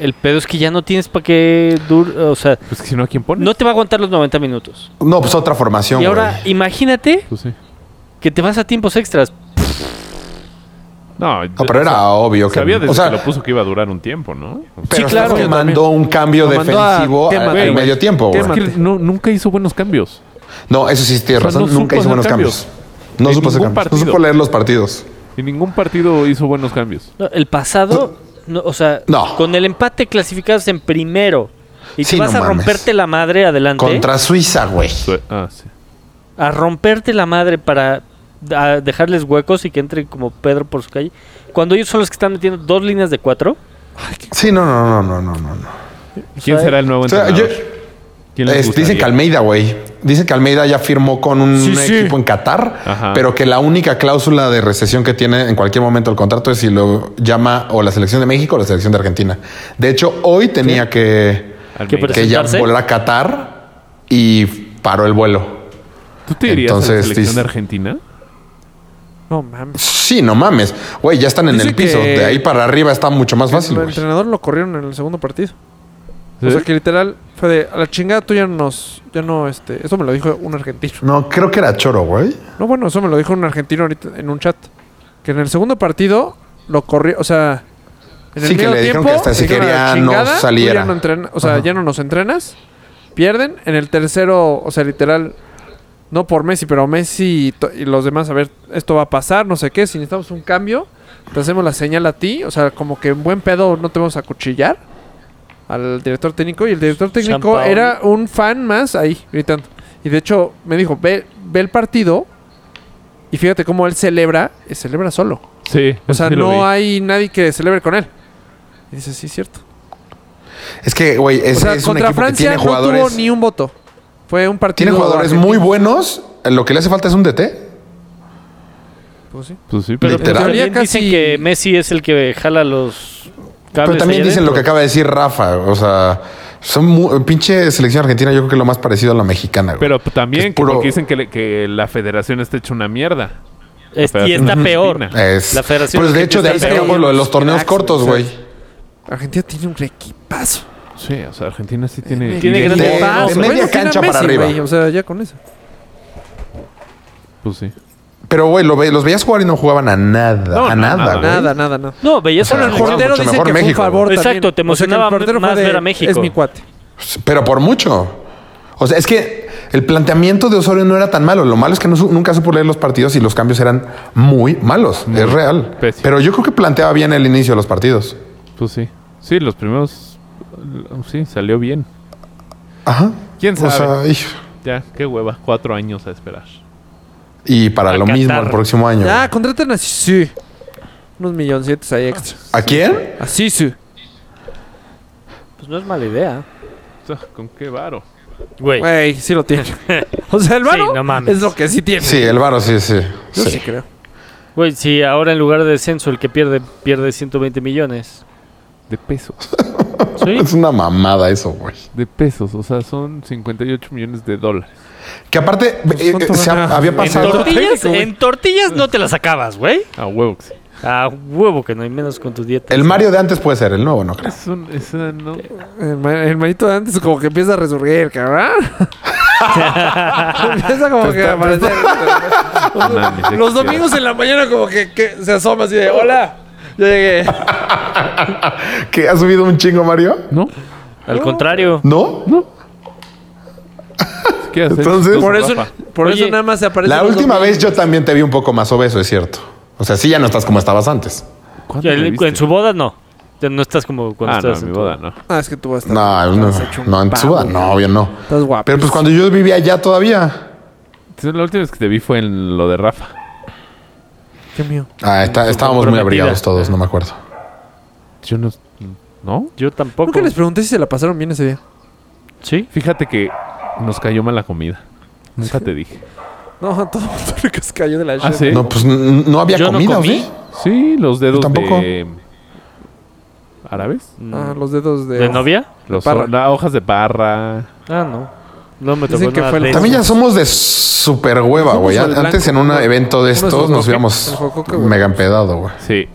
Speaker 2: El pedo es que ya no tienes para qué dur... O sea,
Speaker 5: Pues que si no, ¿a quién pone?
Speaker 2: no te va a aguantar los 90 minutos.
Speaker 3: No, pues otra formación.
Speaker 2: Y
Speaker 3: güey.
Speaker 2: ahora, imagínate
Speaker 5: Pues sí.
Speaker 2: que te vas a tiempos extras.
Speaker 5: No,
Speaker 3: No, pero era obvio que.
Speaker 5: Sabía desde
Speaker 3: o sea,
Speaker 5: que lo puso que iba a durar un tiempo, ¿no? O sea,
Speaker 3: Pero
Speaker 2: Sí, claro.
Speaker 3: estás llamando un cambio
Speaker 1: Lo mandó a-
Speaker 3: defensivo al-
Speaker 1: quémate,
Speaker 3: al
Speaker 5: güey.
Speaker 3: medio tiempo. güey.
Speaker 5: es que él no- nunca hizo buenos cambios.
Speaker 3: No, eso sí tienes
Speaker 5: O sea,
Speaker 3: razón.
Speaker 5: no
Speaker 3: Nunca
Speaker 5: supo
Speaker 3: hizo
Speaker 5: hacer
Speaker 3: buenos cambios.
Speaker 5: cambios.
Speaker 3: No
Speaker 5: En
Speaker 3: supo hacer
Speaker 5: ningún
Speaker 3: cambios. No
Speaker 5: partido.
Speaker 3: supo leer los partidos.
Speaker 5: En ningún partido hizo buenos cambios.
Speaker 2: No, el pasado, no, o sea,
Speaker 3: No.
Speaker 2: con el empate clasificados en primero y
Speaker 3: Sí,
Speaker 2: te vas
Speaker 3: no
Speaker 2: a
Speaker 3: mames.
Speaker 2: romperte la madre adelante.
Speaker 3: Contra Suiza, güey.
Speaker 5: Su- Ah, sí.
Speaker 2: A romperte la madre para a dejarles huecos y que entre como Pedro por su calle. Cuando ellos son los que están metiendo dos líneas de cuatro.
Speaker 3: Sí, no, no, no, no, no, no. no.
Speaker 5: ¿Quién
Speaker 2: sea,
Speaker 5: será el nuevo
Speaker 3: O sea,
Speaker 5: entrenador?
Speaker 3: yo-
Speaker 5: ¿Quién les
Speaker 3: es- dicen
Speaker 5: gustaría?
Speaker 3: que Almeida, güey. Dicen que Almeida ya firmó con un
Speaker 2: Sí, sí.
Speaker 3: equipo en Qatar,
Speaker 5: Ajá.
Speaker 3: pero que la única cláusula de recesión que tiene en cualquier momento el contrato es si lo llama o la selección de México o la selección de Argentina. De hecho, hoy tenía
Speaker 5: Almeida.
Speaker 3: que, que ya
Speaker 2: ¿Presentarse?
Speaker 3: voló a Qatar y paró el vuelo.
Speaker 5: ¿Tú te irías a la
Speaker 3: Entonces,
Speaker 5: selección
Speaker 3: dis-
Speaker 5: de Argentina?
Speaker 1: No mames.
Speaker 3: Sí, no mames. Güey, ya están en
Speaker 1: Dice
Speaker 3: el piso.
Speaker 1: que-
Speaker 3: De ahí para arriba está mucho más fácil,
Speaker 1: El
Speaker 3: güey.
Speaker 1: entrenador lo corrieron en el segundo partido. O
Speaker 5: ¿Sí?
Speaker 1: sea que literal fue de a la chingada tú ya nos ya no este, eso me lo dijo un argentino.
Speaker 3: No, creo que era Choro, güey.
Speaker 1: No, bueno, eso me lo dijo un argentino ahorita en un chat que en el segundo partido lo corrió, o sea, en el
Speaker 3: Sí, que
Speaker 1: medio
Speaker 3: le dijeron
Speaker 1: tiempo,
Speaker 3: que hasta si
Speaker 1: dijeron, "A la
Speaker 3: quería, no
Speaker 1: chingada, tú
Speaker 3: saliera".
Speaker 1: ya no entrena- o sea,
Speaker 3: Ajá.
Speaker 1: ya no nos entrenas. Pierden en el tercero, o sea, literal no por Messi, pero Messi y, to- y los demás, a ver, esto va a pasar, no sé qué, si necesitamos un cambio, te hacemos la señal a ti, o sea, como que en buen pedo no te vamos a cuchillar al director técnico y el director técnico
Speaker 2: Sampaoli.
Speaker 1: era un fan más ahí gritando. Y de hecho me dijo, ve, ve el partido y fíjate cómo él celebra, y celebra solo.
Speaker 5: Sí.
Speaker 1: O sea,
Speaker 5: sí lo vi.
Speaker 1: no hay nadie que celebre con él. Y dice, sí, cierto.
Speaker 3: Es que, güey, es,
Speaker 1: o sea,
Speaker 3: es un
Speaker 1: contra
Speaker 3: equipo que
Speaker 1: Francia
Speaker 3: tiene jugadores.
Speaker 1: no tuvo ni un voto. Fue un partido...
Speaker 3: Tiene jugadores
Speaker 1: argentino.
Speaker 3: muy buenos. Lo que le hace falta es un DT.
Speaker 1: Pues sí.
Speaker 5: Pues sí, pero...
Speaker 3: Literal.
Speaker 5: pero-
Speaker 1: Habría
Speaker 2: También dicen
Speaker 1: casi-
Speaker 2: que Messi es el que jala los cables.
Speaker 3: Pero también
Speaker 2: allá
Speaker 3: dicen lo que
Speaker 2: adentro.
Speaker 3: acaba de decir Rafa. O sea, son mu- pinche selección argentina. Yo creo que es lo más parecido a la mexicana, güey.
Speaker 5: Pero también
Speaker 3: Que
Speaker 5: que
Speaker 3: es puro-
Speaker 5: porque dicen que, le- que la federación está hecha una mierda.
Speaker 2: Es- y
Speaker 5: Federación
Speaker 2: está peor.
Speaker 5: Argentina.
Speaker 3: Es-
Speaker 2: La federación
Speaker 3: Pues de
Speaker 2: argentina
Speaker 3: hecho, de ahí
Speaker 2: está
Speaker 3: sacamos
Speaker 2: peor.
Speaker 3: lo de los torneos
Speaker 1: Cracks,
Speaker 3: cortos,
Speaker 1: güey.
Speaker 3: güey.
Speaker 1: Argentina tiene un equipazo.
Speaker 5: Sí, o sea, Argentina sí tiene...
Speaker 2: Tiene
Speaker 5: y-
Speaker 2: grandes-
Speaker 3: de-
Speaker 1: Equipazo,
Speaker 3: de
Speaker 1: güey,
Speaker 3: media
Speaker 1: no tiene a
Speaker 3: cancha para arriba.
Speaker 1: güey, o sea, ya con eso.
Speaker 5: Pues sí.
Speaker 3: Pero, güey, lo ve- los veías jugar y no jugaban a nada.
Speaker 5: No,
Speaker 3: a
Speaker 5: no,
Speaker 3: nada,
Speaker 5: nada,
Speaker 3: güey.
Speaker 1: Nada, nada, nada.
Speaker 2: No, veías
Speaker 3: O sea,
Speaker 2: a
Speaker 1: El
Speaker 3: jugaba
Speaker 1: portero
Speaker 3: mucho
Speaker 1: dice
Speaker 3: mejor
Speaker 1: que fue un
Speaker 3: México.
Speaker 1: favor
Speaker 2: Exacto,
Speaker 1: también.
Speaker 2: te
Speaker 1: O sea, que el
Speaker 2: emocionaba
Speaker 1: portero fue
Speaker 2: más
Speaker 1: de,
Speaker 2: ver a México.
Speaker 1: Es mi cuate.
Speaker 3: Pero por mucho. O sea, es que el planteamiento de Osorio no era tan malo. Lo malo es que no su- nunca supo leer los partidos y los cambios eran muy malos. es real.
Speaker 5: pésimo.
Speaker 3: Pero yo creo que planteaba bien el inicio de los partidos.
Speaker 5: Pues sí. Sí, los primeros... Sí, salió bien.
Speaker 3: Ajá.
Speaker 5: ¿Quién
Speaker 3: O sea,
Speaker 5: sabe?
Speaker 3: y,
Speaker 5: Ya, qué hueva. Cuatro años a esperar.
Speaker 3: y para
Speaker 2: A
Speaker 3: lo
Speaker 2: Qatar.
Speaker 3: mismo el próximo año.
Speaker 1: Ya, contraten a Sisu. Unos milloncitos ahí extra. Ah,
Speaker 3: ¿A quién?
Speaker 1: A Sisu.
Speaker 2: Pues no es mala idea.
Speaker 5: O sea, ¿Con qué varo?
Speaker 2: Güey.
Speaker 1: Güey, sí lo tiene. O sea, el
Speaker 2: Sí,
Speaker 1: varo
Speaker 2: no mames.
Speaker 1: es lo que sí tiene.
Speaker 3: Sí, el Varo, sí, sí.
Speaker 1: Yo sí,
Speaker 3: sí.
Speaker 1: creo.
Speaker 2: Güey, si ahora en lugar de descenso el que pierde, pierde 120 millones.
Speaker 5: De pesos.
Speaker 2: ¿Sí?
Speaker 3: Es una mamada eso, güey.
Speaker 5: De pesos. O sea, son 58 millones de dólares.
Speaker 3: Que aparte eh,
Speaker 1: ¿cuánto
Speaker 3: eh, se
Speaker 1: gana?
Speaker 3: ha- había
Speaker 1: En
Speaker 2: En
Speaker 3: pasado.
Speaker 2: tortillas, en tortillas no te las acabas, güey.
Speaker 5: A huevo que sí.
Speaker 2: A huevo que no hay menos con tu dieta.
Speaker 3: El Mario de antes puede ser, el nuevo no creo.
Speaker 5: Es un... Es un- no.
Speaker 1: El, ma- el manito de antes como que empieza a resurgir, cabrón. empieza como que a aparecer.
Speaker 5: Mames, ya
Speaker 1: Los
Speaker 5: quisiera.
Speaker 1: domingos en la mañana como que, que se asoma así de, hola. Ya llegué.
Speaker 3: ¿Que ha subido un chingo Mario?
Speaker 5: ¿No?
Speaker 2: Al contrario.
Speaker 3: ¿No?
Speaker 5: No. quieras. ¿eh?
Speaker 3: Entonces-
Speaker 1: Por eso,
Speaker 5: Rafa.
Speaker 1: por
Speaker 2: Oye,
Speaker 1: eso nada más aparece.
Speaker 3: La
Speaker 1: los
Speaker 3: última
Speaker 1: domingos.
Speaker 3: vez yo también te vi un poco más obeso, es cierto. O sea, sí ya no estás como estabas antes.
Speaker 5: ¿Cuándo
Speaker 2: Ya,
Speaker 5: me
Speaker 2: el-
Speaker 5: viste?
Speaker 2: en su boda no. Ya no estás como cuando
Speaker 5: Ah, no,
Speaker 2: estás
Speaker 5: en
Speaker 2: en
Speaker 5: mi
Speaker 2: tu-
Speaker 5: boda no.
Speaker 1: Ah, es que tú vas a estar.
Speaker 3: No, no,
Speaker 1: estás hecho un
Speaker 3: no, en tu
Speaker 1: pavo,
Speaker 3: boda, no, obvio no.
Speaker 1: Estás guapo.
Speaker 3: Pero pues cuando yo vivía allá todavía.
Speaker 5: Entonces, la última vez que te vi fue en lo de Rafa.
Speaker 1: Qué mío.
Speaker 3: Ah, está- estábamos muy
Speaker 2: comprometida.
Speaker 3: abrigados todos, no me acuerdo.
Speaker 5: Yo no... ¿No?
Speaker 2: Yo tampoco.
Speaker 1: Nunca les pregunté si se la pasaron bien ese día.
Speaker 2: Sí.
Speaker 5: Fíjate que nos cayó mala comida. Nunca te dije.
Speaker 1: No, a todo el mundo le cayó de la
Speaker 5: ¿Ah,
Speaker 1: shit.
Speaker 5: sí?
Speaker 3: No, pues n- no había
Speaker 2: Yo no
Speaker 3: comida, ¿o
Speaker 2: comí.
Speaker 3: sí?
Speaker 5: Sí, los dedos
Speaker 3: Yo tampoco.
Speaker 5: de... ¿Árabes?
Speaker 1: Ah, los dedos de.
Speaker 2: ¿De novia?
Speaker 5: Los
Speaker 1: parra.
Speaker 5: ho- la- hojas de parra.
Speaker 2: Ah, no. No me tocó
Speaker 1: Dicen que
Speaker 2: nada
Speaker 1: fue el-
Speaker 2: de
Speaker 3: También
Speaker 2: eso.
Speaker 3: ya somos de super hueva,
Speaker 1: Somos
Speaker 3: güey.
Speaker 1: al blanco,
Speaker 3: Antes en un
Speaker 1: ¿no?
Speaker 3: evento
Speaker 1: Uno
Speaker 3: de
Speaker 1: es
Speaker 3: estos nos
Speaker 1: jocoque,
Speaker 3: íbamos
Speaker 1: el jocoque, güey.
Speaker 3: mega empedado, güey.
Speaker 5: Sí.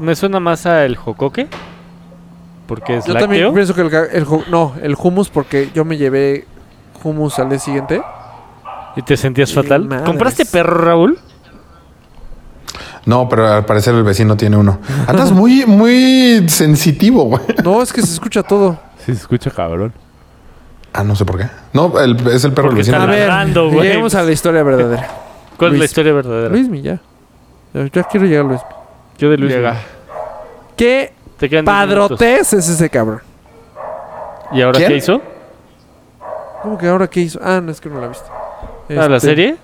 Speaker 2: Me suena más a el jocoque. Porque es
Speaker 1: Yo
Speaker 2: lácteo.
Speaker 1: también pienso que el, ga- el ju- no, el hummus porque yo me llevé hummus al día siguiente.
Speaker 2: ¿Y te sentías
Speaker 1: Y
Speaker 2: fatal?
Speaker 1: madres.
Speaker 2: ¿Compraste perro, Raúl?
Speaker 3: No, pero al parecer el vecino tiene uno. Andas muy, muy sensitivo, güey.
Speaker 1: No, es que se escucha todo.
Speaker 5: Sí, se escucha cabrón.
Speaker 3: Ah, no sé por qué. No, el- es el perro del
Speaker 2: Porque
Speaker 3: vecino.
Speaker 2: está
Speaker 1: A ver,
Speaker 2: Ladrando, güey.
Speaker 1: lleguemos a la historia verdadera.
Speaker 2: ¿Cuál es la
Speaker 1: Luis.
Speaker 2: historia verdadera?
Speaker 1: Luismi, ya. Ya, ya quiero llegar a Luis.
Speaker 2: Yo de Luis.
Speaker 5: Llega.
Speaker 1: ¿Qué
Speaker 2: Te quedan diez minutos.
Speaker 1: padrotes es ese cabrón?
Speaker 2: ¿Y ahora
Speaker 3: ¿Quién?
Speaker 2: qué hizo?
Speaker 1: ¿Cómo que ahora qué hizo? Ah, no, es que no la viste.
Speaker 2: ¿A la
Speaker 1: Este,
Speaker 2: serie?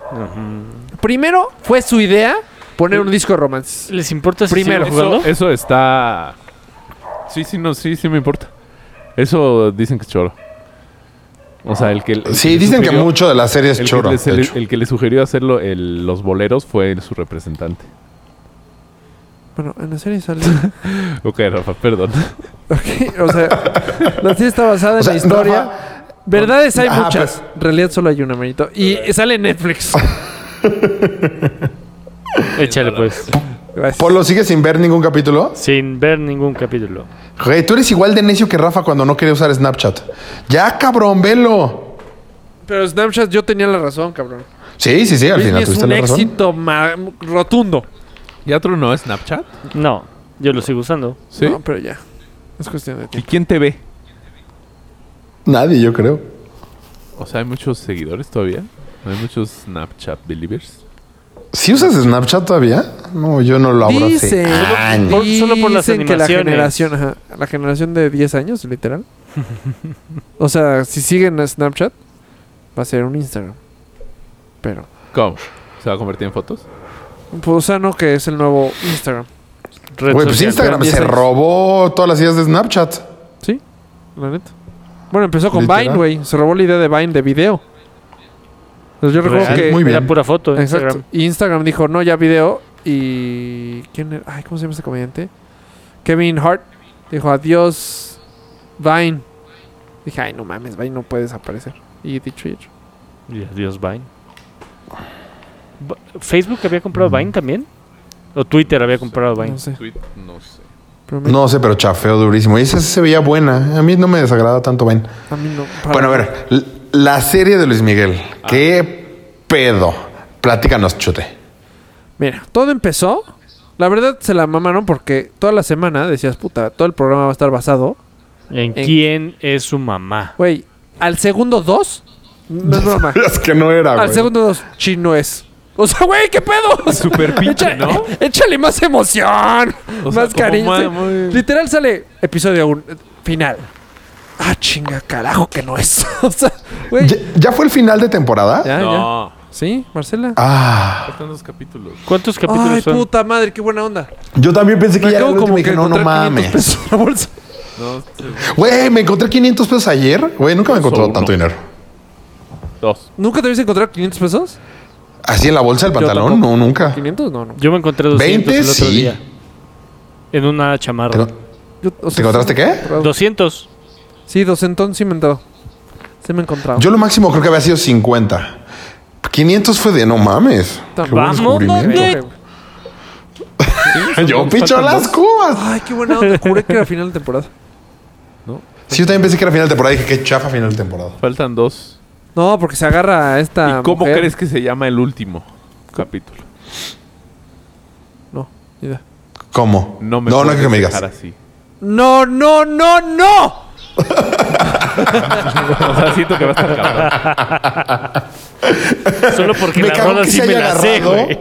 Speaker 1: Primero fue su idea poner un disco de romance.
Speaker 2: ¿Les importa si
Speaker 1: Primero.
Speaker 2: siguen jugando?
Speaker 5: Eso, eso está... Sí, sí, no, sí, sí me importa. Eso dicen que es choro. O sea, el que... el
Speaker 3: Sí, dicen que
Speaker 5: sugirió-
Speaker 3: mucho de la serie es
Speaker 5: el
Speaker 3: choro.
Speaker 5: Que les-
Speaker 3: de
Speaker 5: el,
Speaker 3: hecho.
Speaker 5: el que le sugirió hacerlo el- los boleros fue su representante.
Speaker 1: Bueno, en la serie sale.
Speaker 5: Ok, Rafa, perdón.
Speaker 1: Ok, o sea, la serie está basada en
Speaker 3: O sea,
Speaker 1: la historia.
Speaker 3: Rafa,
Speaker 1: Verdades hay
Speaker 3: Ajá, pues.
Speaker 1: muchas. En realidad solo hay una, manito. Y sale en Netflix.
Speaker 2: Échale, pues.
Speaker 1: Gracias.
Speaker 3: Polo, ¿sigues sin ver ningún capítulo?
Speaker 2: Sin ver ningún capítulo.
Speaker 3: Güey, tú eres igual de necio que Rafa cuando no quería usar Snapchat. Ya, cabrón, velo.
Speaker 1: Pero Snapchat yo tenía la razón, cabrón.
Speaker 3: Sí, sí, sí, al
Speaker 1: Disney
Speaker 3: final
Speaker 1: es
Speaker 3: tuviste
Speaker 1: un
Speaker 3: la razón.
Speaker 1: éxito ma- rotundo.
Speaker 5: ¿Ya tronó Snapchat?
Speaker 2: No, yo lo sigo usando.
Speaker 5: Sí.
Speaker 1: No, pero ya. Es cuestión de
Speaker 5: ¿Y
Speaker 1: tiempo.
Speaker 5: quién te ve?
Speaker 3: Nadie, yo creo.
Speaker 5: O sea, hay muchos seguidores todavía. Hay muchos Snapchat believers.
Speaker 3: ¿Sí usas Snapchat todavía? No, yo no lo abro hace
Speaker 1: Dicen,
Speaker 3: años.
Speaker 2: Por- solo por las
Speaker 1: dicen que la
Speaker 2: animaciones.
Speaker 1: generación, ajá, la generación de 10 años, literal. o sea, si siguen a Snapchat, va a ser un Instagram. Pero,
Speaker 5: ¿Cómo? ¿Se va a convertir en fotos?
Speaker 1: pues, o sea, no que es el nuevo Instagram.
Speaker 2: Red
Speaker 3: Güey, pues
Speaker 2: social.
Speaker 3: Instagram
Speaker 1: diez
Speaker 3: se
Speaker 1: años.
Speaker 3: robó todas las ideas de Snapchat.
Speaker 1: Sí, la neta. Bueno, empezó con
Speaker 3: Literal.
Speaker 1: Vine, güey. Se robó la idea de Vine de video. Entonces, yo recuerdo
Speaker 2: Real.
Speaker 1: que
Speaker 3: Muy bien.
Speaker 2: Era pura foto en
Speaker 1: Exacto.
Speaker 2: Instagram.
Speaker 1: Y Instagram dijo, no, ya video. Y. ¿Quién era? Ay, ¿cómo se llama ese comediante? Kevin Hart dijo, adiós, Vine. Dije, ay, no mames, Vine no puede desaparecer. Y dicho y hecho.
Speaker 2: Y adiós, Vine. Ba- ¿Facebook había comprado Vine también? ¿O Twitter había comprado Vine?
Speaker 1: Mm. No sé.
Speaker 5: Tweet, no sé.
Speaker 1: Pero me-
Speaker 3: No sé, pero chafeo durísimo. Y esa sí se veía buena. A mí no me desagrada tanto, Vine.
Speaker 1: A mí no. para- Ah.
Speaker 3: Bueno, a ver, l- la serie de Luis Miguel. ¿Qué pedo? Platícanos, chute.
Speaker 1: Mira, todo empezó. La verdad se la mamaron porque toda la semana decías, puta, todo el programa va a estar basado. En-
Speaker 2: ¿En quién es su mamá?
Speaker 1: Güey, al segundo dos. No es broma.
Speaker 3: Es que no era,
Speaker 1: Ah. Al segundo dos, chino es. O sea, güey, ¿qué pedo?
Speaker 5: Super pinche, ¿no?
Speaker 1: Échale más emoción.
Speaker 5: O sea,
Speaker 1: más
Speaker 5: como
Speaker 1: cariño.
Speaker 5: ma-
Speaker 1: Sí.
Speaker 5: muy-
Speaker 1: Literal sale episodio 1, final. Ah, chinga, carajo que no es. o sea, güey.
Speaker 3: ¿Ya, ya fue el final de temporada?
Speaker 1: Ya, ya.
Speaker 5: No.
Speaker 1: Sí, Marcela.
Speaker 3: Ah,
Speaker 5: Faltan dos capítulos.
Speaker 2: ¿Cuántos capítulos
Speaker 1: Ay,
Speaker 2: son?
Speaker 1: puta madre, qué buena onda.
Speaker 3: yo también pensé que
Speaker 1: Me
Speaker 3: ya era
Speaker 1: acabo
Speaker 3: el último
Speaker 1: como
Speaker 3: y
Speaker 1: que
Speaker 3: dije, no, no
Speaker 1: encontrar 500
Speaker 3: mames.
Speaker 1: pesos en la bolsa.
Speaker 5: No, sí.
Speaker 3: Güey, me encontré 500 pesos ayer. Güey, nunca me encontró
Speaker 5: Solo
Speaker 3: tanto
Speaker 5: uno.
Speaker 3: dinero.
Speaker 5: dos.
Speaker 1: ¿Nunca te habías encontrado 500 pesos?
Speaker 3: ¿Así en la bolsa del pantalón?
Speaker 1: tampoco.
Speaker 3: No, nunca.
Speaker 1: ¿500? No, no.
Speaker 2: Yo me encontré 200
Speaker 3: 20,
Speaker 2: el otro
Speaker 3: sí.
Speaker 2: día. En una
Speaker 3: ¿Te,
Speaker 2: chamarra.
Speaker 3: lo-
Speaker 1: Yo, o
Speaker 3: te encontraste qué?
Speaker 2: 200.
Speaker 1: Sí, docentón sí me he entrado. Sí me he encontrado.
Speaker 3: Yo lo máximo creo que había sido 50. 500 fue de no mames.
Speaker 1: Tan-
Speaker 3: buen
Speaker 2: Vámonos,
Speaker 3: descubrimiento.
Speaker 2: güey.
Speaker 3: Yo picho
Speaker 5: faltan
Speaker 3: las cubas.
Speaker 1: Ay, qué buena onda. Juré que era final de temporada.
Speaker 3: Sí, yo también pensé que era final de temporada. Dije, qué chafa final de temporada.
Speaker 5: Faltan dos.
Speaker 1: No, porque se agarra a esta.
Speaker 5: ¿Y cómo
Speaker 1: Ah, mujer.
Speaker 5: crees que se llama el último capítulo?
Speaker 1: No, ni idea.
Speaker 3: ¿Cómo?
Speaker 5: No me
Speaker 3: no, no
Speaker 5: puedes
Speaker 3: quiero que me digas.
Speaker 5: dejar así.
Speaker 1: No, no, no, no.
Speaker 5: o sea, siento que va a estar cabrón.
Speaker 2: Solo porque la
Speaker 3: cagó
Speaker 2: rola
Speaker 3: que
Speaker 2: sí
Speaker 3: se
Speaker 2: me la
Speaker 3: haya
Speaker 2: sé,
Speaker 3: agarrado
Speaker 2: güey.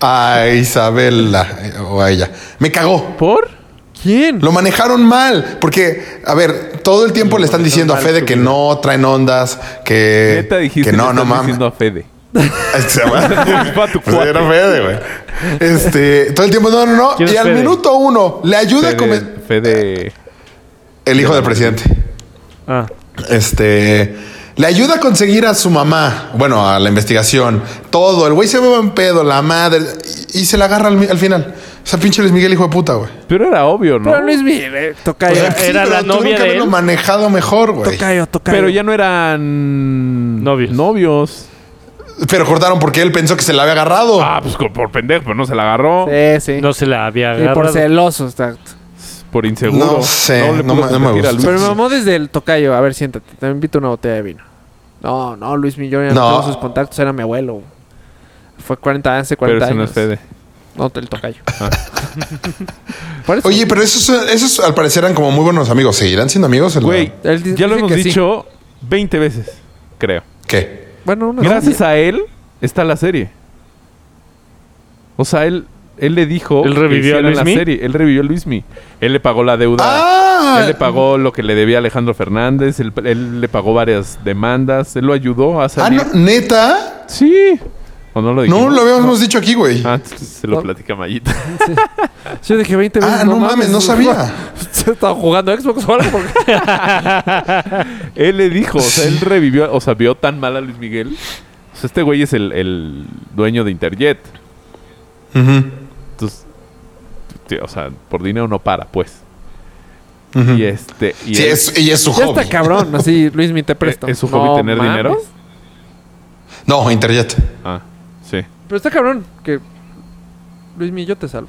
Speaker 3: A Isabela eh, o a ella. Me cagó.
Speaker 1: ¿Por? ¿Quién?
Speaker 3: Lo manejaron mal, porque, a ver, todo el tiempo le están diciendo a Fede que no traen ondas, que,
Speaker 5: Neta dijiste
Speaker 3: Eh, que no,
Speaker 5: le
Speaker 3: no
Speaker 5: estás
Speaker 3: mames.
Speaker 5: diciendo a Fede.
Speaker 3: Se llama-
Speaker 5: Culpa a tu
Speaker 3: Pues
Speaker 5: cuate.
Speaker 3: era Fede, güey. Este, todo el tiempo, no, no, no.
Speaker 2: ¿Quién
Speaker 3: Y
Speaker 2: es
Speaker 3: al
Speaker 2: Fede?
Speaker 3: minuto uno, le ayuda a
Speaker 5: Fede,
Speaker 3: comer.
Speaker 5: Fede-
Speaker 3: El hijo del presidente.
Speaker 2: Ah,
Speaker 3: Este. Le ayuda a conseguir a su mamá, bueno, a la investigación, todo. El güey se ve en pedo, la madre, y, y se la agarra al, mi- al final. O sea, pinche Luis Miguel, hijo de puta, güey.
Speaker 5: Pero era obvio, ¿no?
Speaker 1: Pero Luis Miguel, eh,
Speaker 3: O
Speaker 1: tocayo,
Speaker 3: sea,
Speaker 2: Era- era
Speaker 3: pero
Speaker 2: la
Speaker 3: tuvieron
Speaker 2: novia
Speaker 3: que
Speaker 2: de
Speaker 3: haberlo
Speaker 2: él.
Speaker 3: manejado mejor, Pues, güey.
Speaker 1: tocayo, tocayo.
Speaker 5: Pero ya no eran
Speaker 2: Novios.
Speaker 5: Novios.
Speaker 3: Pero cortaron porque él pensó que se la había agarrado.
Speaker 5: Ah, pues co- por pendejo, pero no se la agarró.
Speaker 1: Sí, sí.
Speaker 2: no se la había
Speaker 1: Sí, por
Speaker 2: agarrado.
Speaker 1: celoso, exacto.
Speaker 5: Por inseguro.
Speaker 3: No sé,
Speaker 5: le
Speaker 3: no
Speaker 5: pudo
Speaker 3: me- no me
Speaker 5: competir
Speaker 3: gusta.
Speaker 5: a Luis.
Speaker 1: Pero me mamó desde el tocayo. A ver, siéntate. Te invito una botella de vino. No, no, Luis Millón ya no,
Speaker 3: No.
Speaker 1: tengo sus contactos. Era mi abuelo. Fue 40 años, hace
Speaker 5: Pero
Speaker 1: 40
Speaker 5: ese no
Speaker 1: años.
Speaker 5: es Fede.
Speaker 1: No, el tocayo. Por eso.
Speaker 3: Oye, pero esos, esos al parecer eran como muy buenos amigos. ¿Seguirán siendo amigos? El-
Speaker 5: Güey,
Speaker 1: Él di-
Speaker 5: ya lo
Speaker 1: dice
Speaker 5: hemos
Speaker 1: que sí.
Speaker 5: dicho 20 veces, creo.
Speaker 3: ¿Qué?
Speaker 1: bueno, una
Speaker 5: Gracias a él está la serie. O sea, él, él le dijo
Speaker 2: ¿Él revivió
Speaker 5: que
Speaker 2: a
Speaker 5: hicieran
Speaker 2: Luismi?
Speaker 5: la serie. Él revivió a Luismi. Él le pagó la deuda.
Speaker 3: ¡Ah!
Speaker 5: Él le pagó lo que le debía a Alejandro Fernández. Él, él le pagó varias demandas. Él lo ayudó a
Speaker 3: Ah,
Speaker 5: salir.
Speaker 3: no, neta.
Speaker 5: Sí. ¿O no lo dijimos?
Speaker 3: No lo habíamos dicho aquí, güey.
Speaker 5: Ah, se lo platica Mayita.
Speaker 1: Yo dije 20 veces.
Speaker 3: Ah, no mames, no sabía.
Speaker 1: Se estaba jugando Xbox ahora porque...
Speaker 5: Él le dijo, o sea, él revivió, o sea, vio tan mal a Luis Miguel. O sea, este güey es el, el dueño de Interjet. Entonces, tío, o sea, por dinero no para, pues. Y este. Y
Speaker 3: Sí,
Speaker 5: él-
Speaker 3: es, y es su
Speaker 1: Ya
Speaker 3: hobby.
Speaker 1: está cabrón. Así, Luis, mi te presto.
Speaker 5: ¿Es su hobby tener dinero?
Speaker 3: No, Interjet.
Speaker 5: Ah, sí.
Speaker 1: Pero está cabrón que... Luis, mi, yo te salvo.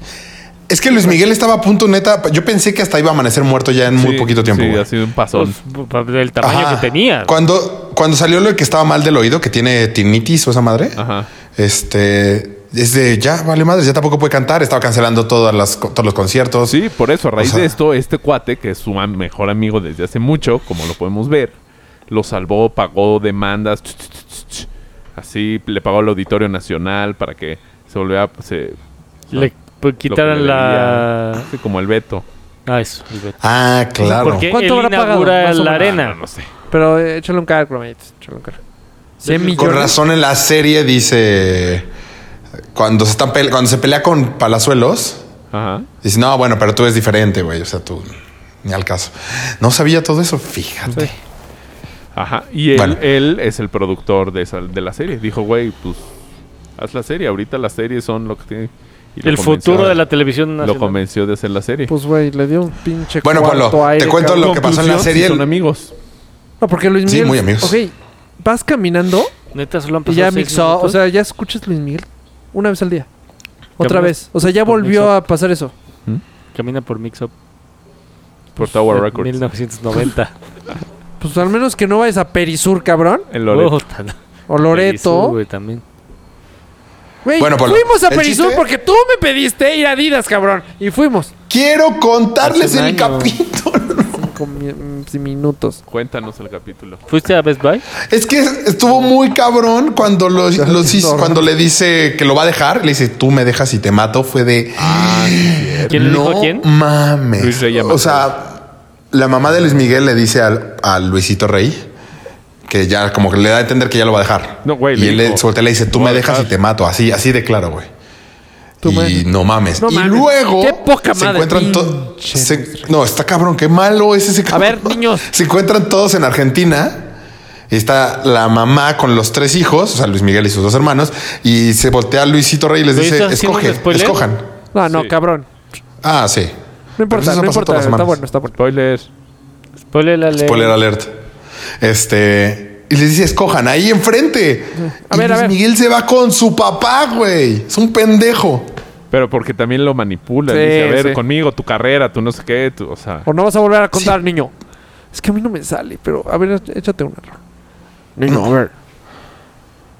Speaker 3: Es que Luis Miguel estaba a punto, neta. Yo pensé que hasta iba a amanecer muerto ya en muy
Speaker 5: Sí,
Speaker 3: poquito tiempo.
Speaker 5: Sí,
Speaker 3: güey.
Speaker 5: ha sido un pasón.
Speaker 2: Pues, pa- del tamaño
Speaker 3: Ajá.
Speaker 2: que tenía.
Speaker 3: Cuando, cuando salió lo que estaba mal del oído, que tiene tinnitus o esa madre,
Speaker 5: Ajá.
Speaker 3: este, es de ya, vale madre, ya tampoco puede cantar. Estaba cancelando todas las, co- todos los conciertos.
Speaker 5: Sí, por eso, a raíz
Speaker 3: O sea-
Speaker 5: de esto, este cuate, que es su am- mejor amigo desde hace mucho, como lo podemos ver, lo salvó, pagó demandas, ch, ch, ch, ch, ch. así le pagó al Auditorio Nacional para que se volviera, se,
Speaker 2: Le pues, quitaran
Speaker 5: lo que le
Speaker 2: la...
Speaker 5: debía, sí, como el veto.
Speaker 2: Ah, eso. el veto.
Speaker 3: Ah, claro.
Speaker 2: Porque
Speaker 1: ¿Cuánto
Speaker 2: él
Speaker 1: habrá pagado?
Speaker 2: inaugura
Speaker 1: Más o
Speaker 2: la
Speaker 1: menos. Ah,
Speaker 2: arena.
Speaker 5: Ah, No, no sé.
Speaker 1: Pero eh, échale un cara, Cromates. Échale un cara. 100
Speaker 3: Con
Speaker 1: millones.
Speaker 3: razón en la serie dice cuando se están pele- cuando se pelea con Palazuelos,
Speaker 5: Ajá.
Speaker 3: dice, "No, bueno, pero tú es diferente, güey, o sea, tú ni al caso." No sabía todo eso, fíjate.
Speaker 5: Ajá. Y él,
Speaker 3: Bueno.
Speaker 5: él es el productor de, esa, de la serie. Dijo, güey, pues haz la serie. Ahorita las series son lo que tiene. Y lo
Speaker 2: El
Speaker 5: convenció-
Speaker 2: futuro de la televisión
Speaker 5: Lo
Speaker 2: nacional.
Speaker 5: convenció de hacer la serie.
Speaker 1: Pues, güey, le dio un pinche
Speaker 3: Bueno,
Speaker 1: cuarto
Speaker 3: Pablo,
Speaker 1: aire,
Speaker 3: te cuento
Speaker 1: cabrón.
Speaker 3: lo que pasó en la
Speaker 5: Conclusión,
Speaker 3: serie,
Speaker 5: sí son
Speaker 3: el-
Speaker 5: amigos.
Speaker 1: No, porque Luis
Speaker 3: Sí,
Speaker 1: Miguel...
Speaker 3: muy amigos.
Speaker 1: Ok, vas caminando
Speaker 2: Neta, solo han
Speaker 1: y
Speaker 2: pasado
Speaker 1: ya
Speaker 2: seis
Speaker 1: mixó. O
Speaker 2: minutos.
Speaker 1: sea, ya escuchas Luis Miguel una vez al día. Otra
Speaker 2: Cámara.
Speaker 1: vez. O sea, ya
Speaker 2: Por
Speaker 1: volvió
Speaker 2: mixo.
Speaker 1: a pasar eso.
Speaker 2: Camina por Mix Up.
Speaker 5: Por Tower
Speaker 2: de
Speaker 5: Records.
Speaker 2: 1990.
Speaker 1: Pues al menos que no vayas a Perisur, cabrón.
Speaker 5: En Loreto.
Speaker 2: Oh, tan-
Speaker 1: O
Speaker 2: Perisur,
Speaker 1: Loreto.
Speaker 2: güey, también.
Speaker 1: Güey,
Speaker 3: Bueno, Pablo,
Speaker 1: fuimos a
Speaker 3: ¿el
Speaker 1: Perisur
Speaker 3: chiste?
Speaker 1: porque tú me pediste ir a Adidas, cabrón. Y fuimos.
Speaker 3: Quiero contarles
Speaker 1: Hace un
Speaker 3: el
Speaker 1: año.
Speaker 3: capítulo.
Speaker 1: Cinco mi- mm, sí, minutos.
Speaker 5: Cuéntanos el capítulo.
Speaker 2: ¿Fuiste a Best Buy?
Speaker 3: Es que estuvo muy cabrón cuando los, los hizo- cuando le dice que lo va a dejar, le dice, "Tú me dejas y te mato." Fue de
Speaker 1: Ah,
Speaker 2: ¿Quién le
Speaker 3: no
Speaker 2: dijo a quién?
Speaker 3: Mames.
Speaker 5: Luis Rey Amador.
Speaker 3: o sea, la mamá de Luis Miguel le dice al, a Luisito Rey que ya como que le da a entender que ya lo va a dejar.
Speaker 5: No, güey,
Speaker 3: Y
Speaker 5: le
Speaker 3: él
Speaker 5: dijo,
Speaker 3: le suelta y le dice,
Speaker 5: "Te
Speaker 3: tú
Speaker 5: voy
Speaker 3: me
Speaker 5: a
Speaker 3: dejas y
Speaker 5: dejar".
Speaker 3: te mato. Así, así de claro, güey.
Speaker 1: Tú
Speaker 3: Y
Speaker 1: me-
Speaker 3: no mames.
Speaker 1: No
Speaker 3: y
Speaker 1: mames.
Speaker 3: luego
Speaker 1: Qué poca
Speaker 3: se
Speaker 1: madre,
Speaker 3: encuentran todos.
Speaker 1: pinche
Speaker 3: No, está cabrón, qué malo es ese cabrón.
Speaker 1: ver, niños.
Speaker 3: Se encuentran todos en Argentina. Y está la mamá con los tres hijos, o sea, Luis Miguel y sus dos hermanos. Y se voltea a Luisito Rey y les
Speaker 2: ¿Pero
Speaker 3: dice,
Speaker 2: estás haciendo un
Speaker 3: escoge,
Speaker 2: spoiler?
Speaker 3: escojan.
Speaker 1: No, no,
Speaker 5: Sí.
Speaker 1: cabrón.
Speaker 3: Ah, sí.
Speaker 1: No importa,
Speaker 3: eso
Speaker 1: no
Speaker 3: pasa
Speaker 1: importa.
Speaker 3: todas las
Speaker 1: Está
Speaker 3: semanas.
Speaker 1: bueno, está bueno.
Speaker 5: Spoiler.
Speaker 2: Spoiler la ley.
Speaker 3: Spoiler alert. Este. Y les dice, escojan ahí enfrente.
Speaker 1: A
Speaker 3: y
Speaker 1: ver, a
Speaker 3: Luis
Speaker 1: ver.
Speaker 3: Miguel se va con su papá, güey. Es un pendejo.
Speaker 5: Pero porque también lo manipula.
Speaker 1: Sí,
Speaker 5: dice, a ver,
Speaker 1: sí.
Speaker 5: conmigo, tu carrera, tu no sé qué, tu, o sea.
Speaker 1: O no vas a volver a contar, niño. Es que a mí no me sale, pero a ver, échate un error. Niño, a ver.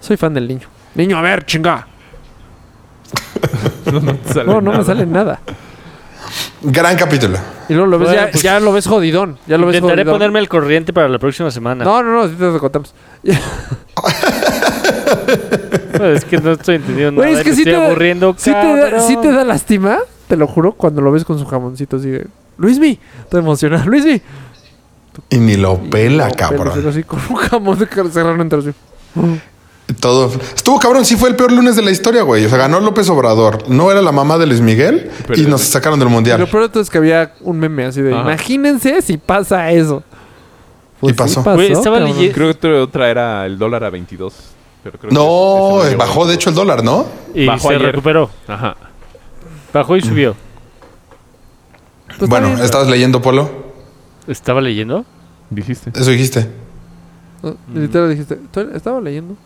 Speaker 1: Soy fan del niño. Niño, a ver, chinga.
Speaker 5: No, te sale
Speaker 1: No, no me
Speaker 5: nada.
Speaker 1: sale nada.
Speaker 3: Gran capítulo.
Speaker 1: Y luego lo ves,
Speaker 2: Bueno,
Speaker 1: ya, ya lo ves jodidón. Ya lo ves
Speaker 2: Intentaré
Speaker 1: jodidón.
Speaker 2: ponerme el corriente para la próxima semana.
Speaker 1: No, no, no, sí te lo contamos.
Speaker 2: Pues es que no estoy entendiendo
Speaker 1: Güey,
Speaker 2: nada.
Speaker 1: es que
Speaker 2: me
Speaker 1: sí te,
Speaker 2: estoy
Speaker 1: da-
Speaker 2: aburriendo.
Speaker 1: sí, te da,
Speaker 2: cabrón.
Speaker 1: sí te da lástima, te lo juro, cuando lo ves con su jamoncito así de... Luismi, te emociona. Luismi.
Speaker 3: Y ni lo
Speaker 1: No,
Speaker 3: pela,
Speaker 1: pero se lo
Speaker 3: Ah, cabrón.
Speaker 1: así con un jamón de car- serrano entre sí.
Speaker 3: Todo. Estuvo cabrón, sí fue el peor lunes de la historia, güey. O sea, ganó López Obrador. No era la mamá de Luis Miguel
Speaker 5: Pero-
Speaker 3: y nos sacaron del
Speaker 1: Y Lo
Speaker 3: mundial.
Speaker 1: peor de todo es que había un meme así de...
Speaker 5: Ajá.
Speaker 1: Imagínense si pasa eso. pues,
Speaker 3: Y pasó.
Speaker 2: Güey, estaba
Speaker 1: cabrón.
Speaker 2: leyendo-
Speaker 5: Creo que otra era el dólar a 22. Pero creo que
Speaker 3: No,
Speaker 5: ese- ese
Speaker 3: bajó de hecho el dólar, ¿no?
Speaker 2: Y
Speaker 5: Bajó
Speaker 2: se
Speaker 5: ayer.
Speaker 2: recuperó.
Speaker 5: Ajá.
Speaker 2: Bajó y subió.
Speaker 1: Pues está
Speaker 3: bueno,
Speaker 1: bien.
Speaker 3: estabas leyendo Polo.
Speaker 2: ¿Estaba leyendo?
Speaker 5: Dijiste.
Speaker 3: Eso dijiste.
Speaker 1: No, eh, Literal dijiste... "Tú- Estaba leyendo.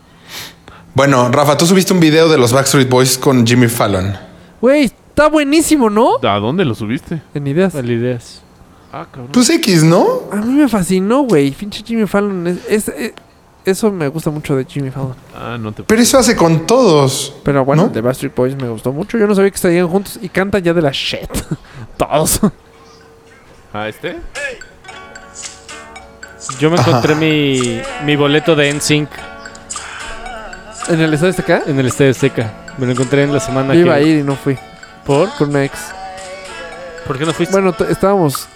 Speaker 3: Bueno, Rafa, tú subiste un video de los Backstreet Boys con Jimmy Fallon.
Speaker 1: Güey, está buenísimo, ¿no?
Speaker 5: ¿A dónde lo subiste?
Speaker 1: En ideas.
Speaker 2: Las ideas.
Speaker 5: Ah, cabrón.
Speaker 3: Pues X, ¿no?
Speaker 1: A mí me fascinó, güey. Pinche Jimmy Fallon. es- es- es- eso me gusta mucho de Jimmy Fallon.
Speaker 5: Ah, no te
Speaker 3: Pero eso hace con todos.
Speaker 1: Pero bueno,
Speaker 3: ¿No?
Speaker 1: The Bastard Boys me gustó mucho. Yo no sabía que estarían juntos y cantan ya de la shit. Todos.
Speaker 5: Ah, este.
Speaker 2: Yo me encontré mi, mi boleto de NSYNC
Speaker 1: ¿En el estadio de acá?
Speaker 2: en el Estadio Azteca. Me lo encontré en la semana
Speaker 1: Yo iba a
Speaker 2: que...
Speaker 1: ir y no fui.
Speaker 2: ¿Por?
Speaker 1: Con una ex.
Speaker 2: ¿Por qué no fuiste?
Speaker 1: Bueno, t- estábamos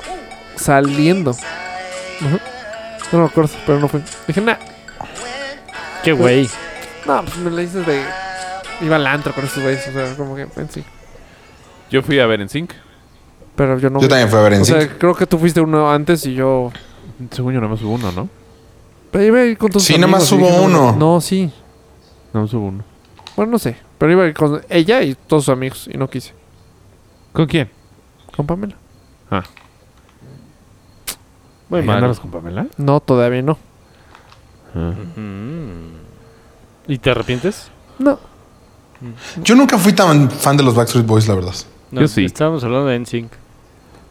Speaker 1: saliendo. Ajá. No me acuerdo, pero no fui. Dije, nah,
Speaker 2: qué güey.
Speaker 1: no, pues me la dices de. Iba al antro con estos güeyes, o sea, como que en sí.
Speaker 5: Yo fui a ver en Sync.
Speaker 1: Pero yo no.
Speaker 3: Yo también fui a ver en
Speaker 1: O sea,
Speaker 3: Sync.
Speaker 1: creo que tú fuiste uno antes y yo.
Speaker 5: Según yo, nada más hubo uno, ¿no?
Speaker 1: Pero iba a ir con tus
Speaker 3: Sí, nada más
Speaker 1: amigos, y
Speaker 3: hubo
Speaker 1: dije, no,
Speaker 3: uno.
Speaker 1: No, sí.
Speaker 5: Nada más hubo uno.
Speaker 1: Bueno, no sé. Pero iba a ir con ella y todos sus amigos y no quise.
Speaker 5: ¿Con quién?
Speaker 1: Con Pamela.
Speaker 2: Muy
Speaker 5: Ahí
Speaker 2: mal.
Speaker 5: andabas con Pamela?
Speaker 1: No, todavía no.
Speaker 5: Ah.
Speaker 2: ¿Y te arrepientes?
Speaker 1: No.
Speaker 3: Yo nunca fui tan fan de los Backstreet Boys, la verdad.
Speaker 2: No,
Speaker 5: Yo sí.
Speaker 2: Estábamos hablando de NSYNC.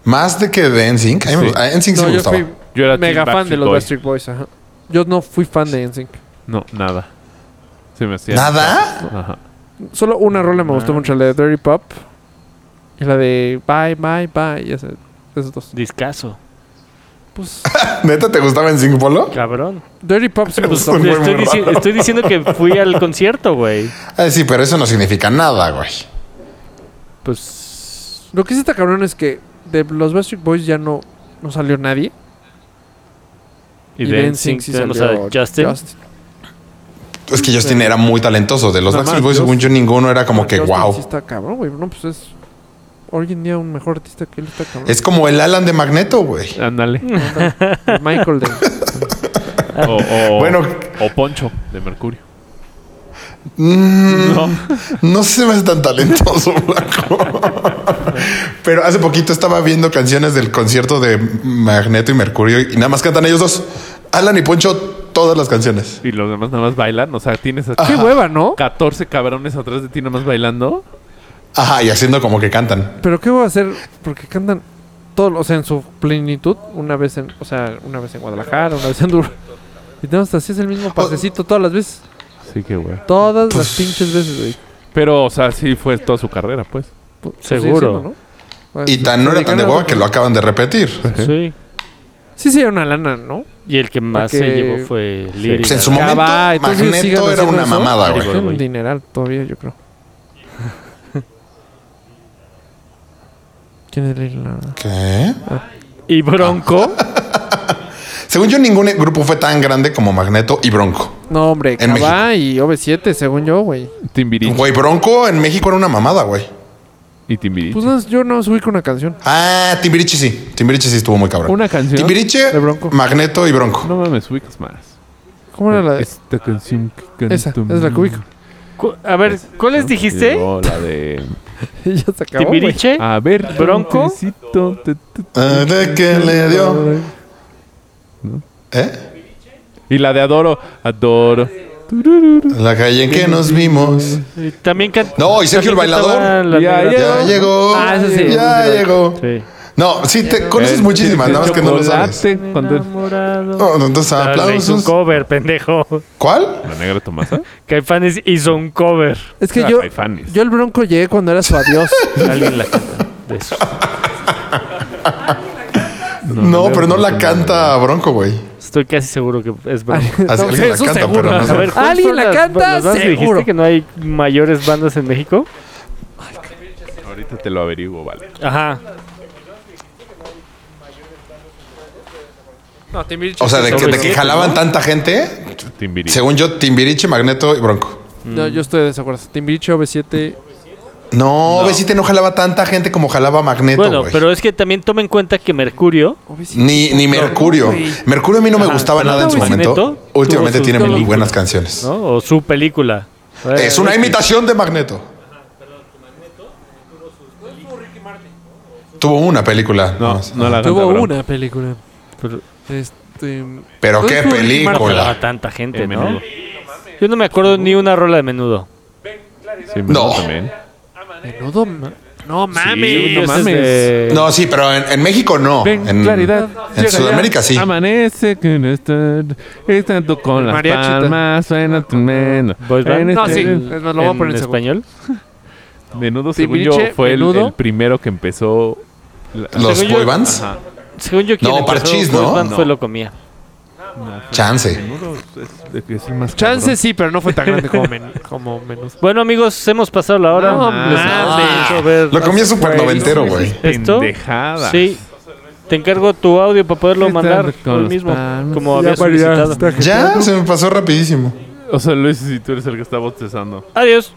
Speaker 3: Más de que de NSYNC. A mí me
Speaker 5: Sí.
Speaker 3: gusta- a NSYNC
Speaker 1: No,
Speaker 3: sí me
Speaker 1: yo
Speaker 3: gustaba.
Speaker 1: fui
Speaker 5: Yo era
Speaker 1: mega
Speaker 5: team
Speaker 1: fan de los
Speaker 5: Boy.
Speaker 1: Backstreet Boys. Ajá. Yo no fui fan de NSYNC.
Speaker 5: No, nada. Se me hacía.
Speaker 3: ¿Nada?
Speaker 5: Ajá.
Speaker 1: Solo una rola me
Speaker 5: Ah.
Speaker 1: gustó mucho, la de Dirty Pop. Y la de Bye, Bye, Bye. Y esa- esas dos.
Speaker 2: Discaso.
Speaker 1: Pues,
Speaker 3: ¿Neta te gustaba NSYNC, Polo?
Speaker 2: Cabrón.
Speaker 1: Dirty Pop sí me
Speaker 3: Pues,
Speaker 1: gustó.
Speaker 3: Muy
Speaker 2: estoy,
Speaker 3: raro.
Speaker 2: dici- estoy diciendo que fui al concierto, güey.
Speaker 3: Ah, sí, pero eso no significa nada, güey.
Speaker 2: Pues.
Speaker 1: Lo que sí está cabrón es que de los Backstreet Boys ya no, no salió nadie.
Speaker 2: Y, de NSYNC
Speaker 1: sí
Speaker 2: tenemos
Speaker 1: salió
Speaker 2: a Justin.
Speaker 3: Es que Justin era muy talentoso. De los
Speaker 1: Nada
Speaker 3: Backstreet
Speaker 1: más,
Speaker 3: Boys,
Speaker 1: Dios.
Speaker 3: según yo, ninguno era como
Speaker 1: Ah,
Speaker 3: que
Speaker 1: Justin
Speaker 3: wow.
Speaker 1: Sí está cabrón, güey. No, pues es hoy en día un mejor artista que él está cabrón.
Speaker 3: Es como el Alan de Magneto, güey.
Speaker 5: Ándale.
Speaker 1: Michael Day.
Speaker 5: O, o-
Speaker 3: Bueno.
Speaker 5: O Poncho de Mercurio.
Speaker 3: Mm,
Speaker 5: No.
Speaker 3: No se me hace tan talentoso, Blanco. Pero hace poquito estaba viendo canciones del concierto de Magneto y Mercurio y nada más cantan ellos dos. Alan y Poncho todas las canciones.
Speaker 5: Y los demás nada más bailan. O sea, tienes a
Speaker 1: Qué hueva, ¿no?
Speaker 5: 14 cabrones atrás de ti nada más bailando.
Speaker 3: Ajá, y haciendo como que cantan.
Speaker 1: Pero qué voy a hacer porque cantan todo, o sea, en su plenitud, una vez en, o sea, una vez en Guadalajara, una vez en Duro. Y tenemos así es el mismo
Speaker 3: Pues,
Speaker 1: pasecito todas las veces,
Speaker 5: Sí, qué hueva.
Speaker 1: todas las pinches veces, güey.
Speaker 5: Pero, o sea, sí fue toda su carrera, pues.
Speaker 1: Pues, pues,
Speaker 2: Seguro.
Speaker 1: sí, ¿no? Pues,
Speaker 3: Y tan no era tan de hueva que lo acaban de repetir.
Speaker 2: Sí.
Speaker 1: Sí, sí, era una lana, ¿no?
Speaker 2: Y el que más se
Speaker 1: Porque-
Speaker 2: llevó fue Liri.
Speaker 3: Pues en su momento,
Speaker 1: Cabá, entonces sigan
Speaker 3: Magneto era
Speaker 1: haciendo
Speaker 3: una
Speaker 1: eso.
Speaker 3: mamada, güey.
Speaker 1: Era un dineral todavía, yo creo. ¿Quién es Lil Nada?
Speaker 3: ¿Qué?
Speaker 2: Y Bronco.
Speaker 1: Ah.
Speaker 3: Según yo, ningún grupo fue tan grande como Magneto y Bronco.
Speaker 1: No, hombre,
Speaker 3: En
Speaker 1: Cabá y OV7, según yo, güey.
Speaker 5: Timbiriche.
Speaker 3: Güey, Bronco en México era una mamada, güey.
Speaker 5: Y Timbiriche.
Speaker 1: Pues no, yo no subí con una canción.
Speaker 3: Ah, Timbiriche sí. Timbiriche sí estuvo muy cabrón.
Speaker 5: Una canción.
Speaker 3: Timbiriche,
Speaker 1: de Bronco.
Speaker 3: Magneto y Bronco.
Speaker 5: No mames, ubicas más.
Speaker 1: ¿Cómo era la de?
Speaker 5: Esta canción que canto
Speaker 1: Esa, es la que ubico.
Speaker 2: Cu- A ver, ¿cuáles dijiste?
Speaker 5: Llegó la de...
Speaker 1: Y ya se acabó, güey.
Speaker 2: Timbiriche.
Speaker 5: A ver,
Speaker 2: Bronco.
Speaker 5: tontecito, te- te-
Speaker 3: Ah, ¿De qué le dio? ¿Eh?
Speaker 5: Y la de Adoro. Adoro. Turururu.
Speaker 3: La calle en que nos vimos.
Speaker 2: Y También can-
Speaker 3: No, y Sergio el
Speaker 2: también cantaba
Speaker 3: Bailador.
Speaker 2: la
Speaker 5: Ya
Speaker 2: negra-
Speaker 3: Ya llegó.
Speaker 1: Ah, eso sí.
Speaker 3: Ya llegó.
Speaker 2: Sí.
Speaker 3: No, sí, te conoces muchísimas, nada más que no lo sabes.
Speaker 5: Eh, Chocolate, cuando es-
Speaker 2: Enamorado.
Speaker 3: No, entonces
Speaker 2: Dale, hizo un
Speaker 3: aplausos.
Speaker 2: cover, pendejo.
Speaker 3: ¿Cuál?
Speaker 5: La negra Tomasa.
Speaker 2: Caifanes hizo un cover.
Speaker 1: Es que
Speaker 5: Ah,
Speaker 1: yo,
Speaker 5: Caifanes.
Speaker 1: yo el bronco llegué cuando era su adiós.
Speaker 2: Alguien la canta. De eso.
Speaker 3: No, pero no la canta Bronco, güey.
Speaker 2: Estoy casi seguro que es broma.
Speaker 3: Así
Speaker 1: No,
Speaker 3: alguien la
Speaker 1: eso
Speaker 3: canta,
Speaker 1: seguro.
Speaker 3: pero no.
Speaker 1: A ver,
Speaker 2: ¿cuáles
Speaker 1: Alguien
Speaker 2: son
Speaker 1: la
Speaker 2: las-
Speaker 1: canta,
Speaker 2: las bandas que
Speaker 1: seguro.
Speaker 2: dijiste que no hay mayores bandas en México?
Speaker 5: Ahorita te lo averiguo, vale.
Speaker 2: Ajá.
Speaker 1: No, Timbiriche.
Speaker 3: O sea, de que, de que
Speaker 2: Sobre-
Speaker 3: jalaban tanta gente,
Speaker 5: Timbiri.
Speaker 3: según yo, Timbiriche, Magneto y Bronco.
Speaker 1: No, yo estoy de desacuerdo. Timbiriche OV7.
Speaker 3: No, ves si te no jalaba tanta gente como jalaba Magneto, güey.
Speaker 2: Bueno, pero es que también toma en cuenta que Mercurio
Speaker 3: Ni, ni Mercurio. Mercurio a mí no me
Speaker 2: Ajá,
Speaker 3: gustaba
Speaker 2: pero
Speaker 3: nada en su
Speaker 2: Magneto
Speaker 3: momento.
Speaker 2: tuvo
Speaker 3: Últimamente
Speaker 2: sus
Speaker 3: tiene muy
Speaker 2: películas.
Speaker 3: buenas canciones.
Speaker 2: ¿no? O su película.
Speaker 5: Eh,
Speaker 3: Es una imitación de Magneto. Tuvo una película.
Speaker 5: No,
Speaker 3: más.
Speaker 5: no la canta.
Speaker 1: Tuvo
Speaker 5: Bronco.
Speaker 1: una película.
Speaker 2: Pero-
Speaker 1: Este.
Speaker 3: Pero
Speaker 1: no
Speaker 3: qué
Speaker 1: es Ricky
Speaker 3: película.
Speaker 1: Martin.
Speaker 2: Pero a tanta gente,
Speaker 5: En
Speaker 2: ¿no?
Speaker 5: menudo.
Speaker 2: Yo no me acuerdo ni una rola de menudo.
Speaker 5: Sí, menudo
Speaker 3: No.
Speaker 5: también.
Speaker 1: Menudo ma- No mames.
Speaker 5: Sí, no
Speaker 2: Ese es
Speaker 5: mames.
Speaker 2: de-
Speaker 3: No, sí, pero en, en México no.
Speaker 5: Ven,
Speaker 3: en
Speaker 5: claridad.
Speaker 3: En
Speaker 5: Llega
Speaker 3: Sudamérica
Speaker 5: ya.
Speaker 3: sí.
Speaker 5: Amanece que no está. Está tu con las
Speaker 1: Mariachita.
Speaker 5: palmas. Suena tu meno.
Speaker 2: Boys band.
Speaker 5: En
Speaker 1: No,
Speaker 5: este-
Speaker 1: sí. es más, Pues Lo voy a
Speaker 2: en
Speaker 1: poner en segundo.
Speaker 2: español.
Speaker 5: Menudo, según yo,
Speaker 1: Timbiriche,
Speaker 5: fue el,
Speaker 1: Menudo.
Speaker 5: el primero que empezó. la-
Speaker 3: Los
Speaker 2: Según yo-
Speaker 3: boy bands.
Speaker 5: Ajá.
Speaker 2: Según yo, quien
Speaker 3: No,
Speaker 2: empezó
Speaker 3: Parchís,
Speaker 2: Boys
Speaker 3: ¿no?
Speaker 2: Band
Speaker 5: No.
Speaker 2: fue lo comía.
Speaker 3: Chance.
Speaker 5: Menudo es, es el más
Speaker 1: Chance sí, pero no fue tan grande como, men- como menos.
Speaker 2: Bueno, amigos, hemos pasado la hora.
Speaker 1: No
Speaker 2: Les
Speaker 1: mames.
Speaker 2: hizo ver
Speaker 3: Lo comí súper noventero, güey.
Speaker 2: esto.
Speaker 5: Pendejada.
Speaker 2: Sí. Te encargo tu audio para poderlo mandar
Speaker 5: Están con
Speaker 2: hoy
Speaker 5: los
Speaker 2: mismo,
Speaker 5: palmas.
Speaker 2: como había solicitado.
Speaker 3: Ya se me pasó rapidísimo.
Speaker 5: O sea, Luis, si tú eres el que está bostezando.
Speaker 2: Adiós.